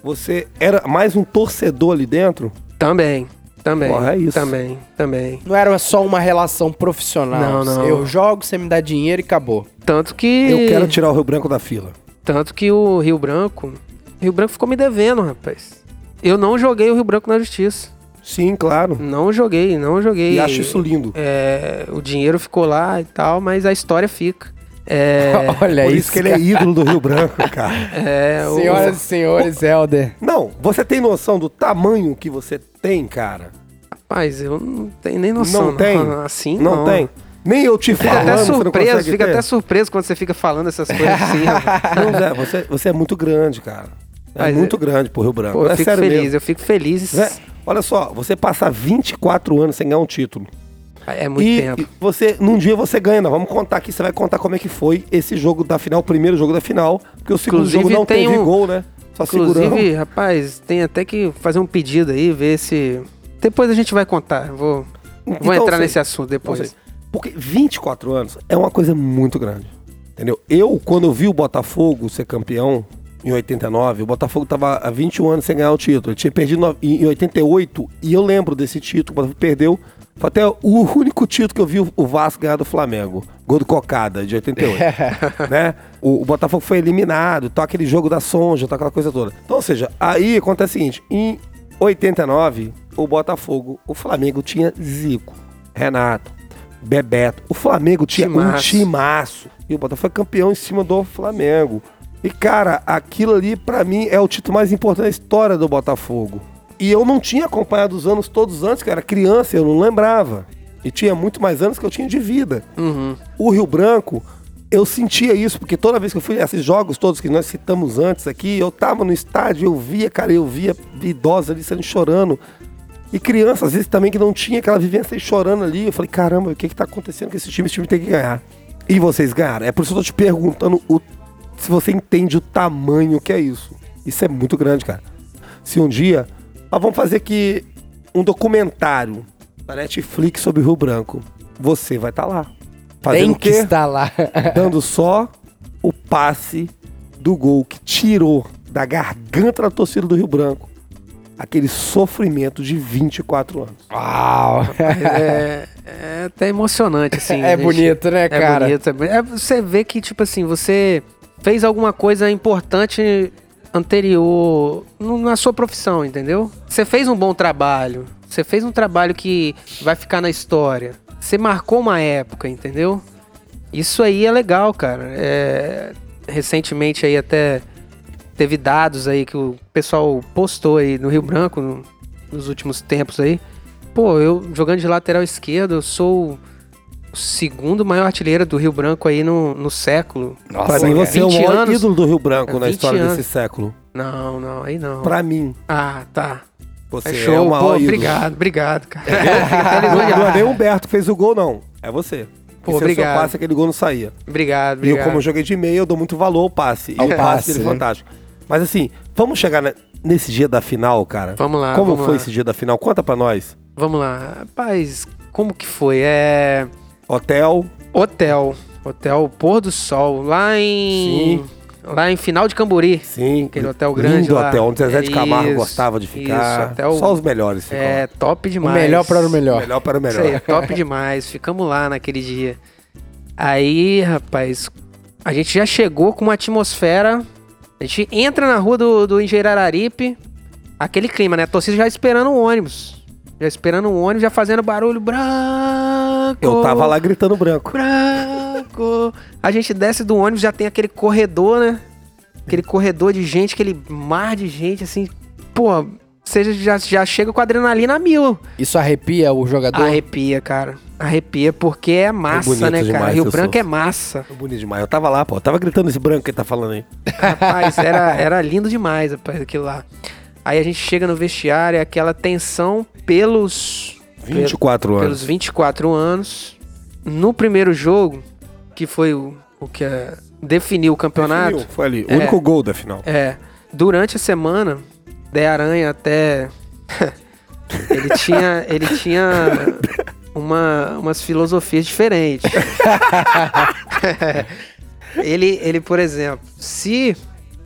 [SPEAKER 1] você era mais um torcedor ali dentro?
[SPEAKER 3] Também. Também.
[SPEAKER 1] Porra, é isso.
[SPEAKER 3] Também. Também.
[SPEAKER 2] Não era só uma relação profissional.
[SPEAKER 3] Não, não.
[SPEAKER 2] Eu jogo, você me dá dinheiro e acabou.
[SPEAKER 3] Tanto que.
[SPEAKER 1] Eu quero tirar o Rio Branco da fila.
[SPEAKER 3] Tanto que o Rio Branco. Rio Branco ficou me devendo, rapaz. Eu não joguei o Rio Branco na justiça.
[SPEAKER 1] Sim, claro.
[SPEAKER 3] Não joguei, não joguei.
[SPEAKER 1] E acho isso lindo.
[SPEAKER 3] É, o dinheiro ficou lá e tal, mas a história fica. É,
[SPEAKER 2] Olha
[SPEAKER 1] Por
[SPEAKER 2] isso.
[SPEAKER 1] isso, que ele é ídolo do Rio Branco, cara.
[SPEAKER 3] é, o-
[SPEAKER 2] Senhoras e senhores, Helder.
[SPEAKER 1] Não, você tem noção do tamanho que você tem, cara?
[SPEAKER 3] Rapaz, eu não tenho nem noção.
[SPEAKER 1] não tem?
[SPEAKER 3] Assim
[SPEAKER 1] não,
[SPEAKER 3] não.
[SPEAKER 1] tem. Nem eu te
[SPEAKER 3] Fica
[SPEAKER 1] falando,
[SPEAKER 3] até
[SPEAKER 1] você não
[SPEAKER 3] surpreso,
[SPEAKER 1] consegue
[SPEAKER 3] fica
[SPEAKER 1] ter.
[SPEAKER 3] até surpreso quando você fica falando essas coisas assim. rapaz.
[SPEAKER 1] Não, Zé, você, você é muito grande, cara. É
[SPEAKER 3] Mas
[SPEAKER 1] muito
[SPEAKER 3] eu-
[SPEAKER 1] grande pro Rio Branco.
[SPEAKER 3] Pô, eu
[SPEAKER 1] é
[SPEAKER 3] fico
[SPEAKER 1] sério
[SPEAKER 3] feliz,
[SPEAKER 1] mesmo. Né?
[SPEAKER 3] eu fico feliz.
[SPEAKER 1] Zé, olha só, você passar 24 anos sem ganhar um título.
[SPEAKER 3] É muito
[SPEAKER 1] e,
[SPEAKER 3] tempo.
[SPEAKER 1] e você, num dia você ganha, não. Vamos contar aqui, você vai contar como é que foi esse jogo da final, o primeiro jogo da final, porque o segundo
[SPEAKER 3] Inclusive,
[SPEAKER 1] jogo não
[SPEAKER 3] tem
[SPEAKER 1] teve
[SPEAKER 3] um-
[SPEAKER 1] gol, né? Só segurando.
[SPEAKER 3] Inclusive, rapaz, tem até que fazer um pedido aí, ver se. Depois a gente vai contar. Vou,
[SPEAKER 1] Então,
[SPEAKER 3] vou entrar
[SPEAKER 1] sei.
[SPEAKER 3] nesse assunto
[SPEAKER 1] Não sei.
[SPEAKER 3] depois.
[SPEAKER 1] Porque 24 anos é uma coisa muito grande. Entendeu? Eu, quando eu vi o Botafogo ser campeão em 89, o Botafogo tava há 21 anos sem ganhar o título. Ele tinha perdido no- em em 88 e eu lembro desse título, o Botafogo perdeu. Foi até o único título que eu vi o- o Vasco ganhar do Flamengo. Gol do Cocada, de 88. né? O, o Botafogo foi eliminado, tá aquele jogo da Sonja, tá aquela coisa toda. Então, ou seja, aí acontece o seguinte: em 89, o Botafogo, o Flamengo tinha Zico, Renato, Bebeto. O Flamengo tinha um
[SPEAKER 3] Timaço.
[SPEAKER 1] timaço. E o Botafogo foi campeão em cima do Flamengo. E, cara, aquilo ali, pra mim, é o título mais importante da história do Botafogo. E eu não tinha acompanhado os anos todos antes, que eu era criança, eu não lembrava. E tinha muito mais anos que eu tinha de vida. O Rio Branco, eu sentia isso, porque toda vez que eu fui a esses jogos todos que nós citamos antes aqui, eu tava no estádio, eu via, cara, eu via idosos ali sendo chorando. E criança, às vezes também que não tinha aquela vivência e chorando ali. Eu falei, caramba, o que que tá acontecendo com esse time? Esse time tem que ganhar. E vocês ganharam. É por isso que eu tô te perguntando o- se você entende o tamanho que é isso. Isso é muito grande, cara. Se um dia. Mas vamos fazer aqui um documentário da Netflix sobre o Rio Branco. Você vai estar lá. Fazendo
[SPEAKER 2] Tem
[SPEAKER 1] o
[SPEAKER 2] que
[SPEAKER 1] quê?
[SPEAKER 2] estar lá.
[SPEAKER 1] dando só o passe do gol que tirou da garganta da torcida do Rio Branco aquele sofrimento de 24 anos.
[SPEAKER 2] Uau.
[SPEAKER 3] É, é até emocionante, assim.
[SPEAKER 2] É
[SPEAKER 3] gente.
[SPEAKER 2] bonito, né, cara?
[SPEAKER 3] É bonito. é bonito. É, você vê que, tipo assim, você fez alguma coisa importante anterior no- na sua profissão, entendeu? Você fez um bom trabalho. Você fez um trabalho que vai ficar na história. Você marcou uma época, entendeu? Isso aí é legal, cara. É, recentemente aí até teve dados aí que o pessoal postou aí no Rio Branco no- nos últimos tempos aí. Pô, eu jogando de lateral esquerdo, eu sou o segundo maior artilheiro do Rio Branco aí no, no século.
[SPEAKER 1] Pra mim, você é o
[SPEAKER 3] 20
[SPEAKER 1] maior
[SPEAKER 3] anos.
[SPEAKER 1] ídolo do Rio Branco
[SPEAKER 3] É
[SPEAKER 1] na
[SPEAKER 3] 20
[SPEAKER 1] história
[SPEAKER 3] anos.
[SPEAKER 1] desse século.
[SPEAKER 3] Não, não, aí não.
[SPEAKER 1] Pra mim,
[SPEAKER 3] Ah, tá.
[SPEAKER 1] você
[SPEAKER 3] É
[SPEAKER 1] é,
[SPEAKER 3] show,
[SPEAKER 1] o
[SPEAKER 3] pô,
[SPEAKER 1] maior ídolo. É
[SPEAKER 3] obrigado, obrigado, cara.
[SPEAKER 1] Não, não é nem o Humberto que fez o gol, não. É você. Porque se o
[SPEAKER 3] Pô,
[SPEAKER 1] seu
[SPEAKER 3] obrigado.
[SPEAKER 1] passe, aquele gol não saía.
[SPEAKER 3] obrigado,
[SPEAKER 1] E eu,
[SPEAKER 3] obrigado.
[SPEAKER 1] como eu joguei de meio, eu dou muito valor ao passe. E
[SPEAKER 2] Ao
[SPEAKER 1] o
[SPEAKER 2] passe,
[SPEAKER 1] passe dele é
[SPEAKER 2] né?
[SPEAKER 1] fantástico. Mas assim, vamos chegar ne- nesse dia da final, cara?
[SPEAKER 3] Vamos lá,
[SPEAKER 1] Como
[SPEAKER 3] vamos
[SPEAKER 1] foi
[SPEAKER 3] lá.
[SPEAKER 1] esse dia da final? Conta pra nós.
[SPEAKER 3] Vamos lá. Rapaz, como que foi? É.
[SPEAKER 1] Hotel,
[SPEAKER 3] Hotel. Hotel Pôr do Sol, lá em.
[SPEAKER 1] Sim.
[SPEAKER 3] Lá em final de Camburi.
[SPEAKER 1] sim.
[SPEAKER 3] Aquele hotel grande
[SPEAKER 1] Lindo
[SPEAKER 3] lá. É
[SPEAKER 1] hotel, onde Zezé de Camargo
[SPEAKER 3] Isso,
[SPEAKER 1] gostava de ficar.
[SPEAKER 3] isso, hotel-
[SPEAKER 1] Só os melhores ficam.
[SPEAKER 3] É, top
[SPEAKER 2] O
[SPEAKER 3] demais.
[SPEAKER 2] melhor para o melhor.
[SPEAKER 1] Melhor para o
[SPEAKER 3] Isso aí,
[SPEAKER 1] melhor.
[SPEAKER 3] top demais. Ficamos lá naquele dia. Aí, rapaz, a gente já chegou com uma atmosfera. A gente entra na rua do, do Engenheiro Araripe, Aquele clima, né? A torcida já esperando o ônibus. Já esperando o ônibus, já fazendo barulho. Branco!
[SPEAKER 1] Eu tava lá gritando branco.
[SPEAKER 3] Branco! A gente desce do ônibus, já tem aquele corredor, né? Aquele corredor de gente, aquele mar de gente, assim. Pô, você já, já chega com a adrenalina a mil.
[SPEAKER 2] Isso arrepia o jogador?
[SPEAKER 3] Arrepia, cara. Arrepia, porque é massa,
[SPEAKER 1] É bonito
[SPEAKER 3] né, cara?
[SPEAKER 1] demais,
[SPEAKER 3] Rio
[SPEAKER 1] eu
[SPEAKER 3] Branco
[SPEAKER 1] sou.
[SPEAKER 3] é massa.
[SPEAKER 1] Bonito demais. Eu tava lá, pô. Eu tava gritando esse branco que ele tá falando aí.
[SPEAKER 3] Rapaz, era, era lindo demais, rapaz, aquilo lá. Aí a gente chega no vestiário, é aquela tensão pelos,
[SPEAKER 1] 24 anos.
[SPEAKER 3] pelos 24 anos. No primeiro jogo, que foi o, o que é, definiu o campeonato.
[SPEAKER 1] Definiu, Foi ali. O
[SPEAKER 3] É.
[SPEAKER 1] único gol da final.
[SPEAKER 3] É. Durante a semana, De Aranha até. ele tinha. Ele tinha. Uma, umas filosofias diferentes. ele, ele, por exemplo, se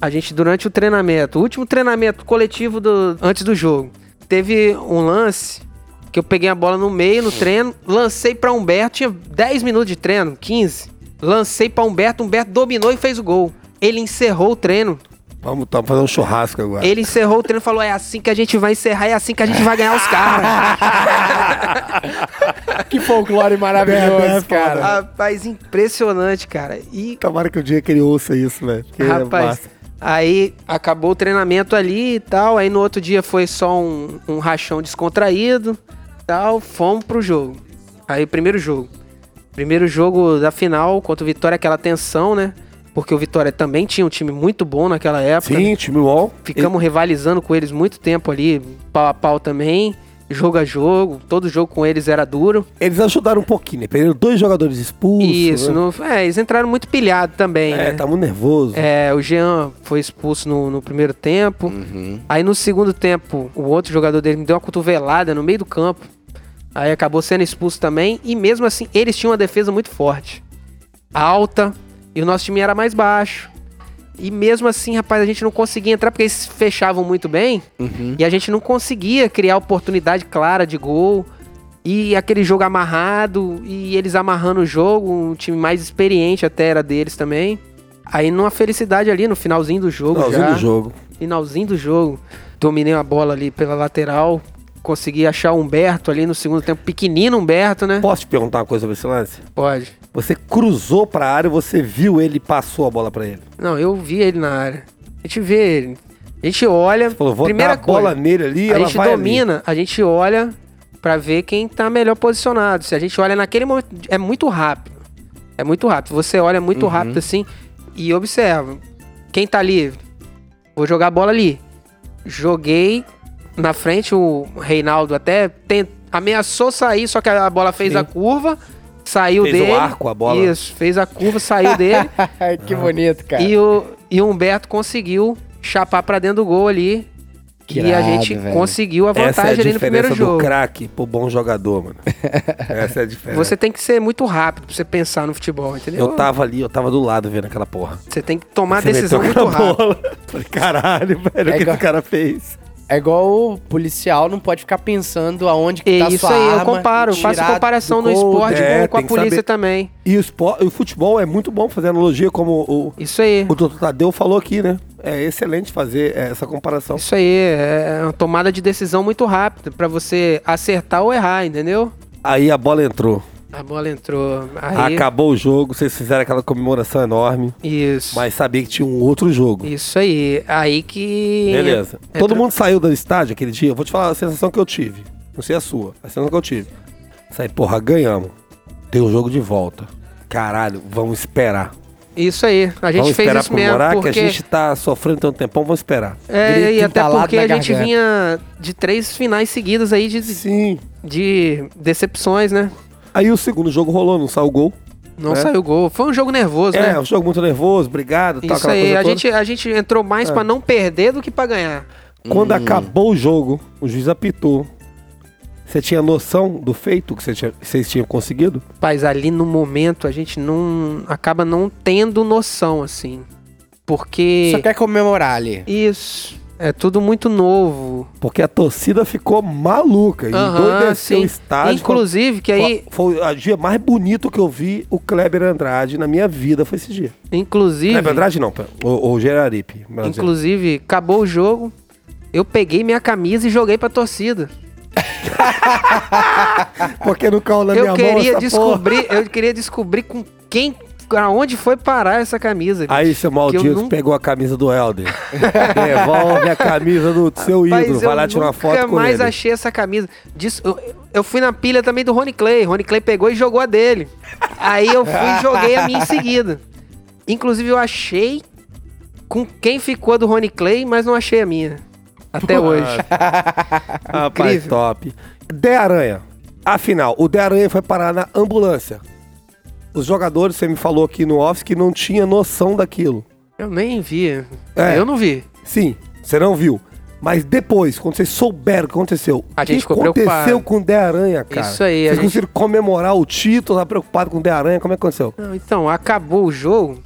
[SPEAKER 3] a gente, durante o treinamento, o último treinamento coletivo do, antes do jogo, teve um lance que eu peguei a bola no meio, no treino, lancei pra Humberto, tinha 10 minutos de treino, 15. Lancei pra Humberto, Humberto dominou e fez o gol. Ele encerrou o treino.
[SPEAKER 1] Vamos, tá, fazer um churrasco agora.
[SPEAKER 3] Ele encerrou o treino e falou: é assim que a gente vai encerrar, é assim que a gente vai ganhar os caras.
[SPEAKER 2] Ah, Que folclore
[SPEAKER 1] É, é foda.
[SPEAKER 2] maravilhoso, cara.
[SPEAKER 3] Rapaz, impressionante, cara. E
[SPEAKER 1] Tomara que o dia que ele ouça isso, velho. porque é
[SPEAKER 3] Rapaz,
[SPEAKER 1] massa.
[SPEAKER 3] aí acabou o treinamento ali e tal. Aí no outro dia foi só um, um rachão descontraído tal. Fomos pro jogo. Aí, primeiro jogo. Primeiro jogo da final contra o Vitória, aquela tensão, né? Porque o Vitória também tinha um time muito bom naquela época.
[SPEAKER 1] Sim, time bom.
[SPEAKER 3] Ficamos rivalizando com eles muito tempo ali, pau a pau também, jogo a jogo. Todo jogo com eles era duro.
[SPEAKER 1] Eles ajudaram um pouquinho, né? Perderam dois jogadores expulsos.
[SPEAKER 3] Isso,
[SPEAKER 1] né?
[SPEAKER 3] não, é, eles entraram muito pilhado também,
[SPEAKER 1] É,
[SPEAKER 3] né?
[SPEAKER 1] tá muito nervoso.
[SPEAKER 3] É, o Jean foi expulso no, no primeiro tempo. Aí no segundo tempo, o outro jogador dele me deu uma cotovelada no meio do campo. Aí acabou sendo expulso também. E mesmo assim, eles tinham uma defesa muito forte. Alta. E o nosso time era mais baixo. E mesmo assim, rapaz, a gente não conseguia entrar porque eles fechavam muito bem.
[SPEAKER 1] Uhum.
[SPEAKER 3] E a gente não conseguia criar oportunidade clara de gol. E aquele jogo amarrado, e eles amarrando o jogo, um time mais experiente até era deles também. Aí numa felicidade ali no finalzinho do jogo.
[SPEAKER 1] Finalzinho
[SPEAKER 3] já,
[SPEAKER 1] do jogo.
[SPEAKER 3] Finalzinho do jogo. Dominei a bola ali pela lateral. Consegui achar o Humberto ali no segundo tempo. Pequenino Humberto, né?
[SPEAKER 1] Posso te perguntar uma coisa sobre esse lance?
[SPEAKER 3] Pode.
[SPEAKER 1] Você cruzou pra área, você viu ele e passou a bola pra ele.
[SPEAKER 3] Não, eu vi ele na área. A gente vê ele. A gente olha.
[SPEAKER 1] Você falou, vou
[SPEAKER 3] primeira
[SPEAKER 1] dar a bola
[SPEAKER 3] coisa,
[SPEAKER 1] nele ali,
[SPEAKER 3] a
[SPEAKER 1] ela
[SPEAKER 3] gente
[SPEAKER 1] vai ali.
[SPEAKER 3] domina, a gente olha pra ver quem tá melhor posicionado. Se a gente olha naquele momento, é muito rápido. É muito rápido. Você olha muito
[SPEAKER 1] Uhum.
[SPEAKER 3] rápido assim e observa. Quem tá livre? Vou jogar a bola ali. Joguei na frente, o Reinaldo até tent... ameaçou sair, só que a bola fez a curva, saiu
[SPEAKER 1] Fez o
[SPEAKER 3] dele.
[SPEAKER 1] arco, a bola.
[SPEAKER 3] Isso, fez a curva, saiu dele.
[SPEAKER 2] Ai, que bonito, cara.
[SPEAKER 3] E o, e o Humberto conseguiu chapar pra dentro do gol ali.
[SPEAKER 2] Que
[SPEAKER 3] e a
[SPEAKER 2] irado,
[SPEAKER 3] gente
[SPEAKER 2] velho.
[SPEAKER 3] conseguiu a
[SPEAKER 1] Essa é a
[SPEAKER 3] vantagem ali no
[SPEAKER 1] diferença
[SPEAKER 3] primeiro
[SPEAKER 1] do
[SPEAKER 3] jogo.
[SPEAKER 1] craque pro bom jogador, mano. Essa é a diferença.
[SPEAKER 3] Você tem que ser muito rápido pra você pensar no futebol, entendeu?
[SPEAKER 1] Eu tava ali, eu tava do lado vendo aquela porra.
[SPEAKER 3] Você tem que tomar
[SPEAKER 1] Você
[SPEAKER 3] decisão
[SPEAKER 1] meteu
[SPEAKER 3] muito
[SPEAKER 1] aquela
[SPEAKER 3] rápido.
[SPEAKER 1] bola. Falei, caralho, velho, o
[SPEAKER 2] É
[SPEAKER 1] que
[SPEAKER 2] igual-
[SPEAKER 1] esse cara fez?
[SPEAKER 2] É igual o policial não pode ficar pensando aonde que
[SPEAKER 3] É
[SPEAKER 2] tá
[SPEAKER 3] isso
[SPEAKER 2] sua
[SPEAKER 3] aí, eu
[SPEAKER 2] arma,
[SPEAKER 3] comparo, eu faço
[SPEAKER 2] tirar
[SPEAKER 3] comparação
[SPEAKER 2] do
[SPEAKER 3] no
[SPEAKER 2] gol,
[SPEAKER 3] esporte
[SPEAKER 1] é,
[SPEAKER 3] com, com a
[SPEAKER 1] tem que
[SPEAKER 3] polícia
[SPEAKER 1] saber.
[SPEAKER 3] também.
[SPEAKER 1] E o, espo- e o futebol é muito bom fazer analogia, como o,
[SPEAKER 3] Isso aí.
[SPEAKER 1] o doutor Tadeu falou aqui, né? É excelente fazer é, essa comparação.
[SPEAKER 3] Isso aí, é uma tomada de decisão muito rápida pra você acertar ou errar, entendeu?
[SPEAKER 1] Aí a bola entrou.
[SPEAKER 3] A bola entrou. Aí,
[SPEAKER 1] Acabou o jogo, vocês fizeram aquela comemoração enorme,
[SPEAKER 3] Isso.
[SPEAKER 1] mas sabia que tinha um outro jogo.
[SPEAKER 3] Isso aí. Aí que.
[SPEAKER 1] Beleza.
[SPEAKER 3] é,
[SPEAKER 1] Todo mundo saiu do estádio aquele dia. Eu vou te falar a sensação que eu tive. Não sei a sua, a sensação que eu tive. Sai, porra, ganhamos. Tem o jogo de volta. Caralho, vamos esperar.
[SPEAKER 3] Isso aí. A gente
[SPEAKER 1] vamos
[SPEAKER 3] fez
[SPEAKER 1] esperar
[SPEAKER 3] isso mesmo.
[SPEAKER 1] comemorar,
[SPEAKER 3] Porque...
[SPEAKER 1] que a gente tá sofrendo tanto tempão, vamos esperar.
[SPEAKER 3] É,
[SPEAKER 2] Grito
[SPEAKER 3] e até
[SPEAKER 2] entalado
[SPEAKER 3] porque
[SPEAKER 2] na
[SPEAKER 3] a gente
[SPEAKER 2] garganta.
[SPEAKER 3] vinha de três finais seguidas aí de,
[SPEAKER 1] Sim.
[SPEAKER 3] de decepções, né?
[SPEAKER 1] Aí o segundo jogo rolou, não saiu o gol.
[SPEAKER 3] Não
[SPEAKER 1] É.
[SPEAKER 3] saiu gol. Foi um jogo nervoso,
[SPEAKER 1] É,
[SPEAKER 3] né?
[SPEAKER 1] um jogo muito nervoso, obrigado, tal,
[SPEAKER 3] Isso
[SPEAKER 1] aquela
[SPEAKER 3] aí.
[SPEAKER 1] coisa É.
[SPEAKER 3] A
[SPEAKER 1] toda.
[SPEAKER 3] gente, a gente entrou mais pra não perder do que pra ganhar.
[SPEAKER 1] Quando acabou o jogo, o juiz apitou. Você tinha noção do feito que você tinha- vocês tinham conseguido?
[SPEAKER 3] Mas ali no momento a gente não acaba não tendo noção assim. Porque
[SPEAKER 2] Só quer comemorar ali.
[SPEAKER 3] isso é tudo muito novo.
[SPEAKER 1] Porque a torcida ficou maluca.
[SPEAKER 3] Aham,
[SPEAKER 1] endoideceu
[SPEAKER 3] sim.
[SPEAKER 1] o estádio.
[SPEAKER 3] Inclusive que aí
[SPEAKER 1] Foi o dia mais bonito que eu vi o Kleber Andrade na minha vida, foi esse dia.
[SPEAKER 3] inclusive
[SPEAKER 1] Kleber Andrade não, pera, o, o Geraripe. melhor dizendo.
[SPEAKER 3] Inclusive, acabou o jogo. Eu peguei minha camisa e joguei pra torcida.
[SPEAKER 1] Ah, Porque não caiu na
[SPEAKER 3] Eu
[SPEAKER 1] minha mão essa
[SPEAKER 3] queria
[SPEAKER 1] porra.
[SPEAKER 3] descobrir, eu queria descobrir com quem, aonde foi parar essa camisa. bicho.
[SPEAKER 1] Aí, seu
[SPEAKER 3] Que
[SPEAKER 1] maldito,
[SPEAKER 3] eu não-
[SPEAKER 1] pegou a camisa do Helder. Devolve a camisa do seu
[SPEAKER 3] Mas
[SPEAKER 1] ídolo. Vai lá tirar uma foto
[SPEAKER 3] Eu
[SPEAKER 1] com
[SPEAKER 3] nunca mais
[SPEAKER 1] ele.
[SPEAKER 3] achei essa camisa. Disso- eu, eu fui na pilha também do Rony Clay. Rony Clay pegou e jogou a dele. Aí eu fui e joguei a minha em seguida. Inclusive eu achei com quem ficou do Rony Clay, mas não achei a minha. Até hoje.
[SPEAKER 1] Rapaz,
[SPEAKER 3] Incrível.
[SPEAKER 1] top. De Aranha. Afinal, o De Aranha foi parar na ambulância. Os jogadores, você me falou aqui no office, que não tinha noção daquilo.
[SPEAKER 3] Eu nem vi.
[SPEAKER 1] É.
[SPEAKER 3] Eu não vi.
[SPEAKER 1] Sim, você não viu. Mas depois, quando vocês souberam o que aconteceu,
[SPEAKER 3] A
[SPEAKER 1] o
[SPEAKER 3] gente
[SPEAKER 1] que
[SPEAKER 3] ficou
[SPEAKER 1] aconteceu
[SPEAKER 3] preocupado.
[SPEAKER 1] com o De Aranha, cara?
[SPEAKER 3] Isso aí, a
[SPEAKER 1] Vocês
[SPEAKER 3] gente-
[SPEAKER 1] conseguiram comemorar o título, tá preocupado com o De Aranha? Como é que aconteceu?
[SPEAKER 3] Não, então, acabou o jogo.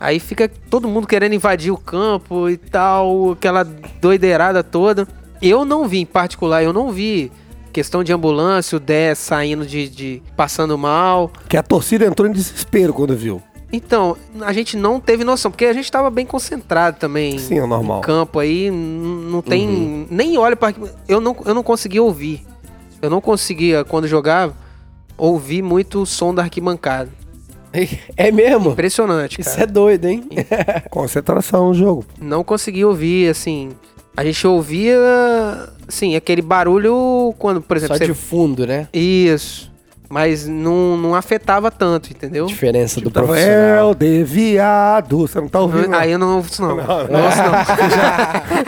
[SPEAKER 3] Aí fica todo mundo querendo invadir o campo e tal, aquela doideirada toda. Eu não vi, em particular, eu não vi questão de ambulância, o Dé saindo de, de- passando mal.
[SPEAKER 1] Que a torcida entrou em desespero quando viu.
[SPEAKER 3] Então, a gente não teve noção, porque a gente tava bem concentrado também
[SPEAKER 1] Sim, é normal.
[SPEAKER 3] no campo aí, n- não tem. Nem olha para eu não, eu não consegui ouvir. Eu não conseguia, quando jogava, ouvir muito o som da arquibancada.
[SPEAKER 2] É mesmo?
[SPEAKER 3] Impressionante, cara.
[SPEAKER 2] Isso é doido, hein?
[SPEAKER 1] Concentração no jogo.
[SPEAKER 3] não conseguia ouvir, assim. A gente ouvia, assim, aquele barulho quando, por exemplo,
[SPEAKER 2] Só
[SPEAKER 3] você...
[SPEAKER 2] de fundo, né?
[SPEAKER 3] Isso. Mas não, não afetava tanto, entendeu?
[SPEAKER 2] Diferença
[SPEAKER 3] Tipo,
[SPEAKER 2] do
[SPEAKER 1] Tava,
[SPEAKER 2] profissional.
[SPEAKER 1] "Eu de viado. Você não tá ouvindo? não.
[SPEAKER 3] Aí eu não ouço isso, não. Não, ouço,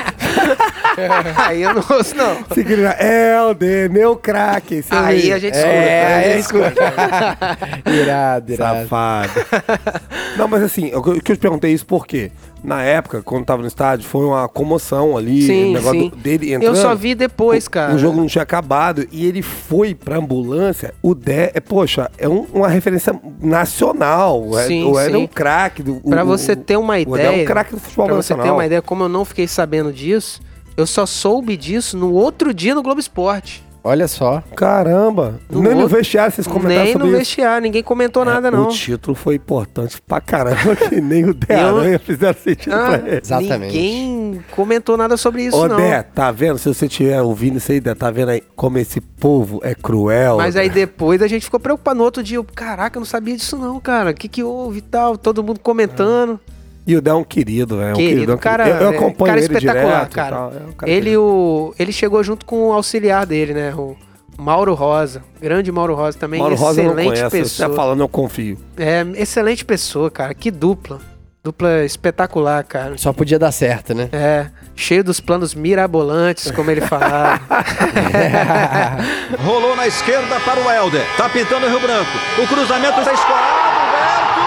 [SPEAKER 3] não. Aí eu não ouço, não.
[SPEAKER 1] Se grita, Helder, meu craque. seu
[SPEAKER 3] Aí
[SPEAKER 1] lindo."
[SPEAKER 3] a gente
[SPEAKER 2] É,
[SPEAKER 3] escuta.
[SPEAKER 2] aí escuta. irado, irado.
[SPEAKER 1] Safado. não, mas assim, o que eu- que eu te perguntei isso porque, na época, quando tava no estádio, foi uma comoção ali,
[SPEAKER 3] Sim,
[SPEAKER 1] o negócio
[SPEAKER 3] sim.
[SPEAKER 1] do- dele entrando.
[SPEAKER 3] Eu só vi depois,
[SPEAKER 1] O-
[SPEAKER 3] cara.
[SPEAKER 1] O jogo não tinha acabado e ele foi pra ambulância. O Dé, é, poxa, é um- uma referência nacional.
[SPEAKER 3] Sim,
[SPEAKER 1] é, o Hélio é
[SPEAKER 3] sim.
[SPEAKER 1] um craque. do- o-
[SPEAKER 3] Pra
[SPEAKER 1] o-
[SPEAKER 3] você ter uma
[SPEAKER 1] O Dé
[SPEAKER 3] ideia.
[SPEAKER 1] é um craque do futebol
[SPEAKER 3] pra você
[SPEAKER 1] nacional.
[SPEAKER 3] ter uma ideia, como eu não fiquei sabendo disso, eu só soube disso no outro dia no Globo Esporte.
[SPEAKER 2] Olha só.
[SPEAKER 1] Caramba.
[SPEAKER 3] No
[SPEAKER 1] Nem no
[SPEAKER 3] outro-
[SPEAKER 1] vestiário vocês comentaram
[SPEAKER 3] Nem
[SPEAKER 1] sobre
[SPEAKER 3] no
[SPEAKER 1] isso. É,
[SPEAKER 3] vestiário, ninguém comentou nada, não.
[SPEAKER 1] O título foi importante pra caramba, que nem o Dé
[SPEAKER 3] Eu-
[SPEAKER 1] Aranha fizeram sentido
[SPEAKER 3] Ah,
[SPEAKER 1] pra ele.
[SPEAKER 2] Exatamente.
[SPEAKER 3] Ninguém comentou nada sobre isso,
[SPEAKER 1] Ô,
[SPEAKER 3] não.
[SPEAKER 1] Dé, tá vendo? Se você estiver ouvindo isso aí, Dé, tá vendo aí como esse povo é cruel?
[SPEAKER 3] Mas
[SPEAKER 1] Dé?
[SPEAKER 3] aí depois a gente ficou preocupado no outro dia. eu, Caraca, eu não sabia disso não, cara. O que que houve e tal? Todo mundo comentando.
[SPEAKER 1] E o Dé é um querido, né? É um
[SPEAKER 3] Querido,
[SPEAKER 1] queridão,
[SPEAKER 3] cara,
[SPEAKER 1] querido. Eu, eu
[SPEAKER 3] é,
[SPEAKER 1] acompanho
[SPEAKER 3] cara
[SPEAKER 1] ele
[SPEAKER 3] espetacular,
[SPEAKER 1] direto e
[SPEAKER 3] cara.
[SPEAKER 1] tal, é um cara
[SPEAKER 3] ele,
[SPEAKER 1] querido.
[SPEAKER 3] o, ele chegou junto com o auxiliar dele, né? O Mauro Rosa. Grande Mauro Rosa também.
[SPEAKER 1] Mauro Rosa eu não
[SPEAKER 3] excelente
[SPEAKER 1] conheço, você
[SPEAKER 3] pessoa.
[SPEAKER 1] tá falando, eu confio.
[SPEAKER 3] É, excelente pessoa, cara. Que dupla. Dupla espetacular, cara.
[SPEAKER 2] Só podia dar certo, né?
[SPEAKER 3] É, cheio dos planos mirabolantes, como ele falava.
[SPEAKER 6] Rolou na esquerda para o Helder. Tá pintando o Rio Branco. O cruzamento está escorado. Humberto.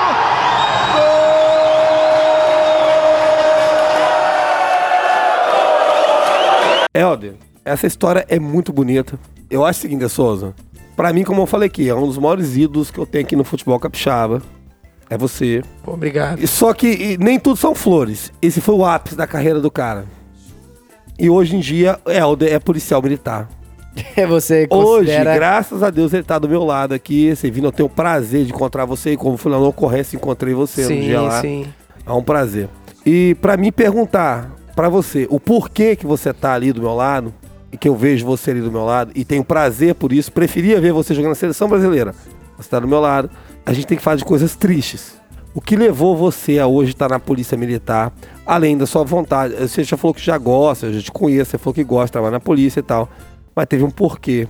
[SPEAKER 1] Helder, essa história é muito bonita. Eu acho o seguinte, De Souza. Pra mim, como eu falei aqui, é um dos maiores ídolos que eu tenho aqui no futebol capixaba. É você.
[SPEAKER 3] Pô, obrigado.
[SPEAKER 1] E Só que e nem tudo são flores. Esse foi o ápice da carreira do cara. E hoje em dia, Helder é policial militar.
[SPEAKER 2] Você
[SPEAKER 1] Hoje,
[SPEAKER 2] considera...
[SPEAKER 1] graças a Deus, ele tá do meu lado aqui. Servindo, eu tenho o prazer de encontrar você. E como fui lá na ocorrência, encontrei você um dia lá.
[SPEAKER 3] sim.
[SPEAKER 1] É um prazer. E pra mim perguntar pra você o porquê que você tá ali do meu lado e que eu vejo você ali do meu lado e tenho prazer por isso, preferia ver você jogando na seleção brasileira. Você tá do meu lado. A gente tem que falar de coisas tristes. O que levou você a hoje estar na Polícia Militar, além da sua vontade? Você já falou que já gosta, eu já te conheço, você falou que gosta, trabalha na polícia e tal. Mas teve um porquê.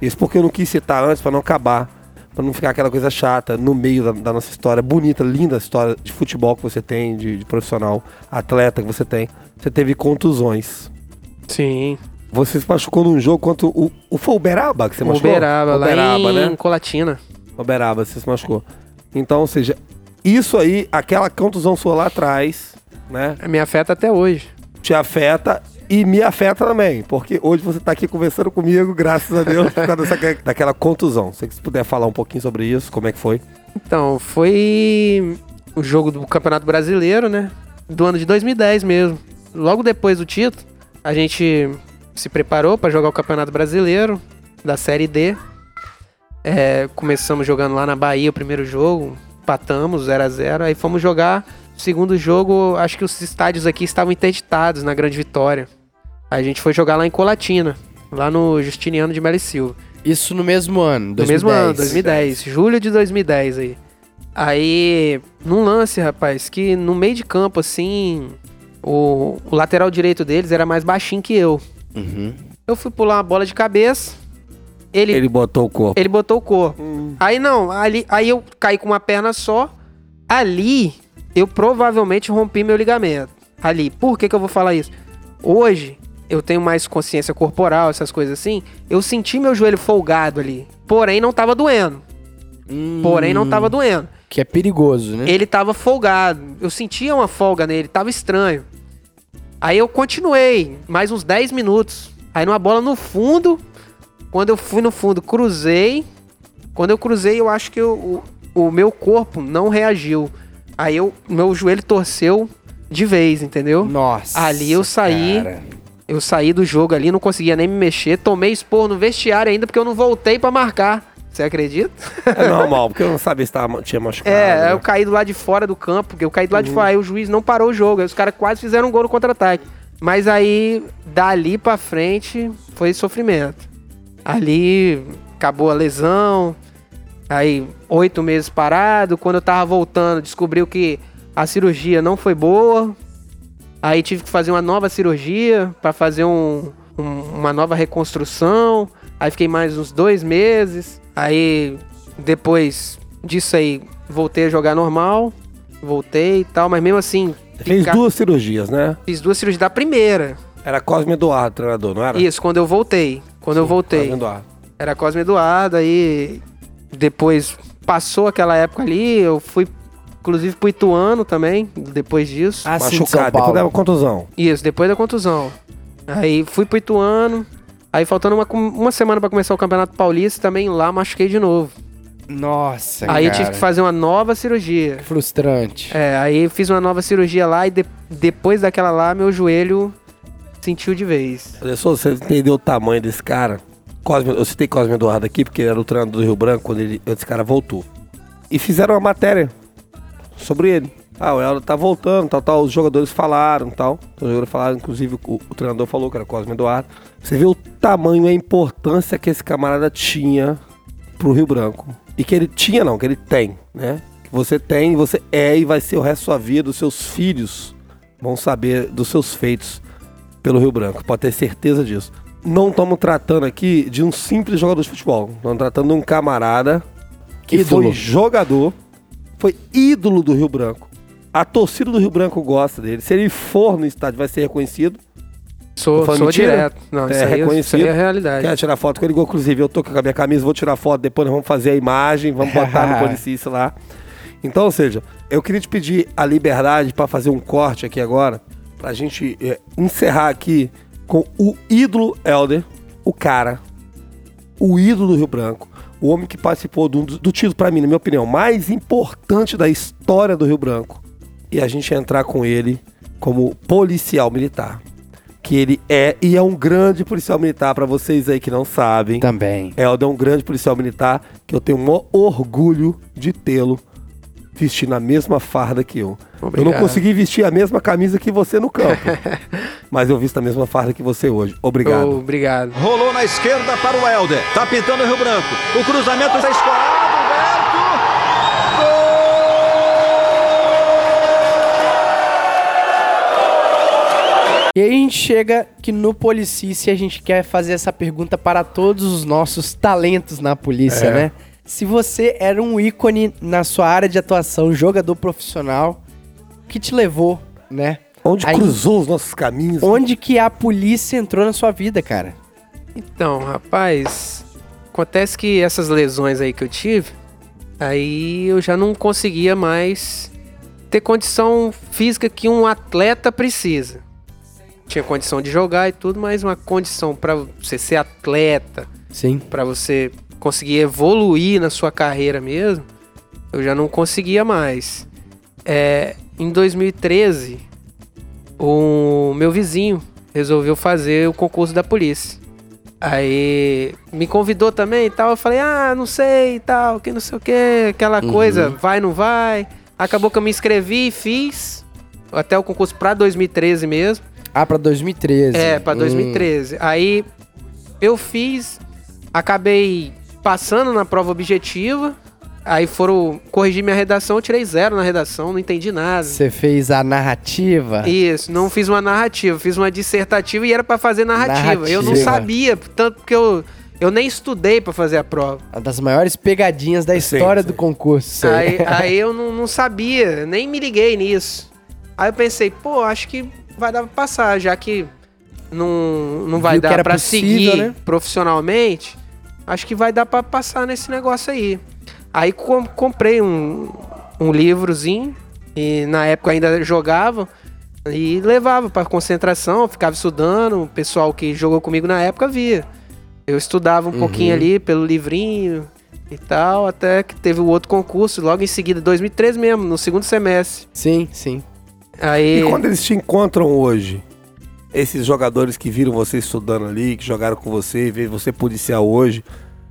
[SPEAKER 1] Esse porquê eu não quis citar antes pra não acabar. Pra não ficar aquela coisa chata no meio da, da nossa história bonita, linda história de futebol que você tem, de, de profissional, atleta que você tem. Você teve contusões.
[SPEAKER 3] Sim.
[SPEAKER 1] Você se machucou num jogo contra o. o foi Uberaba que você machucou?
[SPEAKER 3] Uberaba, lá
[SPEAKER 1] Uberaba,
[SPEAKER 3] em
[SPEAKER 1] né?
[SPEAKER 3] Colatina.
[SPEAKER 1] Uberaba, você se machucou. Então, ou seja, isso aí, aquela contusão sua lá atrás, né?
[SPEAKER 3] Me afeta até hoje.
[SPEAKER 1] Te afeta e me afeta também. Porque hoje você tá aqui conversando comigo, graças a Deus, por causa dessa, daquela contusão. Se você puder falar um pouquinho sobre isso, como é que foi?
[SPEAKER 3] Então, foi o jogo do Campeonato Brasileiro, né? Do ano de 2010 mesmo. Logo depois do título, a gente se preparou pra jogar o Campeonato Brasileiro da Série D. É, começamos jogando lá na Bahia o primeiro jogo, empatamos 0 a 0 aí fomos jogar o segundo jogo, acho que os estádios aqui estavam interditados na Grande Vitória. A gente foi jogar lá em Colatina, lá no Justiniano de Melo e Silva.
[SPEAKER 2] Isso no mesmo ano, 2010.
[SPEAKER 3] No mesmo ano, 2010, julho de 2010 aí. Aí, num lance, rapaz, que no meio de campo, assim, o, o lateral direito deles era mais baixinho que eu.
[SPEAKER 2] Uhum.
[SPEAKER 3] Eu fui pular uma bola de cabeça, ele,
[SPEAKER 1] Ele botou o corpo.
[SPEAKER 3] ele botou o corpo. Aí não, ali, aí eu caí com uma perna só. Ali, eu provavelmente rompi meu ligamento. Ali. Por que, que eu vou falar isso? Hoje, eu tenho mais consciência corporal, essas coisas assim. Eu senti meu joelho folgado ali. Porém, não tava doendo. Porém, não tava doendo.
[SPEAKER 2] Que é perigoso, né?
[SPEAKER 3] Ele tava folgado. Eu sentia uma folga nele, tava estranho. Aí eu continuei, mais uns 10 minutos. Aí numa bola no fundo. Quando eu fui no fundo, cruzei. Quando eu cruzei, eu acho que eu- o, o meu corpo não reagiu. Aí eu, meu joelho torceu de vez, entendeu?
[SPEAKER 2] Nossa.
[SPEAKER 3] Ali eu saí.
[SPEAKER 2] cara.
[SPEAKER 3] Eu saí do jogo ali, não conseguia nem me mexer. Tomei expor no vestiário ainda porque eu não voltei pra marcar. Você acredita?
[SPEAKER 1] É normal, porque eu não sabia se tava, tinha machucado.
[SPEAKER 3] É,
[SPEAKER 1] né?
[SPEAKER 3] eu caí do lado de fora do campo, porque eu caí do lado de fora, aí o juiz não parou o jogo, aí os caras quase fizeram um gol no contra-ataque. Mas aí, dali pra frente, foi sofrimento. Ali, acabou a lesão, aí oito meses parado, quando eu tava voltando, descobriu que a cirurgia não foi boa, aí tive que fazer uma nova cirurgia pra fazer um- um- uma nova reconstrução, aí fiquei mais uns dois meses, aí depois disso aí, voltei a jogar normal, voltei e tal, mas mesmo assim,
[SPEAKER 1] Fez
[SPEAKER 3] ficar-
[SPEAKER 1] duas cirurgias, né?
[SPEAKER 3] fiz duas cirurgias da primeira.
[SPEAKER 1] Era Cosme Eduardo, treinador, não era?
[SPEAKER 3] Isso, quando eu voltei. Quando eu voltei.
[SPEAKER 1] Cosme Eduardo.
[SPEAKER 3] Era Cosme Eduardo, aí depois passou aquela época ali, eu fui inclusive pro Ituano também, depois disso.
[SPEAKER 2] Ah, sim, de São
[SPEAKER 1] Machucado, depois
[SPEAKER 2] Paulo.
[SPEAKER 1] da contusão.
[SPEAKER 3] Isso, depois da contusão. Aí fui pro Ituano, aí faltando uma, uma semana pra começar o Campeonato Paulista, também lá machuquei de novo.
[SPEAKER 2] Nossa,
[SPEAKER 3] aí eu
[SPEAKER 2] cara.
[SPEAKER 3] tive que fazer uma nova cirurgia.
[SPEAKER 2] Frustrante.
[SPEAKER 3] É, aí eu fiz uma nova cirurgia lá e de- depois daquela lá, meu joelho sentiu de vez.
[SPEAKER 1] Pessoal, você entendeu o tamanho desse cara? Cosme, eu citei Cosme Eduardo aqui, porque ele era o treinador do Rio Branco quando ele, esse cara voltou. E fizeram uma matéria sobre ele. Ah, o Eldo tá voltando, tal, tal. Os jogadores falaram, tal. Os jogadores falaram, inclusive o, o treinador falou que era Cosme Eduardo. Você vê o tamanho e a importância que esse camarada tinha pro Rio Branco. E que ele tinha, não, que ele tem, né? Que você tem, você é e vai ser o resto da sua vida, dos seus filhos vão saber dos seus feitos pelo Rio Branco, pode ter certeza disso. Não estamos tratando aqui de um simples jogador de futebol, estamos tratando de um camarada que
[SPEAKER 2] Ídolo.
[SPEAKER 1] foi jogador, foi ídolo do Rio Branco. A torcida do Rio Branco gosta dele. Se ele for no estádio, vai ser reconhecido.
[SPEAKER 3] Sou,
[SPEAKER 1] Foi
[SPEAKER 3] sou
[SPEAKER 1] mentira?
[SPEAKER 3] direto. Não,
[SPEAKER 1] É
[SPEAKER 3] isso, aí, isso aí
[SPEAKER 1] reconhecido.
[SPEAKER 3] é a realidade.
[SPEAKER 1] Quer tirar foto com ele? Inclusive, eu tô com a minha camisa, vou tirar foto, depois nós vamos fazer a imagem, vamos botar no policista lá. Então, ou seja, eu queria te pedir a liberdade para fazer um corte aqui agora, pra gente é, encerrar aqui com o ídolo Helder, o cara, o ídolo do Rio Branco, o homem que participou do, do título, pra mim, na minha opinião, mais importante da história do Rio Branco. E a gente entrar com ele como policial militar. Que ele é e é um grande policial militar, pra vocês aí que não sabem.
[SPEAKER 2] Também.
[SPEAKER 1] Helder é um grande policial militar que eu tenho o maior orgulho de tê-lo vestindo a mesma farda que eu. Eu não
[SPEAKER 3] Obrigado.
[SPEAKER 1] consegui vestir a mesma camisa que você no campo, mas eu visto a mesma farda que você hoje. Obrigado.
[SPEAKER 3] Obrigado.
[SPEAKER 6] Rolou na esquerda para o Helder. Tá pintando o Rio Branco. O cruzamento está escorado. Berto.
[SPEAKER 2] E aí a gente chega que no Policice a gente quer fazer essa pergunta para todos os nossos talentos na polícia, né? Se você era um ícone na sua área de atuação, jogador profissional, o que te levou, né?
[SPEAKER 1] Onde
[SPEAKER 2] Aí-
[SPEAKER 1] cruzou os nossos caminhos?
[SPEAKER 2] Onde que a polícia entrou na sua vida, cara?
[SPEAKER 3] Então, rapaz, acontece que essas lesões aí que eu tive, aí eu já não conseguia mais ter condição física que um atleta precisa. Tinha condição de jogar e tudo, mas uma condição pra você ser atleta,
[SPEAKER 2] Sim.
[SPEAKER 3] pra você conseguir evoluir na sua carreira mesmo, eu já não conseguia mais. É, em 2013, o meu vizinho resolveu fazer o concurso da polícia. Aí me convidou também e tal. Eu falei, ah, não sei e tal, que não sei o que, aquela coisa, vai, não vai. Acabou que eu me inscrevi e fiz até o concurso pra 2013 mesmo.
[SPEAKER 2] Ah, pra 2013.
[SPEAKER 3] É, pra 2013. Aí eu fiz, acabei passando na prova objetiva. Aí foram corrigir minha redação, eu tirei zero na redação, não entendi nada.
[SPEAKER 2] Hum, Você fez a narrativa?
[SPEAKER 3] Isso, não fiz uma narrativa, fiz uma dissertativa e era pra fazer narrativa.
[SPEAKER 2] Narrativa.
[SPEAKER 3] Eu não sabia, tanto que eu, eu nem estudei pra fazer a prova.
[SPEAKER 2] Uma das maiores pegadinhas da história do concurso. isso aí.
[SPEAKER 3] Aí, aí eu não, não sabia, nem me liguei nisso. Aí eu pensei, pô, acho que vai dar pra passar, já que não, não vai
[SPEAKER 2] Viu que
[SPEAKER 3] dar
[SPEAKER 2] era
[SPEAKER 3] pra
[SPEAKER 2] possível,
[SPEAKER 3] seguir
[SPEAKER 2] né?
[SPEAKER 3] profissionalmente, acho que vai dar pra passar nesse negócio aí. Aí com- comprei um, um livrozinho, e na época ainda jogava, e levava pra concentração, ficava estudando, o pessoal que jogou comigo na época via. Eu estudava um
[SPEAKER 2] Uhum.
[SPEAKER 3] pouquinho ali pelo livrinho e tal, até que teve o outro concurso, logo em seguida, 2013 mesmo, no segundo semestre.
[SPEAKER 2] Sim, sim.
[SPEAKER 3] Aí...
[SPEAKER 1] E quando eles te encontram hoje, esses jogadores que viram você estudando ali, que jogaram com você, vê você policial hoje,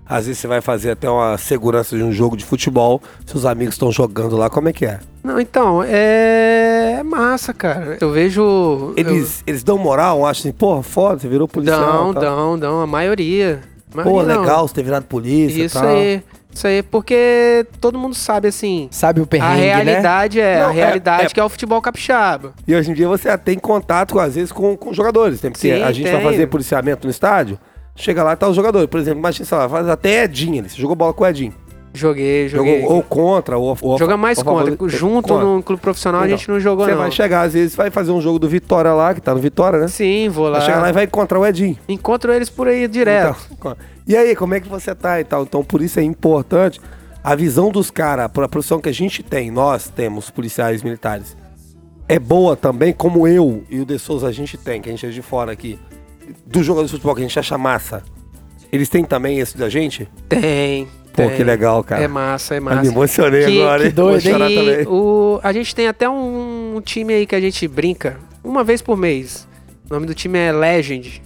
[SPEAKER 1] às vezes você vai fazer até uma segurança de um jogo de futebol, seus amigos estão jogando lá, como é que é?
[SPEAKER 3] Não, então, é... é massa, cara. Eu vejo.
[SPEAKER 1] Eles, eles dão moral, acham assim, porra, foda, você virou
[SPEAKER 3] Eu...
[SPEAKER 1] policial.
[SPEAKER 3] Dão,
[SPEAKER 1] tal.
[SPEAKER 3] dão, dão, a maioria. A
[SPEAKER 1] Pô,
[SPEAKER 3] maioria não.
[SPEAKER 1] legal, você ter virado polícia e
[SPEAKER 3] Isso
[SPEAKER 1] tal.
[SPEAKER 3] aí, isso aí, porque todo mundo sabe assim.
[SPEAKER 2] Sabe o perrengue, né?
[SPEAKER 3] a realidade é,
[SPEAKER 1] né? Não,
[SPEAKER 3] a
[SPEAKER 1] é-
[SPEAKER 3] realidade
[SPEAKER 1] é-
[SPEAKER 3] que é o futebol capixaba.
[SPEAKER 1] E hoje em dia você tem contato, às vezes, com, com jogadores. Tem, porque
[SPEAKER 3] Sim,
[SPEAKER 1] a gente vai
[SPEAKER 3] tem.
[SPEAKER 1] fazer policiamento no estádio, chega lá e tá os jogadores. Por exemplo, imagina, sei lá, faz até Edinho ali. Você jogou bola com o Edinho.
[SPEAKER 3] Joguei, joguei.
[SPEAKER 1] Jogou ou contra, ou... ou
[SPEAKER 3] Joga mais
[SPEAKER 1] ou-
[SPEAKER 3] contra.
[SPEAKER 1] ou-
[SPEAKER 3] Junto
[SPEAKER 1] contra.
[SPEAKER 3] num clube profissional a gente não jogou,
[SPEAKER 1] Você
[SPEAKER 3] não.
[SPEAKER 1] vai chegar, às vezes, vai fazer um jogo do Vitória lá, que tá no Vitória, né?
[SPEAKER 3] Sim, vou lá.
[SPEAKER 1] Vai chegar lá e vai encontrar o Edinho.
[SPEAKER 3] Encontro eles por aí direto.
[SPEAKER 1] Então, e aí, como é que você tá e tal? Então, por isso é importante a visão dos caras, pra profissão que a gente tem, nós temos, policiais militares, é boa também, como eu e o De Souza a gente tem, que a gente é de fora aqui, dos jogadores de futebol que a gente acha massa. Eles têm também isso da gente?
[SPEAKER 3] Tem.
[SPEAKER 1] Pô,
[SPEAKER 3] tem.
[SPEAKER 1] que legal, cara.
[SPEAKER 3] É massa, é
[SPEAKER 1] Mas
[SPEAKER 3] massa.
[SPEAKER 1] me emocionei
[SPEAKER 3] Que-
[SPEAKER 1] agora,
[SPEAKER 2] que
[SPEAKER 1] hein?
[SPEAKER 2] doido,
[SPEAKER 1] Vou chorar
[SPEAKER 3] E
[SPEAKER 1] também.
[SPEAKER 3] o- a gente tem até um time aí que a gente brinca uma vez por mês. O nome do time é Legend.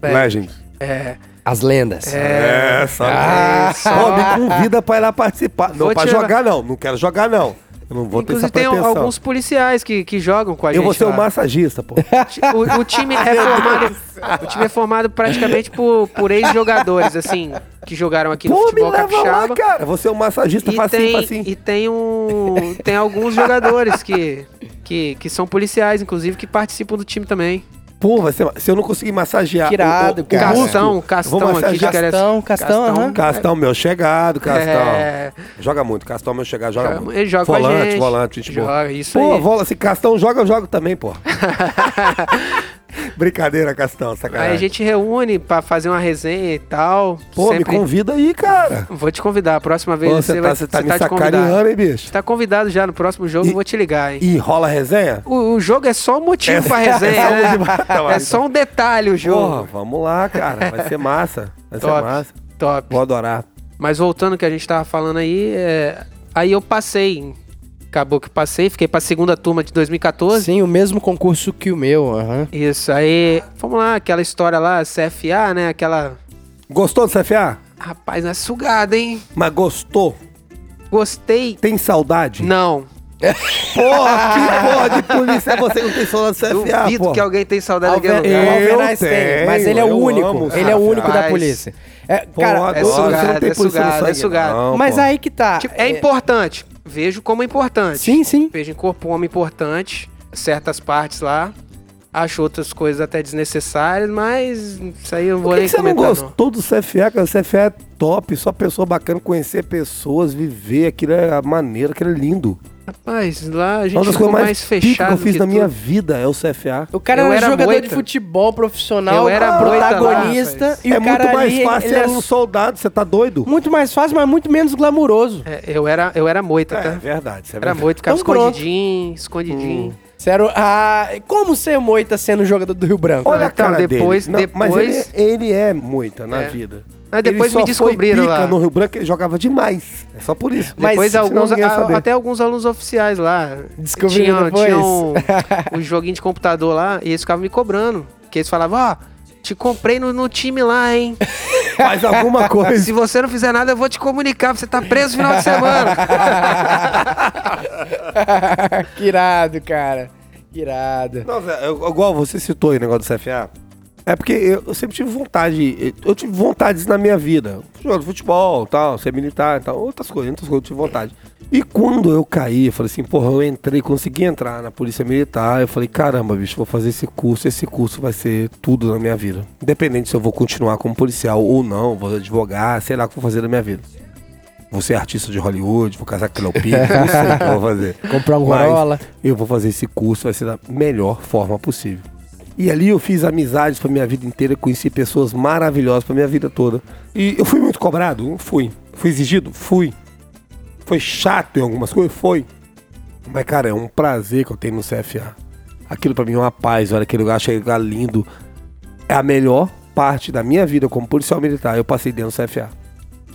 [SPEAKER 3] É,
[SPEAKER 1] Legend.
[SPEAKER 3] É.
[SPEAKER 2] As lendas.
[SPEAKER 1] É, sabe?
[SPEAKER 3] Ah,
[SPEAKER 1] só me convida pra ir lá participar. Não,
[SPEAKER 3] Vou
[SPEAKER 1] pra
[SPEAKER 3] te
[SPEAKER 1] jogar não. Não quero jogar não. Eu não vou
[SPEAKER 3] Inclusive
[SPEAKER 1] ter
[SPEAKER 3] tem
[SPEAKER 1] essa pretensão.
[SPEAKER 3] alguns policiais que, que jogam com a gente.
[SPEAKER 1] Eu vou ser o
[SPEAKER 3] lá.
[SPEAKER 1] massagista, pô.
[SPEAKER 3] O, o time é formado, o time é formado praticamente por, por ex-jogadores, assim, que jogaram aqui no
[SPEAKER 1] Pô, me
[SPEAKER 3] futebol
[SPEAKER 1] leva
[SPEAKER 3] capixaba.
[SPEAKER 1] lá, cara. Eu Vou ser o massagista, assim,
[SPEAKER 3] E
[SPEAKER 1] facinho,
[SPEAKER 3] tem,
[SPEAKER 1] facinho.
[SPEAKER 3] e tem um. Tem alguns jogadores que, que, que são policiais, inclusive, que participam do time também.
[SPEAKER 1] Pô, vai ser, ma- se eu não conseguir massagear...
[SPEAKER 2] Que irado, cara.
[SPEAKER 1] músculo,
[SPEAKER 3] Castão,
[SPEAKER 1] eu
[SPEAKER 3] Castão
[SPEAKER 1] vou
[SPEAKER 3] aqui,
[SPEAKER 1] massagear-
[SPEAKER 3] cara.
[SPEAKER 2] Castão, Castão,
[SPEAKER 3] Castão.
[SPEAKER 2] aham.
[SPEAKER 1] Castão, meu chegado, Castão.
[SPEAKER 3] É.
[SPEAKER 1] Joga muito, Castão, meu chegado, joga
[SPEAKER 3] Joga-
[SPEAKER 1] muito.
[SPEAKER 3] ele joga com a
[SPEAKER 1] volante,
[SPEAKER 3] gente.
[SPEAKER 1] Volante, gente boa.
[SPEAKER 3] Joga, isso
[SPEAKER 1] pô,
[SPEAKER 3] aí.
[SPEAKER 1] vola, se Castão joga, eu jogo também, pô. Brincadeira, Castão, sacanagem.
[SPEAKER 3] Aí a gente reúne pra fazer uma resenha e tal.
[SPEAKER 1] Pô, me convida aí, cara.
[SPEAKER 3] Vou te convidar. A próxima vez
[SPEAKER 1] Pô,
[SPEAKER 3] você,
[SPEAKER 1] você
[SPEAKER 3] vai
[SPEAKER 1] tá, você tá
[SPEAKER 3] você
[SPEAKER 1] me
[SPEAKER 3] tá te
[SPEAKER 1] sacaneando,
[SPEAKER 3] convidado.
[SPEAKER 1] hein, bicho?
[SPEAKER 3] Você tá convidado já no próximo jogo,
[SPEAKER 1] E-
[SPEAKER 3] eu vou te ligar, hein?
[SPEAKER 1] E rola resenha?
[SPEAKER 3] O, o jogo é só o motivo pra resenha.
[SPEAKER 1] é só
[SPEAKER 3] né?
[SPEAKER 1] um motivo. Tá,
[SPEAKER 3] é
[SPEAKER 1] mas-
[SPEAKER 3] só um detalhe o
[SPEAKER 1] Porra,
[SPEAKER 3] jogo.
[SPEAKER 1] vamos lá, cara. Vai ser massa. Vai ser
[SPEAKER 3] Top.
[SPEAKER 1] é massa.
[SPEAKER 3] Top.
[SPEAKER 1] Vou adorar.
[SPEAKER 3] Mas voltando ao que a gente tava falando aí, é, aí eu passei. Acabou que eu passei, fiquei pra segunda turma de 2014.
[SPEAKER 2] Sim, o mesmo concurso que o meu, aham.
[SPEAKER 3] Isso, aí, vamos lá, aquela história lá, CFA, né? Aquela.
[SPEAKER 1] Gostou do CFA?
[SPEAKER 3] Rapaz, não é sugada, hein?
[SPEAKER 1] Mas gostou?
[SPEAKER 3] Gostei.
[SPEAKER 1] Tem saudade?
[SPEAKER 3] Não.
[SPEAKER 1] Porra, que porra de polícia é você que não tem saudade do CFA,
[SPEAKER 3] Duvido
[SPEAKER 1] porra.
[SPEAKER 3] que alguém tem saudade
[SPEAKER 2] Alver-
[SPEAKER 3] daquele lugar.
[SPEAKER 1] Eu
[SPEAKER 2] Alvernais
[SPEAKER 1] tenho,
[SPEAKER 2] mas ele é o
[SPEAKER 1] eu
[SPEAKER 2] único.
[SPEAKER 1] amo,
[SPEAKER 2] Ele é
[SPEAKER 1] cara.
[SPEAKER 2] o único da
[SPEAKER 3] Mas-
[SPEAKER 2] polícia. É,
[SPEAKER 1] Porra,
[SPEAKER 2] cara,
[SPEAKER 1] adoro,
[SPEAKER 3] é sugado,
[SPEAKER 1] você não tem
[SPEAKER 3] é
[SPEAKER 1] polícia no
[SPEAKER 3] sugado,
[SPEAKER 1] sangue,
[SPEAKER 3] é sugado.
[SPEAKER 1] não,
[SPEAKER 2] mas
[SPEAKER 1] pô.
[SPEAKER 2] aí que tá.
[SPEAKER 3] Tipo, é importante. Vejo como importante.
[SPEAKER 2] Sim, sim.
[SPEAKER 3] Vejo em corpo um homem importante, certas partes lá. Acho outras coisas até desnecessárias, mas isso aí eu não vou
[SPEAKER 1] Por que,
[SPEAKER 3] nem
[SPEAKER 1] que você não
[SPEAKER 3] comentar,
[SPEAKER 1] gostou do CFA, cara? O CFA é top, só pessoa bacana, conhecer pessoas, viver, aquilo é maneiro, aquilo é lindo.
[SPEAKER 3] Rapaz, lá a
[SPEAKER 1] Uma
[SPEAKER 3] gente
[SPEAKER 1] das
[SPEAKER 3] ficou
[SPEAKER 1] coisas
[SPEAKER 3] mais
[SPEAKER 1] mais pica que
[SPEAKER 3] fechado
[SPEAKER 1] eu fiz
[SPEAKER 3] que
[SPEAKER 1] na minha
[SPEAKER 3] tudo.
[SPEAKER 1] vida é o CFA.
[SPEAKER 2] O cara
[SPEAKER 3] Eu
[SPEAKER 2] era
[SPEAKER 3] era
[SPEAKER 2] jogador
[SPEAKER 3] moita.
[SPEAKER 2] de futebol profissional,
[SPEAKER 3] Eu era moita lá,
[SPEAKER 2] protagonista,
[SPEAKER 3] rapaz.
[SPEAKER 2] e
[SPEAKER 1] é
[SPEAKER 2] o cara
[SPEAKER 1] muito mais
[SPEAKER 2] ali,
[SPEAKER 1] fácil
[SPEAKER 2] ele
[SPEAKER 1] ser
[SPEAKER 2] é
[SPEAKER 1] um soldado, você tá doido?
[SPEAKER 2] muito mais fácil, mas muito menos glamuroso.
[SPEAKER 3] É, eu era, eu era moita, tá?
[SPEAKER 1] verdade, Hum. isso é
[SPEAKER 3] Era moita, ficava
[SPEAKER 2] Então pronto.
[SPEAKER 3] escondidinho, escondidinho.
[SPEAKER 2] Sério, ah, como ser moita sendo jogador do Rio Branco?
[SPEAKER 1] Olha a
[SPEAKER 3] Então,
[SPEAKER 1] cara
[SPEAKER 3] depois-
[SPEAKER 1] dele. Não,
[SPEAKER 3] depois-
[SPEAKER 1] Mas ele, ele é muita na
[SPEAKER 3] É.
[SPEAKER 1] vida.
[SPEAKER 3] Mas depois
[SPEAKER 1] ele
[SPEAKER 3] me
[SPEAKER 1] só foi
[SPEAKER 3] descobriram
[SPEAKER 1] pica
[SPEAKER 3] lá.
[SPEAKER 1] no Rio Branco, ele jogava demais. É só por isso.
[SPEAKER 2] Mas
[SPEAKER 3] Depois
[SPEAKER 1] senão
[SPEAKER 3] alguns,
[SPEAKER 1] ninguém ia
[SPEAKER 3] a-
[SPEAKER 1] saber.
[SPEAKER 3] até alguns alunos oficiais lá
[SPEAKER 2] Descobriram
[SPEAKER 3] tinham,
[SPEAKER 2] depois?
[SPEAKER 3] tinham um, um joguinho de computador lá e eles ficavam me cobrando. Que eles falavam, ó, te comprei no, no time lá, hein?
[SPEAKER 1] Faz alguma
[SPEAKER 3] Se
[SPEAKER 1] coisa.
[SPEAKER 3] você não fizer nada, eu vou te comunicar, você tá preso no final de semana.
[SPEAKER 2] que irado, cara. Que Irado.
[SPEAKER 1] Não, Zé, eu- igual você citou aí o negócio do CFA. É porque eu, eu sempre tive vontade, eu tive vontades na minha vida. Jogando futebol, tal, ser militar e tal, outras coisas, outras coisas, eu tive vontade. E quando eu caí, eu falei assim, porra, eu entrei, consegui entrar na Polícia Militar, eu falei, caramba, bicho, vou fazer esse curso, esse curso vai ser tudo na minha vida. Independente se eu vou continuar como policial ou não, vou advogar, sei lá o que eu vou fazer na minha vida. Vou ser artista de Hollywood, vou casar com Cleo Pires, não sei o que eu vou fazer.
[SPEAKER 2] Comprar um
[SPEAKER 1] Mas
[SPEAKER 2] Corolla.
[SPEAKER 1] Eu vou fazer esse curso, vai ser da melhor forma possível. E ali eu fiz amizades pra minha vida inteira, conheci pessoas maravilhosas pra minha vida toda. E eu fui muito cobrado? Fui. Fui exigido? Fui. Foi chato em algumas coisas? Foi. Mas, cara, é um prazer que eu tenho no CFA. Aquilo pra mim é uma paz, olha, aquele lugar, achei lugar lindo. É a melhor parte da minha vida como policial militar. Eu passei dentro do CFA.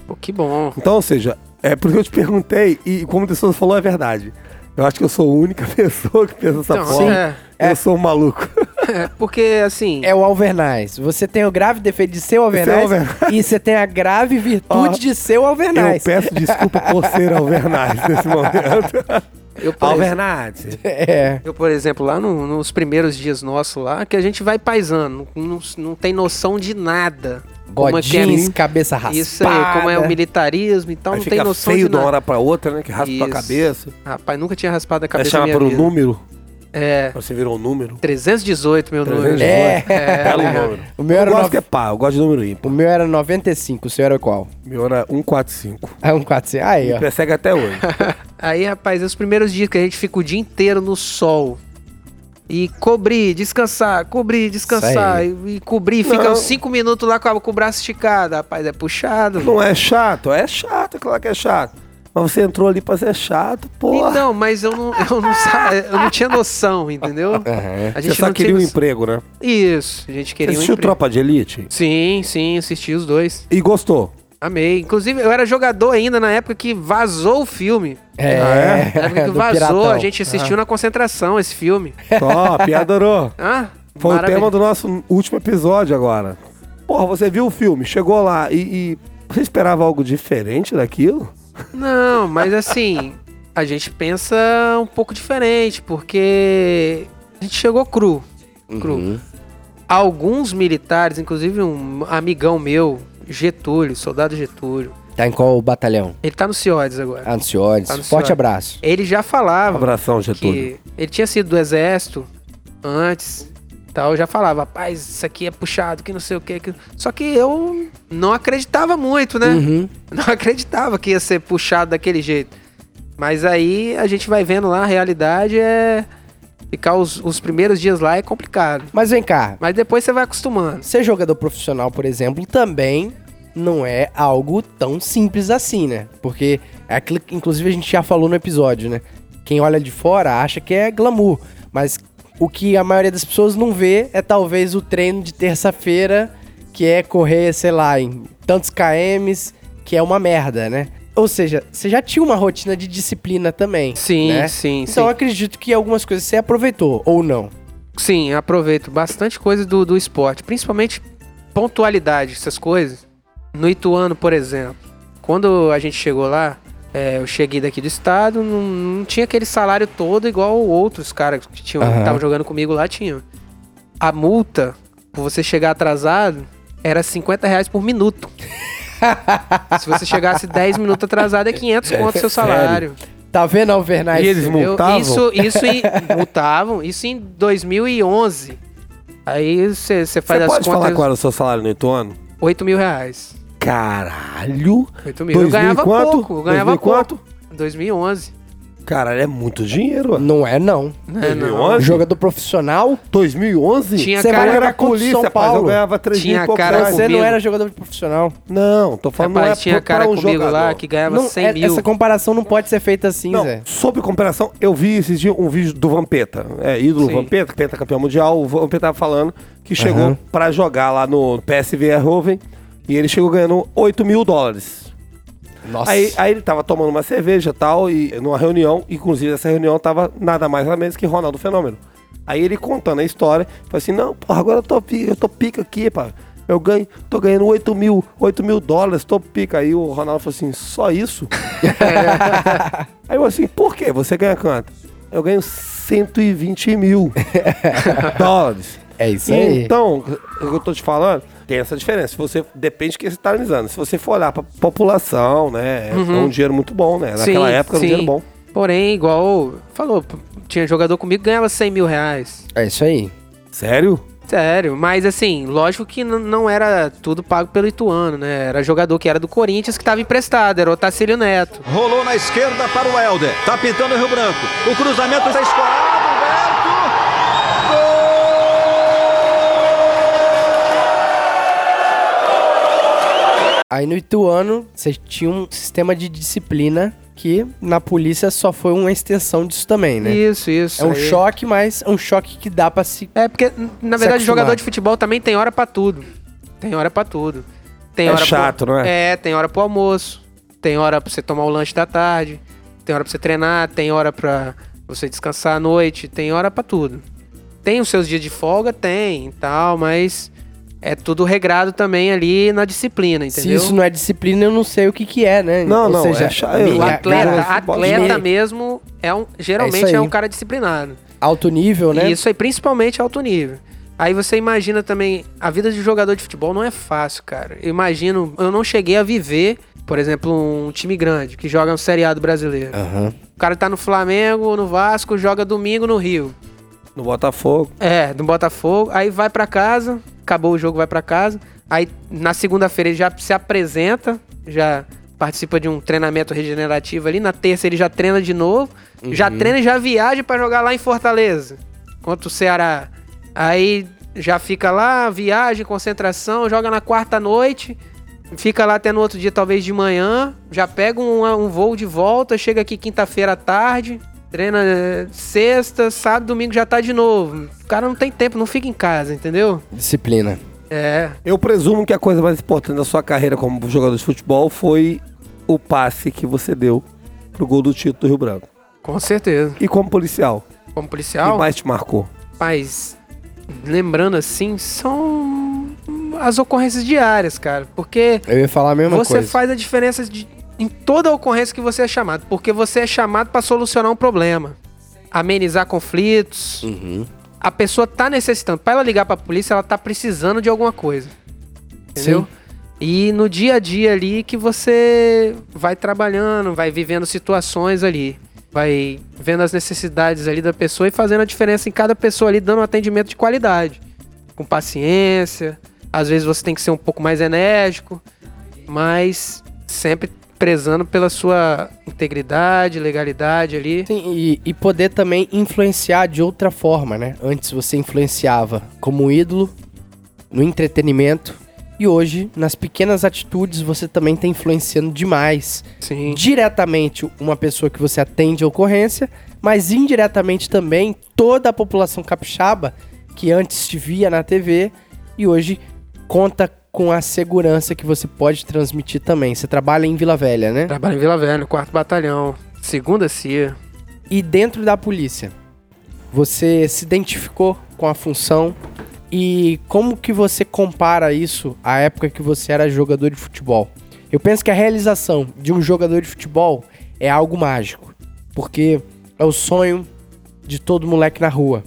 [SPEAKER 3] Pô, que bom.
[SPEAKER 1] Então, ou seja, é porque eu te perguntei e como a pessoa falou, é verdade. Eu acho que eu sou a única pessoa que pensa essa
[SPEAKER 3] Não,
[SPEAKER 1] forma.
[SPEAKER 3] é.
[SPEAKER 1] Eu sou um maluco.
[SPEAKER 3] É, porque, assim,
[SPEAKER 2] É o Alvernais. Você tem o grave defeito de ser o Alvernais
[SPEAKER 1] Alvernais.
[SPEAKER 2] e você tem a grave virtude
[SPEAKER 1] Ó,
[SPEAKER 2] de ser o Alvernais.
[SPEAKER 1] Eu peço desculpa por ser Alvernaz nesse momento.
[SPEAKER 3] eu, por, ex-
[SPEAKER 1] Alvernaz.
[SPEAKER 2] É.
[SPEAKER 3] eu, por exemplo, lá no- nos primeiros dias nossos lá, que a gente vai paisando, não, não tem noção de nada. Como é que é-
[SPEAKER 2] Godins, cabeça raspada.
[SPEAKER 3] Isso aí, como é o militarismo e tal,
[SPEAKER 1] Aí
[SPEAKER 3] não
[SPEAKER 1] fica
[SPEAKER 3] tem noção
[SPEAKER 1] feio
[SPEAKER 3] de
[SPEAKER 1] de uma
[SPEAKER 3] nada.
[SPEAKER 1] hora pra outra, né? Que raspa tua
[SPEAKER 3] Isso.
[SPEAKER 1] cabeça.
[SPEAKER 3] Rapaz, nunca tinha raspado a
[SPEAKER 1] Aí
[SPEAKER 3] cabeça
[SPEAKER 1] chama
[SPEAKER 3] na minha
[SPEAKER 1] por um
[SPEAKER 3] vida.
[SPEAKER 1] número.
[SPEAKER 3] É,
[SPEAKER 1] Você virou um número.
[SPEAKER 3] 318 meu número.
[SPEAKER 1] 318.
[SPEAKER 2] É.
[SPEAKER 1] Belo número.
[SPEAKER 2] O meu
[SPEAKER 1] eu
[SPEAKER 2] era
[SPEAKER 1] gosto
[SPEAKER 2] nove-
[SPEAKER 1] que é pá, eu gosto de número ímpar.
[SPEAKER 2] O meu era 95, o seu era qual?
[SPEAKER 1] Meu era 145.
[SPEAKER 2] Ah, um 400. Aí, ó.
[SPEAKER 1] Me persegue até hoje.
[SPEAKER 3] É. Aí, rapaz, os primeiros dias que a gente fica o dia inteiro no sol. E cobrir, descansar, cobrir, descansar. E, e cobrir, fica
[SPEAKER 1] Não.
[SPEAKER 3] uns 5 minutos lá com, a- com o braço esticado. Rapaz, é puxado. velho.
[SPEAKER 1] Não é chato? É chato, é claro que é chato. Mas você entrou ali pra ser chato, porra.
[SPEAKER 3] Então, mas eu não, eu, não sa- eu não tinha noção, entendeu? A
[SPEAKER 1] Você só
[SPEAKER 3] não
[SPEAKER 1] queria um
[SPEAKER 3] tinha
[SPEAKER 1] emprego, né?
[SPEAKER 3] noção. Isso, a gente
[SPEAKER 1] Você
[SPEAKER 3] queria um
[SPEAKER 1] assistiu
[SPEAKER 3] emprego.
[SPEAKER 1] Tropa de Elite?
[SPEAKER 3] Sim, sim, assisti os dois.
[SPEAKER 1] E gostou?
[SPEAKER 3] Amei. Inclusive, eu era jogador ainda na época que vazou o filme.
[SPEAKER 2] É,
[SPEAKER 3] Ah, Na época que
[SPEAKER 2] do
[SPEAKER 3] vazou,
[SPEAKER 2] Piratão. Ah.
[SPEAKER 3] a gente assistiu na concentração esse filme.
[SPEAKER 1] Top, adorou.
[SPEAKER 3] Ah,
[SPEAKER 2] um
[SPEAKER 1] Foi o
[SPEAKER 3] maravilha.
[SPEAKER 1] tema do nosso último episódio agora. Porra, você viu o filme, chegou lá e, e você esperava algo diferente daquilo?
[SPEAKER 3] Não, mas assim, a gente pensa um pouco diferente, porque a gente chegou cru. Cru.
[SPEAKER 2] Uhum.
[SPEAKER 3] Alguns militares, inclusive um amigão meu, Getúlio, soldado Getúlio,
[SPEAKER 2] Tá em qual batalhão?
[SPEAKER 3] ele tá no CIODES
[SPEAKER 2] Ah.
[SPEAKER 3] agora.
[SPEAKER 2] Ansiones.
[SPEAKER 3] Tá no
[SPEAKER 2] Forte
[SPEAKER 3] Ciodes.
[SPEAKER 2] abraço.
[SPEAKER 3] Ele já falava
[SPEAKER 1] Um Abração,
[SPEAKER 2] É
[SPEAKER 1] Getúlio.
[SPEAKER 3] que ele tinha sido do exército antes, tal, já falava, rapaz, isso aqui é puxado, que não sei o quê, que... Só que eu não acreditava muito, né?
[SPEAKER 2] Uhum.
[SPEAKER 3] Não acreditava que ia ser puxado daquele jeito. Mas aí a gente vai vendo lá, a realidade é ficar os, os primeiros dias lá é complicado.
[SPEAKER 2] Mas vem cá,
[SPEAKER 3] Mas depois você vai acostumando.
[SPEAKER 2] ser jogador profissional, por exemplo, também não é algo tão simples assim, né? Porque é aquilo que, inclusive, a gente já falou no episódio, né? Quem olha de fora acha que é glamour, mas o que a maioria das pessoas não vê é talvez o treino de terça-feira, que é correr, sei lá, em tantos KMs, que é uma merda, né? Ou seja, você já tinha uma rotina de disciplina também.
[SPEAKER 3] Sim,
[SPEAKER 2] né?
[SPEAKER 3] sim,
[SPEAKER 2] Então eu acredito que algumas coisas você aproveitou, ou não.
[SPEAKER 3] Sim, aproveito bastante coisa do, do esporte, principalmente pontualidade, essas coisas. No Ituano, por exemplo, quando a gente chegou lá, é, eu cheguei daqui do estado, não, não tinha aquele salário todo igual outros caras que tinham, que
[SPEAKER 2] Aham.
[SPEAKER 3] estavam jogando comigo lá tinham. A multa, por você chegar atrasado, era 50 reais por minuto. Se você chegasse 10 minutos atrasado, é 500 conto seu salário.
[SPEAKER 2] Tá vendo, Alvernais?
[SPEAKER 1] E eles
[SPEAKER 3] Entendeu?
[SPEAKER 1] multavam?
[SPEAKER 3] Isso, isso em, multavam, isso em 2011. Aí você faz
[SPEAKER 1] Você
[SPEAKER 3] as
[SPEAKER 1] pode falar
[SPEAKER 3] contas,
[SPEAKER 1] qual era o seu salário no outono?
[SPEAKER 3] 8 mil reais.
[SPEAKER 1] Caralho!
[SPEAKER 3] 8 mil.
[SPEAKER 1] 2000
[SPEAKER 3] Eu ganhava
[SPEAKER 1] e quanto?
[SPEAKER 3] pouco, eu
[SPEAKER 1] 2000
[SPEAKER 3] ganhava
[SPEAKER 1] e quanto?
[SPEAKER 3] pouco. 2011.
[SPEAKER 1] Caralho, é muito dinheiro, ué.
[SPEAKER 2] Não é, não.
[SPEAKER 3] É, não.
[SPEAKER 1] 2011?
[SPEAKER 2] Jogador profissional?
[SPEAKER 1] 2011?
[SPEAKER 3] Tinha
[SPEAKER 1] Você
[SPEAKER 3] cara-
[SPEAKER 1] vai
[SPEAKER 2] era
[SPEAKER 1] jogar
[SPEAKER 2] contra o
[SPEAKER 1] polícia,
[SPEAKER 2] São
[SPEAKER 1] rapaz. Eu
[SPEAKER 2] Paulo.
[SPEAKER 1] ganhava 3
[SPEAKER 3] Tinha
[SPEAKER 1] mil e pouco
[SPEAKER 3] cara-
[SPEAKER 1] reais.
[SPEAKER 2] Você
[SPEAKER 3] comigo.
[SPEAKER 2] não era jogador profissional.
[SPEAKER 1] Não, tô falando
[SPEAKER 3] Rapaz,
[SPEAKER 1] não é
[SPEAKER 3] tinha
[SPEAKER 1] pro-
[SPEAKER 3] cara
[SPEAKER 1] pra um
[SPEAKER 3] comigo lá
[SPEAKER 1] jogador.
[SPEAKER 3] que ganhava
[SPEAKER 2] Não,
[SPEAKER 3] 100
[SPEAKER 2] é-
[SPEAKER 3] mil.
[SPEAKER 2] Essa comparação não pode ser feita assim,
[SPEAKER 1] Não,
[SPEAKER 2] Zé.
[SPEAKER 1] sobre comparação, eu vi esses dias um vídeo do Vampeta, é, ídolo
[SPEAKER 3] Sim.
[SPEAKER 1] Vampeta, que tenta campeão mundial, o Vampeta tava falando que chegou pra jogar lá no PSV Eindhoven e ele chegou ganhando 8 mil dólares.
[SPEAKER 2] Nossa.
[SPEAKER 1] Aí, aí ele tava tomando uma cerveja tal, e numa reunião, e, inclusive essa reunião tava nada mais nada menos que Ronaldo Fenômeno. Aí ele contando a história, falou assim, não, porra, agora eu tô, pi- eu tô pica aqui, pá. Eu ganho, tô ganhando 8 mil, 8 mil dólares, tô pica. Aí o É. Ronaldo falou assim, só isso? Aí eu assim, por quê? Você ganha quanto? eu ganho 120 mil dólares.
[SPEAKER 2] É isso aí.
[SPEAKER 1] Então, o que eu tô te falando, tem essa diferença. Se você depende de quem você tá analisando. Se você for olhar pra população, né, é
[SPEAKER 2] Uhum.
[SPEAKER 1] um dinheiro muito bom, né? Naquela
[SPEAKER 3] Sim,
[SPEAKER 1] época era
[SPEAKER 3] sim.
[SPEAKER 1] um dinheiro bom.
[SPEAKER 3] Porém, igual falou, p- tinha jogador comigo que ganhava 100 mil reais.
[SPEAKER 2] É isso aí.
[SPEAKER 1] Sério?
[SPEAKER 3] Sério, mas assim, lógico que n- não era tudo pago pelo Ituano, né? Era jogador que era do Corinthians que tava emprestado, era o Otacílio Neto.
[SPEAKER 6] Rolou na esquerda para o Helder. Tá pintando o Rio Branco. O cruzamento tá está escorado. Humberto.
[SPEAKER 2] Aí no Ituano, você tinha um sistema de disciplina que na polícia só foi uma extensão disso também, né?
[SPEAKER 3] Isso, isso.
[SPEAKER 2] é um
[SPEAKER 3] aí.
[SPEAKER 2] choque, mas é um choque que dá pra se.
[SPEAKER 3] É porque, n- na
[SPEAKER 2] Se
[SPEAKER 3] verdade,
[SPEAKER 2] acostumar.
[SPEAKER 3] jogador de futebol também tem hora pra tudo. Tem hora pra tudo. Tem
[SPEAKER 1] É
[SPEAKER 3] hora pro-
[SPEAKER 1] chato, não é?
[SPEAKER 3] É, tem hora pro almoço, tem hora pra você tomar o lanche da tarde, tem hora pra você treinar, tem hora pra você descansar à noite, tem hora pra tudo. Tem os seus dias de folga? Tem e tal, mas é tudo regrado também ali na disciplina, entendeu?
[SPEAKER 2] Se isso não é disciplina, eu não sei o que que é, né?
[SPEAKER 1] Não,
[SPEAKER 2] Ou
[SPEAKER 1] não,
[SPEAKER 2] seja,
[SPEAKER 1] é chato. Eu-
[SPEAKER 3] O
[SPEAKER 2] mira-
[SPEAKER 3] atleta,
[SPEAKER 1] Cara, futebol-
[SPEAKER 3] atleta
[SPEAKER 2] mira-
[SPEAKER 3] mesmo, é
[SPEAKER 2] É
[SPEAKER 3] um,
[SPEAKER 2] isso
[SPEAKER 3] geralmente
[SPEAKER 2] aí.
[SPEAKER 3] é um cara disciplinado.
[SPEAKER 2] alto nível, né?
[SPEAKER 3] E isso aí, principalmente alto nível. Aí você imagina também, a vida de jogador de futebol não é fácil, cara. Eu imagino, eu não cheguei a viver, por exemplo, um time grande que joga no Série A do brasileiro.
[SPEAKER 2] Aham.
[SPEAKER 3] O cara tá no Flamengo, no Vasco, joga domingo no Rio.
[SPEAKER 1] No Botafogo.
[SPEAKER 3] É, no Botafogo. Aí vai pra casa, acabou o jogo, vai pra casa. Aí na segunda-feira ele já se apresenta, já participa de um treinamento regenerativo ali. Na terça ele já treina de novo, já treina e já viaja pra jogar lá em Fortaleza, contra o Ceará. Aí já fica lá, viagem, concentração, joga na quarta noite. Fica lá até no outro dia, talvez de manhã. Já pega um, um voo de volta, chega aqui quinta-feira à tarde. Treina eh, sexta, sábado, domingo já tá de novo. O cara não tem tempo, não fica em casa, entendeu?
[SPEAKER 2] Disciplina.
[SPEAKER 3] É.
[SPEAKER 1] Eu presumo que a coisa mais importante da sua carreira como jogador de futebol foi o passe que você deu pro gol do título do Rio Branco.
[SPEAKER 3] Com certeza.
[SPEAKER 1] E como policial,
[SPEAKER 3] Como
[SPEAKER 1] o
[SPEAKER 3] policial,
[SPEAKER 1] que mais te marcou?
[SPEAKER 3] mas lembrando assim, são as ocorrências diárias, cara. Porque
[SPEAKER 2] Eu ia falar a mesma
[SPEAKER 3] você
[SPEAKER 2] coisa.
[SPEAKER 3] faz a diferença de- em toda ocorrência que você é chamado, porque você é chamado pra solucionar um problema, amenizar conflitos.
[SPEAKER 2] Uhum.
[SPEAKER 3] A pessoa tá necessitando, Pra ela ligar pra polícia, ela tá precisando de alguma coisa. Entendeu?
[SPEAKER 2] Sim.
[SPEAKER 3] E no dia a dia ali que você vai trabalhando, vai vivendo situações ali, vai vendo as necessidades ali da pessoa e fazendo a diferença em cada pessoa ali, dando um atendimento de qualidade, com paciência. Às vezes você tem que ser um pouco mais enérgico, mas sempre prezando pela sua integridade, legalidade ali.
[SPEAKER 2] Sim, e, e poder também influenciar de outra forma, né? Antes você influenciava como ídolo, no entretenimento, e hoje, nas pequenas atitudes, você também tá influenciando demais.
[SPEAKER 3] Sim.
[SPEAKER 2] Diretamente uma pessoa que você atende a ocorrência, mas indiretamente também toda a população capixaba que antes te via na TV e hoje conta com a segurança que você pode transmitir também. Você trabalha em Vila Velha, né?
[SPEAKER 3] Trabalho em Vila Velha, quarto batalhão, segunda CIA.
[SPEAKER 2] e dentro da polícia. Você se identificou com a função e como que você compara isso à época que você era jogador de futebol? Eu penso que a realização de um jogador de futebol é algo mágico, porque é o sonho de todo moleque na rua.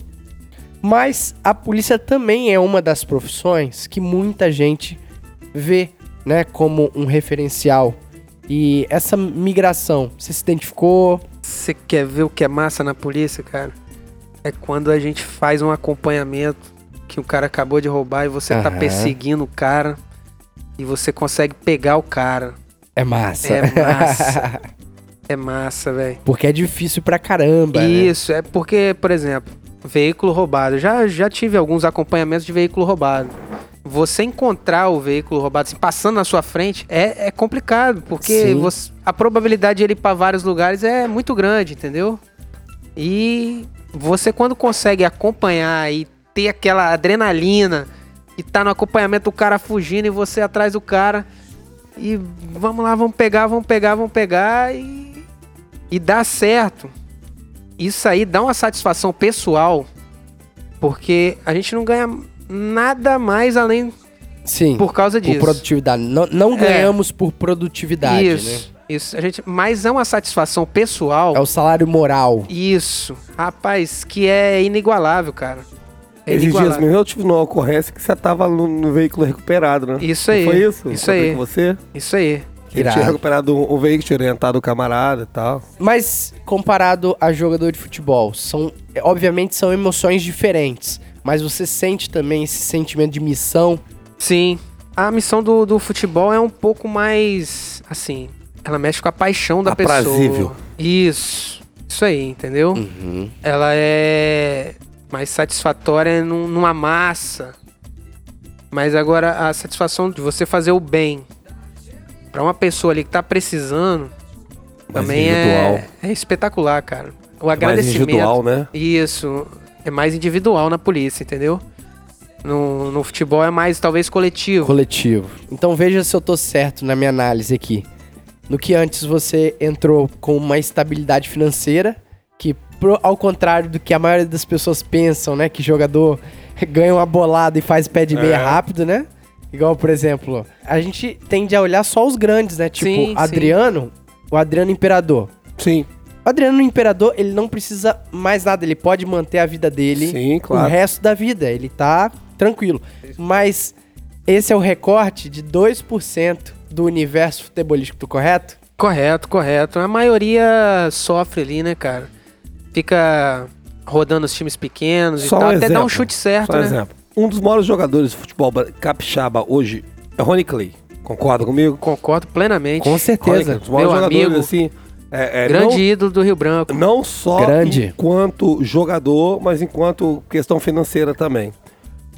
[SPEAKER 2] Mas a polícia também é uma das profissões que muita gente vê, né, como um referencial. E essa migração, você se identificou?
[SPEAKER 3] Você quer ver o que é massa na polícia, cara? É quando a gente faz um acompanhamento que o cara acabou de roubar e você tá
[SPEAKER 2] Aham.
[SPEAKER 3] perseguindo o cara e você consegue pegar o cara.
[SPEAKER 2] É massa.
[SPEAKER 3] É massa. é massa, velho.
[SPEAKER 2] Porque é difícil pra caramba. né?
[SPEAKER 3] Isso, é porque, por exemplo, veículo roubado. Já, já tive alguns acompanhamentos de veículo roubado. Você encontrar o veículo roubado assim, passando na sua frente é, é complicado, porque
[SPEAKER 2] Sim.
[SPEAKER 3] você- a probabilidade de ele ir para vários lugares é muito grande, entendeu? E você, quando consegue acompanhar e ter aquela adrenalina e tá no acompanhamento do cara fugindo e você atrás do cara, e vamos lá, vamos pegar, vamos pegar, vamos pegar e, e dá certo. Isso aí dá uma satisfação pessoal, porque a gente não ganha nada mais além
[SPEAKER 2] Sim. Por,
[SPEAKER 3] por causa disso.
[SPEAKER 2] produtividade. Não, não
[SPEAKER 3] É.
[SPEAKER 2] ganhamos por produtividade,
[SPEAKER 3] Isso.
[SPEAKER 2] né?
[SPEAKER 3] Isso, a gente, mas é uma satisfação pessoal.
[SPEAKER 2] É o salário moral.
[SPEAKER 3] Isso, rapaz, que é inigualável, cara. É
[SPEAKER 1] Esses dias
[SPEAKER 3] inigualável.
[SPEAKER 1] mesmo eu tive uma ocorrência que você tava no, no veículo recuperado, né?
[SPEAKER 3] Isso
[SPEAKER 1] Não
[SPEAKER 3] aí,
[SPEAKER 1] foi isso?
[SPEAKER 3] isso
[SPEAKER 1] Contei
[SPEAKER 3] aí.
[SPEAKER 1] com você?
[SPEAKER 3] Isso aí.
[SPEAKER 1] Que ele tinha
[SPEAKER 2] Irado.
[SPEAKER 1] recuperado um, um veículo, tinha orientado o camarada e tal.
[SPEAKER 2] Mas comparado a jogador de futebol, são é, obviamente são emoções diferentes, mas você sente também esse sentimento de missão.
[SPEAKER 3] Sim. A missão do, do futebol é um pouco mais. Assim, ela mexe com a paixão da
[SPEAKER 1] Aprazível. Uhum.
[SPEAKER 3] pessoa. Isso. Isso aí, entendeu? Ela é mais satisfatória num- numa massa. Mas agora a satisfação de você fazer o bem pra uma pessoa ali que tá precisando
[SPEAKER 1] Mais
[SPEAKER 3] também
[SPEAKER 1] individual. É
[SPEAKER 3] é, é espetacular, cara. O agradecimento.
[SPEAKER 1] individual, né?
[SPEAKER 3] Isso. É mais individual na polícia, entendeu? No, no futebol é mais, talvez, coletivo.
[SPEAKER 2] coletivo. Então veja se eu tô certo na minha análise aqui. No que antes você entrou com uma estabilidade financeira, que pro- ao contrário do que a maioria das pessoas pensam, né, que jogador ganha uma bolada e faz pé de
[SPEAKER 3] É.
[SPEAKER 2] meia rápido, né? Igual, por exemplo, a gente tende a olhar só os grandes, né? Tipo,
[SPEAKER 3] Sim, sim.
[SPEAKER 2] Adriano, o Adriano Imperador.
[SPEAKER 1] Sim.
[SPEAKER 2] O Adriano Imperador, ele não precisa mais nada, ele pode manter a vida dele
[SPEAKER 1] Sim,
[SPEAKER 2] o
[SPEAKER 1] claro.
[SPEAKER 2] resto da vida, ele tá tranquilo. Mas esse é o recorte de 2% do universo futebolístico, tô correto?
[SPEAKER 3] Correto, correto. A maioria sofre ali, né, cara? Fica rodando os times pequenos
[SPEAKER 1] Só
[SPEAKER 3] e tal,
[SPEAKER 1] um
[SPEAKER 3] até dar
[SPEAKER 1] exemplo.
[SPEAKER 3] um chute certo,
[SPEAKER 1] Por
[SPEAKER 3] né?
[SPEAKER 1] exemplo, um dos maiores jogadores de futebol bra- capixaba hoje é Rony Clay. Concorda comigo?
[SPEAKER 3] Concordo plenamente.
[SPEAKER 2] Com
[SPEAKER 1] Rony Clay, um
[SPEAKER 2] certeza.
[SPEAKER 1] dos maiores
[SPEAKER 3] Meu
[SPEAKER 1] jogadores,
[SPEAKER 3] amigo.
[SPEAKER 1] assim. é- é,
[SPEAKER 3] Grande
[SPEAKER 1] não-
[SPEAKER 3] ídolo do Rio Branco.
[SPEAKER 1] Não só
[SPEAKER 2] Grande.
[SPEAKER 1] enquanto jogador, mas enquanto questão financeira também.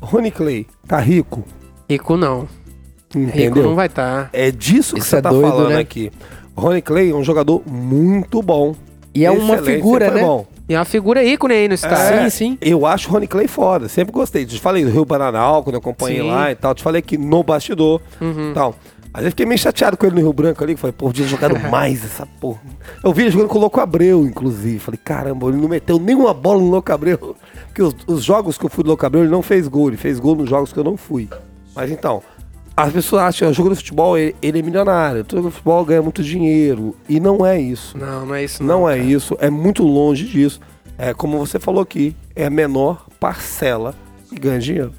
[SPEAKER 1] Rony Clay tá rico,
[SPEAKER 3] Rico não. Rico
[SPEAKER 1] entendeu?
[SPEAKER 3] não vai estar.
[SPEAKER 1] É disso que
[SPEAKER 2] Isso
[SPEAKER 1] você
[SPEAKER 2] é
[SPEAKER 1] tá
[SPEAKER 2] doido,
[SPEAKER 1] falando
[SPEAKER 2] né?
[SPEAKER 1] aqui. Rony Clay é um jogador muito bom.
[SPEAKER 2] E é uma
[SPEAKER 1] Excelente,
[SPEAKER 2] figura,
[SPEAKER 1] sempre
[SPEAKER 2] né?
[SPEAKER 1] foi Bom.
[SPEAKER 3] E é uma figura ícone aí no estado.
[SPEAKER 2] Sim, sim.
[SPEAKER 1] É. Eu acho o Rony Clay foda, sempre gostei. Te falei do Rio Bananal, quando eu acompanhei
[SPEAKER 3] Sim.
[SPEAKER 1] lá e tal. Te falei que no bastidor
[SPEAKER 2] Uhum.
[SPEAKER 1] e tal. Às vezes fiquei meio chateado com ele no Rio Branco ali, que falei, pô, podia jogar mais essa porra. Eu vi ele jogando com o Louco Abreu, inclusive. Falei, caramba, ele não meteu nenhuma bola no Louco Abreu. Porque os, os jogos que eu fui do Louco Abreu, ele não fez gol. Ele fez gol nos jogos que eu não fui. Mas então, as pessoas acham que o jogo do futebol, ele, ele é milionário. Todo jogo do futebol ganha muito dinheiro. E não é isso.
[SPEAKER 3] Não, não é isso não.
[SPEAKER 1] Não é isso, é muito longe disso. É como você falou aqui, é a menor parcela que ganha dinheiro.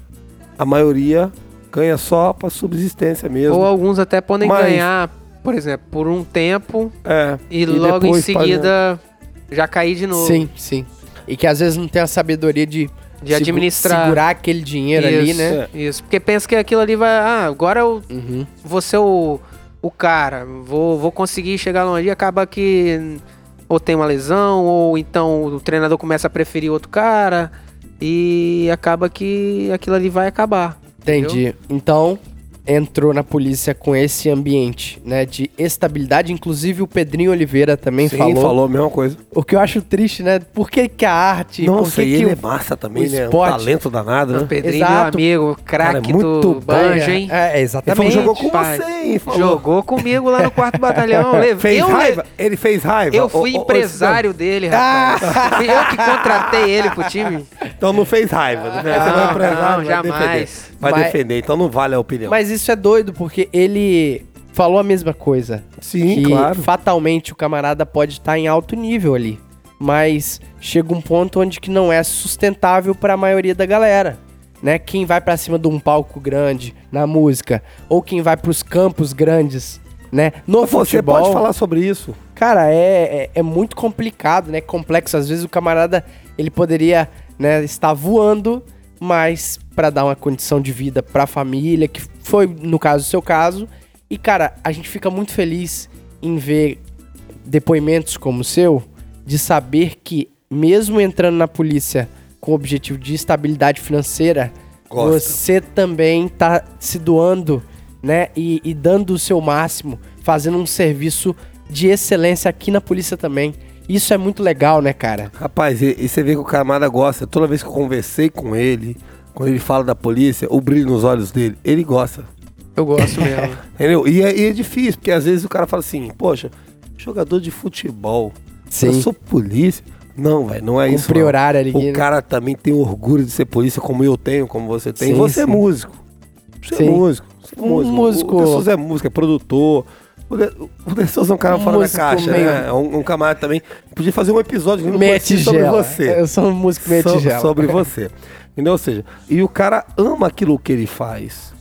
[SPEAKER 1] A maioria ganha só para subsistência mesmo.
[SPEAKER 3] Ou alguns até podem
[SPEAKER 1] Mas-
[SPEAKER 3] ganhar, por exemplo, por um tempo
[SPEAKER 1] é,
[SPEAKER 3] e, logo em
[SPEAKER 1] depois faz-
[SPEAKER 3] seguida já cair de novo.
[SPEAKER 2] Sim, sim. E que às vezes não tem a sabedoria de,
[SPEAKER 3] De
[SPEAKER 2] segu-
[SPEAKER 3] administrar.
[SPEAKER 2] segurar aquele dinheiro ali,
[SPEAKER 3] Isso,
[SPEAKER 1] É.
[SPEAKER 2] né?
[SPEAKER 3] Isso, porque pensa que aquilo ali vai. Ah, agora eu
[SPEAKER 2] Uhum.
[SPEAKER 3] vou ser o, o cara, vou, vou conseguir chegar longe e acaba que ou tem uma lesão, ou então o treinador começa a preferir outro cara e acaba que aquilo ali vai acabar.
[SPEAKER 2] Entendi. Então, entrou na polícia com esse ambiente, né, de estabilidade. Inclusive, o Pedrinho Oliveira também
[SPEAKER 1] Sim, falou.
[SPEAKER 2] falou.
[SPEAKER 1] a mesma coisa.
[SPEAKER 2] O que eu acho triste, né? Por que, que a arte...
[SPEAKER 1] Não
[SPEAKER 2] por que
[SPEAKER 1] sei,
[SPEAKER 2] que
[SPEAKER 1] ele
[SPEAKER 2] o-
[SPEAKER 1] é massa também,
[SPEAKER 2] o
[SPEAKER 1] né? Um
[SPEAKER 2] esporte-
[SPEAKER 1] talento danado,
[SPEAKER 3] O
[SPEAKER 1] né?
[SPEAKER 3] Pedrinho,
[SPEAKER 2] Exato.
[SPEAKER 3] meu amigo,
[SPEAKER 1] Cara,
[SPEAKER 3] craque
[SPEAKER 1] é muito
[SPEAKER 3] do
[SPEAKER 1] bom,
[SPEAKER 3] banjo, hein?
[SPEAKER 2] É,
[SPEAKER 1] Ele
[SPEAKER 2] exatamente.
[SPEAKER 1] falou, jogou com
[SPEAKER 3] pai.
[SPEAKER 1] você, hein? Falou.
[SPEAKER 3] Jogou comigo lá no quarto batalhão. Eu levei-
[SPEAKER 1] É, Fez
[SPEAKER 3] eu, le-
[SPEAKER 1] raiva? Ele fez raiva?
[SPEAKER 3] eu fui
[SPEAKER 1] Ô, ô, ô,
[SPEAKER 3] empresário dele, rapaz. Fui eu que contratei ele pro time.
[SPEAKER 1] Cidão, Então não fez raiva. né? Você
[SPEAKER 3] Não,
[SPEAKER 1] não é empresário,
[SPEAKER 3] Ah, não,
[SPEAKER 1] vai
[SPEAKER 3] jamais.
[SPEAKER 1] defender. Vai
[SPEAKER 2] Mas-
[SPEAKER 1] defender, então não vale a opinião.
[SPEAKER 2] Mas isso é doido, porque ele falou a mesma coisa.
[SPEAKER 1] Sim,
[SPEAKER 2] que
[SPEAKER 1] claro.
[SPEAKER 2] fatalmente o camarada pode estar em alto nível ali. Mas chega um ponto onde que não é sustentável para a maioria da galera. Né? Quem vai para cima de um palco grande na música, ou quem vai para os campos grandes, né? No
[SPEAKER 1] Você
[SPEAKER 2] futebol.
[SPEAKER 1] pode falar sobre isso.
[SPEAKER 2] Cara, é, é, é muito complicado, né? Complexo. Às vezes o camarada, ele poderia né, estar voando, mas pra dar uma condição de vida pra família, que foi, no caso, o seu caso. E, cara, a gente fica muito feliz em ver depoimentos como o seu, de saber que, mesmo entrando na polícia com o objetivo de estabilidade financeira,
[SPEAKER 1] Gosto.
[SPEAKER 2] você também tá se doando, né? E, e dando o seu máximo, fazendo um serviço de excelência aqui na polícia também. Isso é muito legal, né, cara?
[SPEAKER 1] Rapaz, e, e você vê que o camarada gosta. Toda vez que eu conversei com ele, quando ele fala da polícia, o brilho nos olhos dele, ele gosta.
[SPEAKER 3] Eu gosto mesmo.
[SPEAKER 1] Entendeu? E é, e é difícil, porque às vezes o cara fala assim, poxa, jogador de futebol, eu
[SPEAKER 2] Sim.
[SPEAKER 1] sou polícia. Não, velho, não é
[SPEAKER 2] Cumprir
[SPEAKER 1] isso. não.
[SPEAKER 2] horário ali,
[SPEAKER 1] O
[SPEAKER 2] né?
[SPEAKER 1] cara também tem orgulho de ser polícia, como eu tenho, como você tem.
[SPEAKER 2] Sim,
[SPEAKER 1] você é
[SPEAKER 2] sim.
[SPEAKER 1] músico. Você
[SPEAKER 2] Sim.
[SPEAKER 1] é músico. Você é
[SPEAKER 2] Um músico.
[SPEAKER 1] O, o pessoal é músico, é produtor. O De, o De Souza é um cara
[SPEAKER 2] Um
[SPEAKER 1] fora da
[SPEAKER 2] músico
[SPEAKER 1] caixa,
[SPEAKER 2] meio-
[SPEAKER 1] né? É Um, um camarada também. Podia fazer um episódio que eu não
[SPEAKER 2] Meia
[SPEAKER 1] conheci sobre
[SPEAKER 2] tigela.
[SPEAKER 1] você.
[SPEAKER 2] Eu sou um músico meia
[SPEAKER 1] So-
[SPEAKER 2] tigela.
[SPEAKER 1] Sobre você. Entendeu? Ou seja, e o cara ama aquilo que ele faz.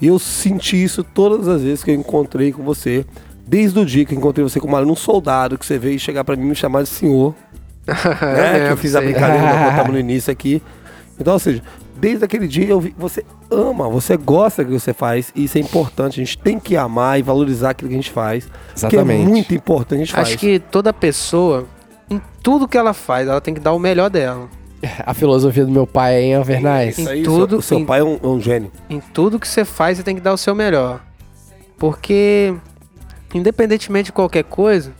[SPEAKER 1] E eu senti isso todas as vezes que eu encontrei com você. Desde o dia que eu encontrei você como um soldado, que você veio chegar pra mim e me chamar de senhor. né? que eu
[SPEAKER 3] lembro,
[SPEAKER 1] fiz a
[SPEAKER 3] É, sei.
[SPEAKER 1] brincadeira que nós contamos no início aqui. Então, ou seja, desde aquele dia eu vi, você ama, você gosta do que você faz, e isso é importante. A gente tem que amar e valorizar aquilo que a gente faz. Que é
[SPEAKER 2] Exatamente.
[SPEAKER 1] muito importante a gente faz.
[SPEAKER 3] Acho que toda pessoa, em tudo que ela faz, ela tem que dar o melhor dela.
[SPEAKER 2] A filosofia do meu pai, é, hein, Avernais?
[SPEAKER 1] É isso aí,
[SPEAKER 3] tudo-
[SPEAKER 1] seu, seu
[SPEAKER 3] em-
[SPEAKER 1] pai é um, é um gênio.
[SPEAKER 3] Em tudo que você faz, você tem que dar o seu melhor. Porque, independentemente de qualquer coisa,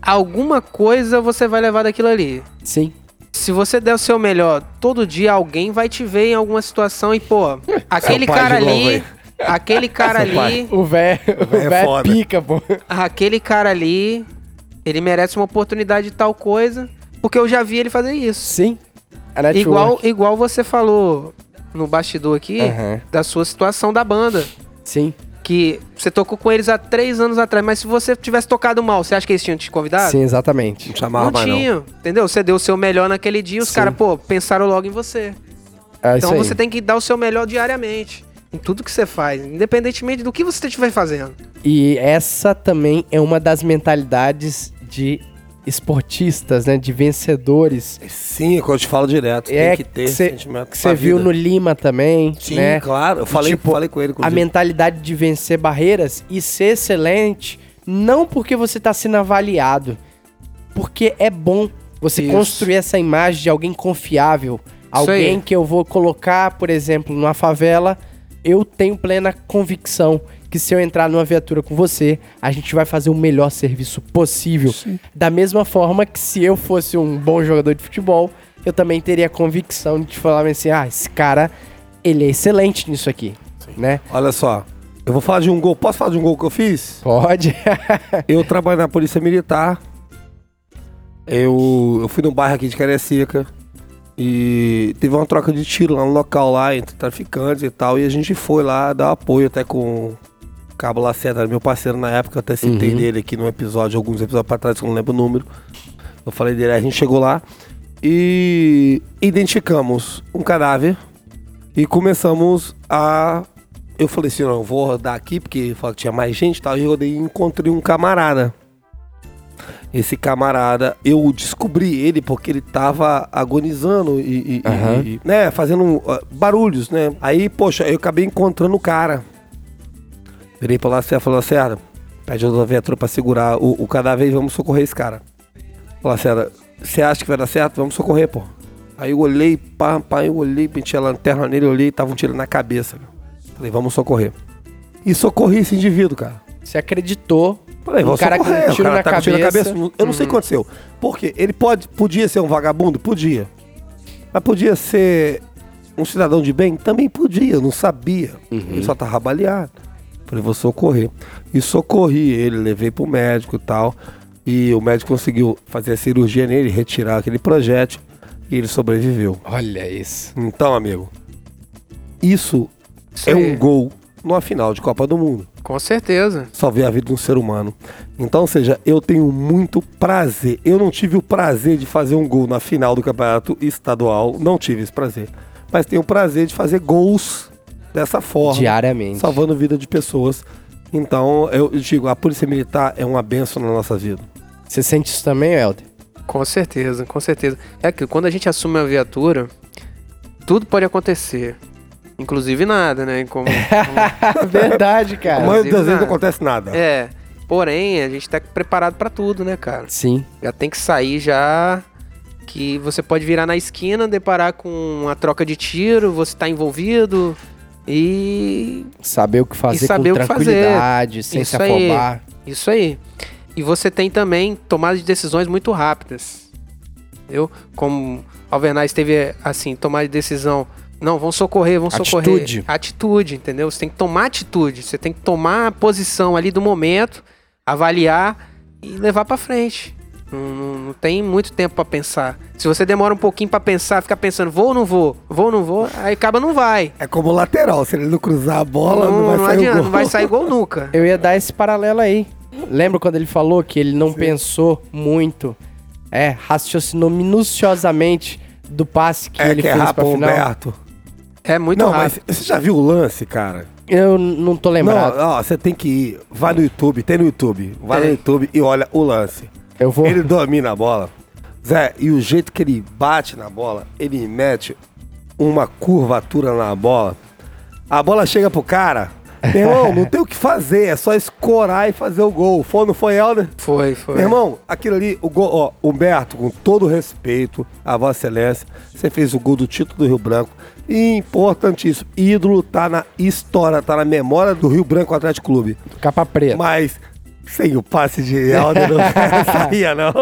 [SPEAKER 3] alguma coisa você vai levar daquilo ali.
[SPEAKER 2] Sim.
[SPEAKER 3] Se você der o seu melhor todo dia, alguém vai te ver em alguma situação e, pô, aquele
[SPEAKER 1] pai
[SPEAKER 3] cara
[SPEAKER 1] de novo
[SPEAKER 3] ali.
[SPEAKER 1] aí.
[SPEAKER 3] Aquele cara
[SPEAKER 1] Seu pai.
[SPEAKER 3] ali.
[SPEAKER 2] O velho
[SPEAKER 1] véio é
[SPEAKER 2] o véio
[SPEAKER 1] foda.
[SPEAKER 2] pica, pô.
[SPEAKER 3] Aquele cara ali. Ele merece uma oportunidade de tal coisa. Porque eu já vi ele fazer isso.
[SPEAKER 2] Sim. A network.
[SPEAKER 3] Igual, igual você falou no bastidor aqui,
[SPEAKER 2] Aham.
[SPEAKER 3] da sua situação da banda.
[SPEAKER 2] Sim.
[SPEAKER 3] Que você tocou com eles há três anos atrás, mas se você tivesse tocado mal, você acha que eles tinham te convidado?
[SPEAKER 2] Sim, exatamente.
[SPEAKER 1] Não chamava
[SPEAKER 3] Não
[SPEAKER 1] mais não.
[SPEAKER 3] tinham, entendeu? Você deu o seu melhor naquele dia, os
[SPEAKER 2] Sim.
[SPEAKER 3] caras, pô, pensaram logo em você.
[SPEAKER 2] É isso
[SPEAKER 3] então
[SPEAKER 2] aí.
[SPEAKER 3] você tem que dar o seu melhor diariamente. Em tudo que você faz, independentemente do que você estiver fazendo.
[SPEAKER 2] E essa também é uma das mentalidades de esportistas, né? De vencedores.
[SPEAKER 1] Sim, é o que eu te falo direto. tem
[SPEAKER 2] é
[SPEAKER 1] que ter
[SPEAKER 2] que
[SPEAKER 1] esse
[SPEAKER 2] cê-
[SPEAKER 1] sentimento.
[SPEAKER 2] que
[SPEAKER 1] pra
[SPEAKER 2] você viu no
[SPEAKER 1] vida.
[SPEAKER 2] Lima também,
[SPEAKER 1] Sim,
[SPEAKER 2] né?
[SPEAKER 1] claro. Eu falei,
[SPEAKER 2] Tipo,
[SPEAKER 1] falei com ele.
[SPEAKER 2] A
[SPEAKER 1] inclusive.
[SPEAKER 2] mentalidade de vencer barreiras e ser excelente, não porque você tá sendo avaliado, porque é bom você
[SPEAKER 3] Isso.
[SPEAKER 2] construir essa imagem de alguém confiável, alguém
[SPEAKER 3] aí.
[SPEAKER 2] que eu vou colocar, por exemplo, numa favela, eu tenho plena convicção que se eu entrar numa viatura com você, a gente vai fazer o melhor serviço possível. Da mesma forma que se eu fosse um bom jogador de futebol, eu também teria a convicção de falar assim, ah, esse cara, ele é excelente nisso aqui, né?
[SPEAKER 1] Olha só. Eu vou falar de um gol. Posso falar de um gol que eu fiz?
[SPEAKER 2] Pode.
[SPEAKER 1] Eu trabalho na Polícia Militar. Eu, eu fui no bairro aqui de Carecica. E teve uma troca de tiro lá no local lá, entre traficantes e tal. E a gente foi lá dar apoio até com o Cabo Lacerda, meu parceiro na época. Eu até citei
[SPEAKER 2] Uhum.
[SPEAKER 1] dele aqui num episódio, alguns episódios pra trás, que eu não lembro o número. Eu falei dele, aí a gente chegou lá e identificamos um cadáver e começamos a. Eu falei assim: não, eu vou rodar aqui, porque falou que tinha mais gente e tal. E eu rodei e encontrei um camarada. Esse camarada, eu descobri ele porque ele tava agonizando e, e- e-
[SPEAKER 2] Aham.
[SPEAKER 1] e, né, fazendo ah, barulhos, né? Aí, poxa, eu acabei encontrando o cara. Virei pra Lacerda e falei, Lacerda, pede outra viatura pra segurar o, o cadáver e vamos socorrer esse cara. Falei, Lacerda, você acha que vai dar certo? Vamos socorrer, pô. Aí eu olhei, pá, pá, eu olhei, pintei a lanterna nele, olhei, tava um tiro na cabeça. meu. Falei, vamos socorrer. E socorri esse indivíduo, cara.
[SPEAKER 2] Você acreditou.
[SPEAKER 1] Falei,
[SPEAKER 2] um
[SPEAKER 1] vamos
[SPEAKER 2] cara com
[SPEAKER 1] socorrer.
[SPEAKER 2] um
[SPEAKER 1] O
[SPEAKER 2] tiro
[SPEAKER 1] cara
[SPEAKER 2] na
[SPEAKER 1] tá com um
[SPEAKER 2] cabeça. Uhum.
[SPEAKER 1] tiro Eu não sei o que aconteceu. Por quê? Ele pode, podia ser um vagabundo? Podia. Mas podia ser um cidadão de bem? Também podia, eu não sabia.
[SPEAKER 2] Uhum.
[SPEAKER 1] Ele só tava baleado. Falei, vou socorrer. E socorri ele, levei pro médico e tal. E o médico conseguiu fazer a cirurgia nele, retirar aquele projétil. E ele sobreviveu.
[SPEAKER 2] Olha isso.
[SPEAKER 1] Então, amigo, isso
[SPEAKER 3] Isso
[SPEAKER 1] é
[SPEAKER 3] aí.
[SPEAKER 1] um gol numa final de Copa do Mundo
[SPEAKER 3] Com certeza.
[SPEAKER 1] salvei a vida de um ser humano. Então, ou seja, eu tenho muito prazer. Eu não tive o prazer de fazer um gol na final do campeonato estadual, não tive esse prazer. Mas tenho o prazer de fazer gols dessa forma,
[SPEAKER 2] Diariamente.
[SPEAKER 1] salvando vida de pessoas. Então, eu digo, a Polícia Militar é uma benção na nossa vida.
[SPEAKER 2] Você sente isso também, Helder?
[SPEAKER 3] Com certeza, com certeza. É que quando a gente assume a viatura, tudo pode acontecer. Inclusive nada, né? Como, como-
[SPEAKER 2] Verdade,
[SPEAKER 1] A
[SPEAKER 2] cara.
[SPEAKER 3] Mas-
[SPEAKER 1] maioria das vezes
[SPEAKER 3] nada.
[SPEAKER 1] não acontece nada.
[SPEAKER 3] É. Porém, a gente tá preparado pra tudo, né, cara?
[SPEAKER 2] Sim.
[SPEAKER 3] Já tem que sair já que você pode virar na esquina, deparar com uma troca de tiro, você tá envolvido e
[SPEAKER 2] Saber o que fazer
[SPEAKER 3] saber
[SPEAKER 2] com
[SPEAKER 3] o que fazer.
[SPEAKER 2] tranquilidade, sem
[SPEAKER 3] Isso
[SPEAKER 2] se
[SPEAKER 3] aí.
[SPEAKER 2] afobar.
[SPEAKER 3] Isso aí. E você tem também tomada de decisões muito rápidas. Entendeu? Como Alvernais teve, assim, tomada de decisão. Não, vão socorrer, vão socorrer.
[SPEAKER 2] Atitude.
[SPEAKER 3] Atitude, entendeu? Você tem que tomar atitude. Você tem que tomar a posição ali do momento, avaliar e levar pra frente. Não, não- não tem muito tempo pra pensar. Se você demora um pouquinho pra pensar, fica pensando, vou ou não vou? Vou ou não vou? Aí acaba não vai.
[SPEAKER 1] É como o lateral, se ele não cruzar a bola, não,
[SPEAKER 3] não,
[SPEAKER 1] vai
[SPEAKER 3] não
[SPEAKER 1] sair o
[SPEAKER 3] adianta,
[SPEAKER 1] gol.
[SPEAKER 3] não vai sair gol nunca.
[SPEAKER 2] Eu ia dar esse paralelo aí. Lembra quando ele falou que ele não pensou muito, é, raciocinou minuciosamente do passe que
[SPEAKER 1] é
[SPEAKER 2] ele
[SPEAKER 1] que é
[SPEAKER 2] fez pra
[SPEAKER 1] Rapa
[SPEAKER 2] final?
[SPEAKER 1] Humberto.
[SPEAKER 3] É muito
[SPEAKER 1] Não,
[SPEAKER 3] rápido.
[SPEAKER 1] mas você já viu o lance, cara?
[SPEAKER 2] Eu n- não tô
[SPEAKER 1] Não,
[SPEAKER 2] lembrado.
[SPEAKER 1] ó, você tem que ir. Vai no YouTube, tem no YouTube. Vai no
[SPEAKER 3] Tem.
[SPEAKER 1] YouTube e olha o lance.
[SPEAKER 2] Eu vou.
[SPEAKER 1] Ele domina a bola. Zé, e o jeito que ele bate na bola, ele mete uma curvatura na bola. A bola chega pro cara. Meu irmão, não tem o que fazer, é só escorar e fazer o gol. Foi, não foi, Helder?
[SPEAKER 3] Foi, foi.
[SPEAKER 1] Meu irmão, aquilo ali, o gol, ó, Humberto, com todo respeito a Vossa Excelência, você fez o gol do título do Rio Branco. E importantíssimo, ídolo tá na história, tá na memória do Rio Branco Atlético Clube.
[SPEAKER 2] Capa preta.
[SPEAKER 1] Mas sem o passe de Helder não saía, não.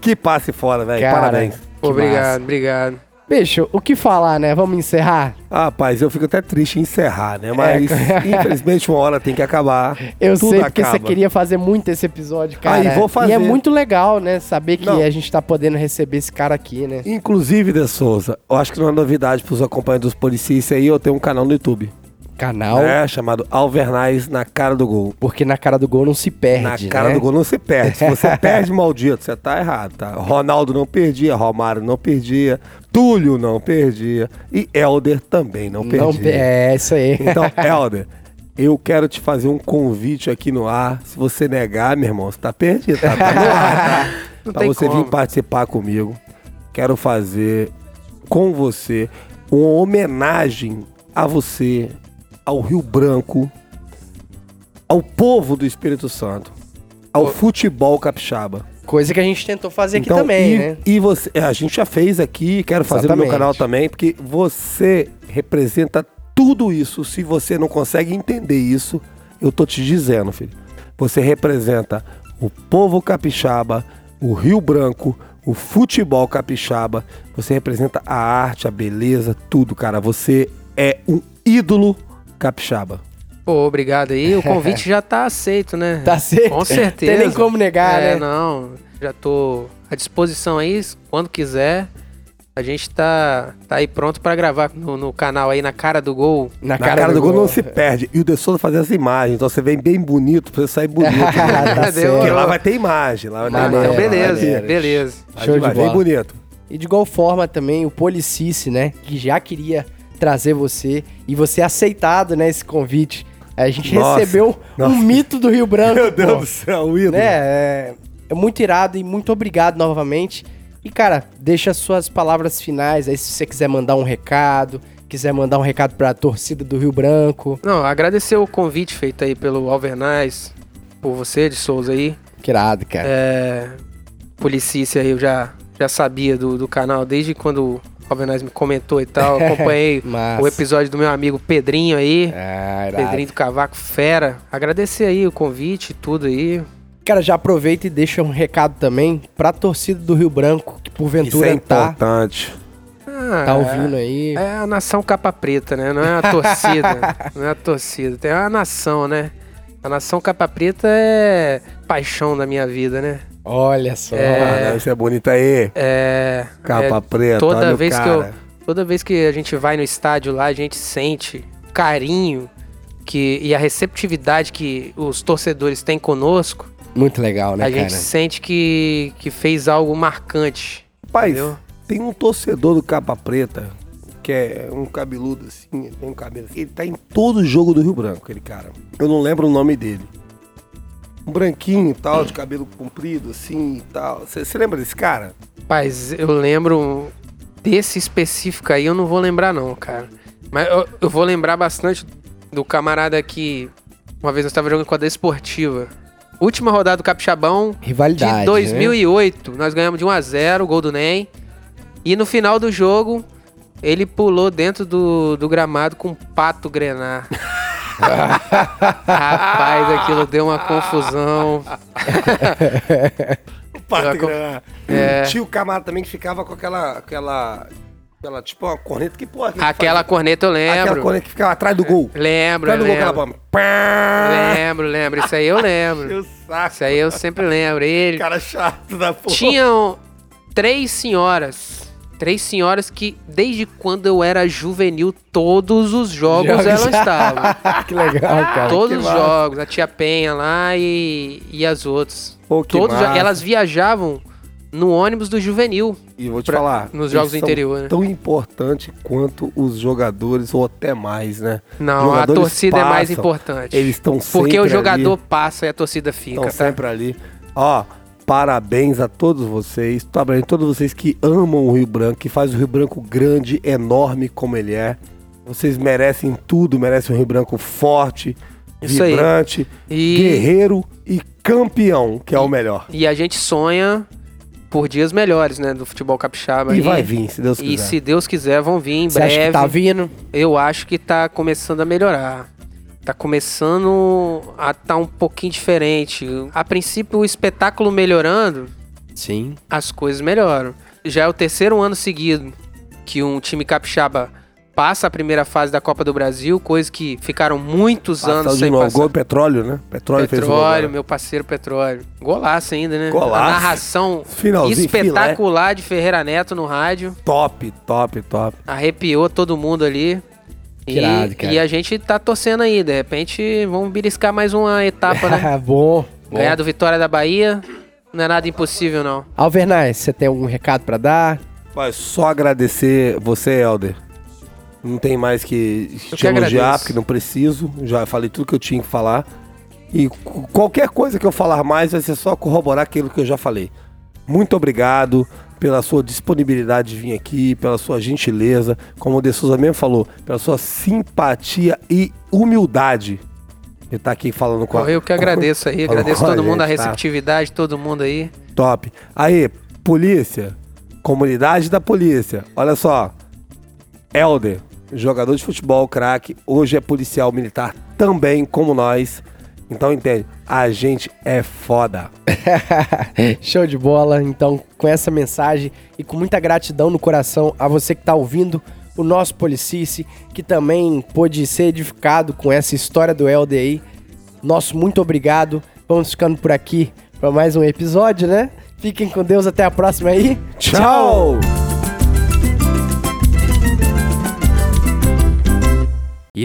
[SPEAKER 1] Que passe fora, velho.
[SPEAKER 2] Cara,
[SPEAKER 1] Parabéns.
[SPEAKER 2] que
[SPEAKER 3] Obrigado,
[SPEAKER 2] massa.
[SPEAKER 3] obrigado.
[SPEAKER 2] Bicho, o que falar, né? Vamos encerrar?
[SPEAKER 1] Ah, rapaz, eu fico até triste em encerrar, né? Mas infelizmente uma hora tem que acabar.
[SPEAKER 2] É. Eu
[SPEAKER 1] Tudo
[SPEAKER 2] sei porque
[SPEAKER 1] acaba.
[SPEAKER 2] você queria fazer muito esse episódio,
[SPEAKER 1] Aí,
[SPEAKER 2] cara.
[SPEAKER 1] vou fazer.
[SPEAKER 2] E é muito legal, né? Saber que
[SPEAKER 1] Não.
[SPEAKER 2] a gente tá podendo receber esse cara aqui, né?
[SPEAKER 1] Inclusive, De Souza, eu acho que não é novidade pros acompanhantes dos policistas aí, eu tenho um canal no YouTube.
[SPEAKER 2] Canal,
[SPEAKER 1] É, chamado Alvernais na cara do gol.
[SPEAKER 2] porque na cara do gol não se
[SPEAKER 1] Na
[SPEAKER 2] perde.
[SPEAKER 1] cara
[SPEAKER 2] né?
[SPEAKER 1] do gol não se perde. Se você perde, maldito, você tá errado, tá? Ronaldo não perdia, Romário não perdia, Túlio não perdia e Helder também não perdia.
[SPEAKER 2] Não pe- É, isso aí.
[SPEAKER 1] Então, Helder, eu quero te fazer um convite aqui no ar. Se você negar, meu irmão, você tá perdido, tá, tá no ar, tá?
[SPEAKER 3] Não
[SPEAKER 1] pra
[SPEAKER 3] tem
[SPEAKER 1] você
[SPEAKER 3] como.
[SPEAKER 1] vir participar comigo. Quero fazer com você uma homenagem a você, ao Rio Branco, ao povo do Espírito Santo, ao futebol capixaba.
[SPEAKER 2] Coisa que a gente tentou fazer
[SPEAKER 1] Então,
[SPEAKER 2] aqui também,
[SPEAKER 1] e,
[SPEAKER 2] né?
[SPEAKER 1] e você, é, a gente já fez aqui, quero fazer no meu
[SPEAKER 2] Exatamente.
[SPEAKER 1] canal também, porque você representa tudo isso. Se você não consegue entender isso, eu tô te dizendo, filho. Você representa o povo capixaba, o Rio Branco, o futebol capixaba. Você representa a arte, a beleza, tudo, cara. Você é um ídolo capixaba.
[SPEAKER 3] Pô, obrigado aí. O convite já tá aceito, né?
[SPEAKER 2] Tá certo?
[SPEAKER 3] Com certeza.
[SPEAKER 2] Tem nem como negar,
[SPEAKER 3] é,
[SPEAKER 2] né?
[SPEAKER 3] não. Já tô à disposição aí, quando quiser. A gente tá, tá aí pronto pra gravar no, no canal aí, na cara do gol.
[SPEAKER 1] Na cara, do gol não se perde. E o De Souza fazer essa imagem. Então você vem bem bonito, pra você sair bonito. né?
[SPEAKER 2] tá
[SPEAKER 3] Deu.
[SPEAKER 1] Porque
[SPEAKER 2] certo.
[SPEAKER 1] lá vai ter imagem. Lá vai ter
[SPEAKER 3] Ah,
[SPEAKER 2] Maneiro,
[SPEAKER 3] então
[SPEAKER 1] imagem,
[SPEAKER 3] beleza,
[SPEAKER 1] maneiro.
[SPEAKER 3] beleza.
[SPEAKER 2] Show de
[SPEAKER 1] Vai,
[SPEAKER 2] bola.
[SPEAKER 1] Bem bonito.
[SPEAKER 2] E de igual forma também o Policice, né? Que já queria trazer você e você aceitado, né? Esse convite. A gente
[SPEAKER 1] Nossa,
[SPEAKER 2] recebeu
[SPEAKER 1] nossa.
[SPEAKER 2] um mito do Rio Branco.
[SPEAKER 1] Meu Deus
[SPEAKER 2] pô.
[SPEAKER 1] do céu, o ídolo.
[SPEAKER 2] né? É, é muito irado e muito obrigado novamente. E, cara, deixa suas palavras finais aí se você quiser mandar um recado, quiser mandar um recado pra torcida do Rio Branco.
[SPEAKER 3] Não, agradecer o convite feito aí pelo Alvernais, por você, de Souza aí.
[SPEAKER 2] Que irado, cara.
[SPEAKER 3] É, Policice aí, eu já, já sabia do, do canal desde quando o Alvernais me comentou e tal. Eu Acompanhei
[SPEAKER 2] Massa.
[SPEAKER 3] o episódio do meu amigo Pedrinho aí.
[SPEAKER 2] Ah, irado.
[SPEAKER 3] Pedrinho do Cavaco Fera. Agradecer aí o convite e tudo aí.
[SPEAKER 2] Cara, já aproveita e deixa um recado também pra torcida do Rio Branco, que
[SPEAKER 1] Isso
[SPEAKER 2] porventura
[SPEAKER 1] é
[SPEAKER 2] tá,
[SPEAKER 1] importante.
[SPEAKER 3] Ah,
[SPEAKER 2] tá ouvindo aí.
[SPEAKER 3] É a nação capa preta, né? Não é a torcida. não é a torcida. Tem a nação, né? A nação capa preta é paixão da minha vida, né?
[SPEAKER 2] Olha só.
[SPEAKER 1] Ah, não, isso é bonito aí.
[SPEAKER 3] É.
[SPEAKER 1] Capa
[SPEAKER 3] é,
[SPEAKER 1] preta,
[SPEAKER 3] toda
[SPEAKER 1] olha o
[SPEAKER 3] vez que
[SPEAKER 1] cara.
[SPEAKER 3] eu toda vez que a gente vai no estádio lá, a gente sente carinho que e a receptividade que os torcedores têm conosco,
[SPEAKER 2] Muito legal, né,
[SPEAKER 3] a
[SPEAKER 2] cara?
[SPEAKER 3] gente sente que que fez algo marcante.
[SPEAKER 1] Rapaz,
[SPEAKER 3] Entendeu?
[SPEAKER 1] tem um torcedor do Capa Preta, que é um cabeludo assim, ele tem um cabelo assim. Ele tá em todo jogo do Rio Branco, aquele cara. Eu não lembro o nome dele. Um branquinho e tal, de cabelo comprido assim e tal. Você lembra desse cara?
[SPEAKER 3] Mas eu lembro desse específico aí, eu não vou lembrar não, cara. Mas eu, eu vou lembrar bastante do camarada que uma vez eu estava jogando com a Desportiva. Última rodada do Capixabão
[SPEAKER 2] Rivalidade.
[SPEAKER 3] de
[SPEAKER 2] né?
[SPEAKER 3] 2008. Nós ganhamos de 1 a 0 gol do Ney. E no final do jogo, ele pulou dentro do, do gramado com um pato grenar. Rapaz, aquilo deu uma confusão.
[SPEAKER 1] Pato
[SPEAKER 3] com-
[SPEAKER 1] Irã.
[SPEAKER 3] É.
[SPEAKER 1] Tinha o camarada também que ficava com aquela. aquela. aquela tipo uma corneta que porra. que
[SPEAKER 3] Aquela
[SPEAKER 1] faz?
[SPEAKER 3] corneta eu
[SPEAKER 1] Aquela
[SPEAKER 3] lembro.
[SPEAKER 1] corneta que ficava atrás do gol.
[SPEAKER 3] Lembro,
[SPEAKER 1] Atrás do gol que ela
[SPEAKER 3] lembro.
[SPEAKER 1] bomba. Pá!
[SPEAKER 3] Lembro, lembro. Isso aí eu lembro.
[SPEAKER 1] Meu saco.
[SPEAKER 3] Isso aí eu sempre lembro. Ele
[SPEAKER 1] Cara chato da porra.
[SPEAKER 3] Tinham três senhoras Três senhoras que, desde quando eu era juvenil, todos os jogos,
[SPEAKER 2] Jogos.
[SPEAKER 3] elas estavam.
[SPEAKER 2] que legal, cara.
[SPEAKER 3] todos
[SPEAKER 2] que
[SPEAKER 3] os
[SPEAKER 2] massa.
[SPEAKER 3] jogos, a tia Penha lá e, e as outras.
[SPEAKER 1] Pô, que
[SPEAKER 3] todos os jo-
[SPEAKER 1] massa.
[SPEAKER 3] Elas viajavam no ônibus do juvenil.
[SPEAKER 1] E vou te
[SPEAKER 3] pra-
[SPEAKER 1] falar.
[SPEAKER 3] nos
[SPEAKER 1] eles
[SPEAKER 3] jogos do
[SPEAKER 1] são
[SPEAKER 3] interior, né?
[SPEAKER 1] Tão importante quanto os jogadores, ou até mais, né?
[SPEAKER 3] Não,
[SPEAKER 1] Jogadores
[SPEAKER 3] a torcida é mais
[SPEAKER 1] passam,
[SPEAKER 3] importante.
[SPEAKER 1] Eles estão sempre.
[SPEAKER 3] Porque o
[SPEAKER 1] ali,
[SPEAKER 3] jogador passa e a torcida fica,
[SPEAKER 1] Estão
[SPEAKER 3] tá?
[SPEAKER 1] Então sempre ali. Ó, parabéns a todos vocês. Parabéns a todos vocês que amam o Rio Branco, que faz o Rio Branco grande, enorme como ele é. Vocês merecem tudo, merecem um Rio Branco forte,
[SPEAKER 3] Isso aí.
[SPEAKER 1] vibrante,
[SPEAKER 3] E-
[SPEAKER 1] guerreiro e campeão, que é o melhor.
[SPEAKER 3] E a gente sonha por dias melhores, né? Do futebol capixaba.
[SPEAKER 1] E vai vir, se Deus
[SPEAKER 3] E
[SPEAKER 1] quiser.
[SPEAKER 3] se Deus quiser, vão vir em
[SPEAKER 2] Você acha
[SPEAKER 3] breve.
[SPEAKER 2] que tá vindo?
[SPEAKER 3] Eu acho que tá começando a melhorar. Tá começando a tá um pouquinho diferente. A princípio, o espetáculo melhorando,
[SPEAKER 2] Sim.
[SPEAKER 3] as coisas melhoram. Já é o terceiro ano seguido que um time capixaba passa a primeira fase da Copa do Brasil, coisa que ficaram muitos anos
[SPEAKER 1] Passando de
[SPEAKER 3] sem
[SPEAKER 1] novo,
[SPEAKER 3] passar.
[SPEAKER 1] gol petróleo, né? Petróleo, fez o gol.
[SPEAKER 3] Petróleo,
[SPEAKER 1] né?
[SPEAKER 3] meu parceiro Petróleo. Golaço ainda, né?
[SPEAKER 1] Golaço.
[SPEAKER 3] A narração
[SPEAKER 1] Finalzinho, né?
[SPEAKER 3] espetacular de Ferreira Neto no rádio.
[SPEAKER 1] Top, top, top.
[SPEAKER 3] Arrepiou todo mundo ali. E,
[SPEAKER 2] Irado, cara.
[SPEAKER 3] e a gente tá torcendo aí. De repente, vamos beliscar mais uma etapa, né?
[SPEAKER 2] Ah, bom. bom.
[SPEAKER 3] Ganhar do Vitória da Bahia não é nada impossível, não.
[SPEAKER 2] Alvernais, você tem algum recado pra dar?
[SPEAKER 1] Vai só agradecer você, Helder. Não tem mais que
[SPEAKER 3] Eu
[SPEAKER 1] te
[SPEAKER 3] que
[SPEAKER 1] elogiar,
[SPEAKER 3] agradeço.
[SPEAKER 1] porque não preciso. Já falei tudo que eu tinha que falar. E qu- qualquer coisa que eu falar mais vai ser só corroborar aquilo que eu já falei. Muito obrigado pela sua disponibilidade de vir aqui, pela sua gentileza, como o De Souza mesmo falou, pela sua simpatia e humildade de estar aqui falando com a
[SPEAKER 3] Eu que agradeço aí,
[SPEAKER 1] Falou
[SPEAKER 3] agradeço
[SPEAKER 1] com
[SPEAKER 3] todo
[SPEAKER 1] a
[SPEAKER 3] mundo, a
[SPEAKER 1] gente, tá?
[SPEAKER 3] receptividade, todo mundo aí.
[SPEAKER 1] Top. Aí, polícia. Comunidade da polícia. Olha só. Helder, jogador de futebol, craque, hoje é policial militar também, como nós. Então entende, a gente é foda.
[SPEAKER 2] Show de bola. Então, com essa mensagem e com muita gratidão no coração a você que está ouvindo o nosso Policice, que também pôde ser edificado com essa história do Helder aí. Nosso muito obrigado. Vamos ficando por aqui para mais um episódio, né? Fiquem com Deus, até a próxima aí.
[SPEAKER 1] Tchau!
[SPEAKER 2] E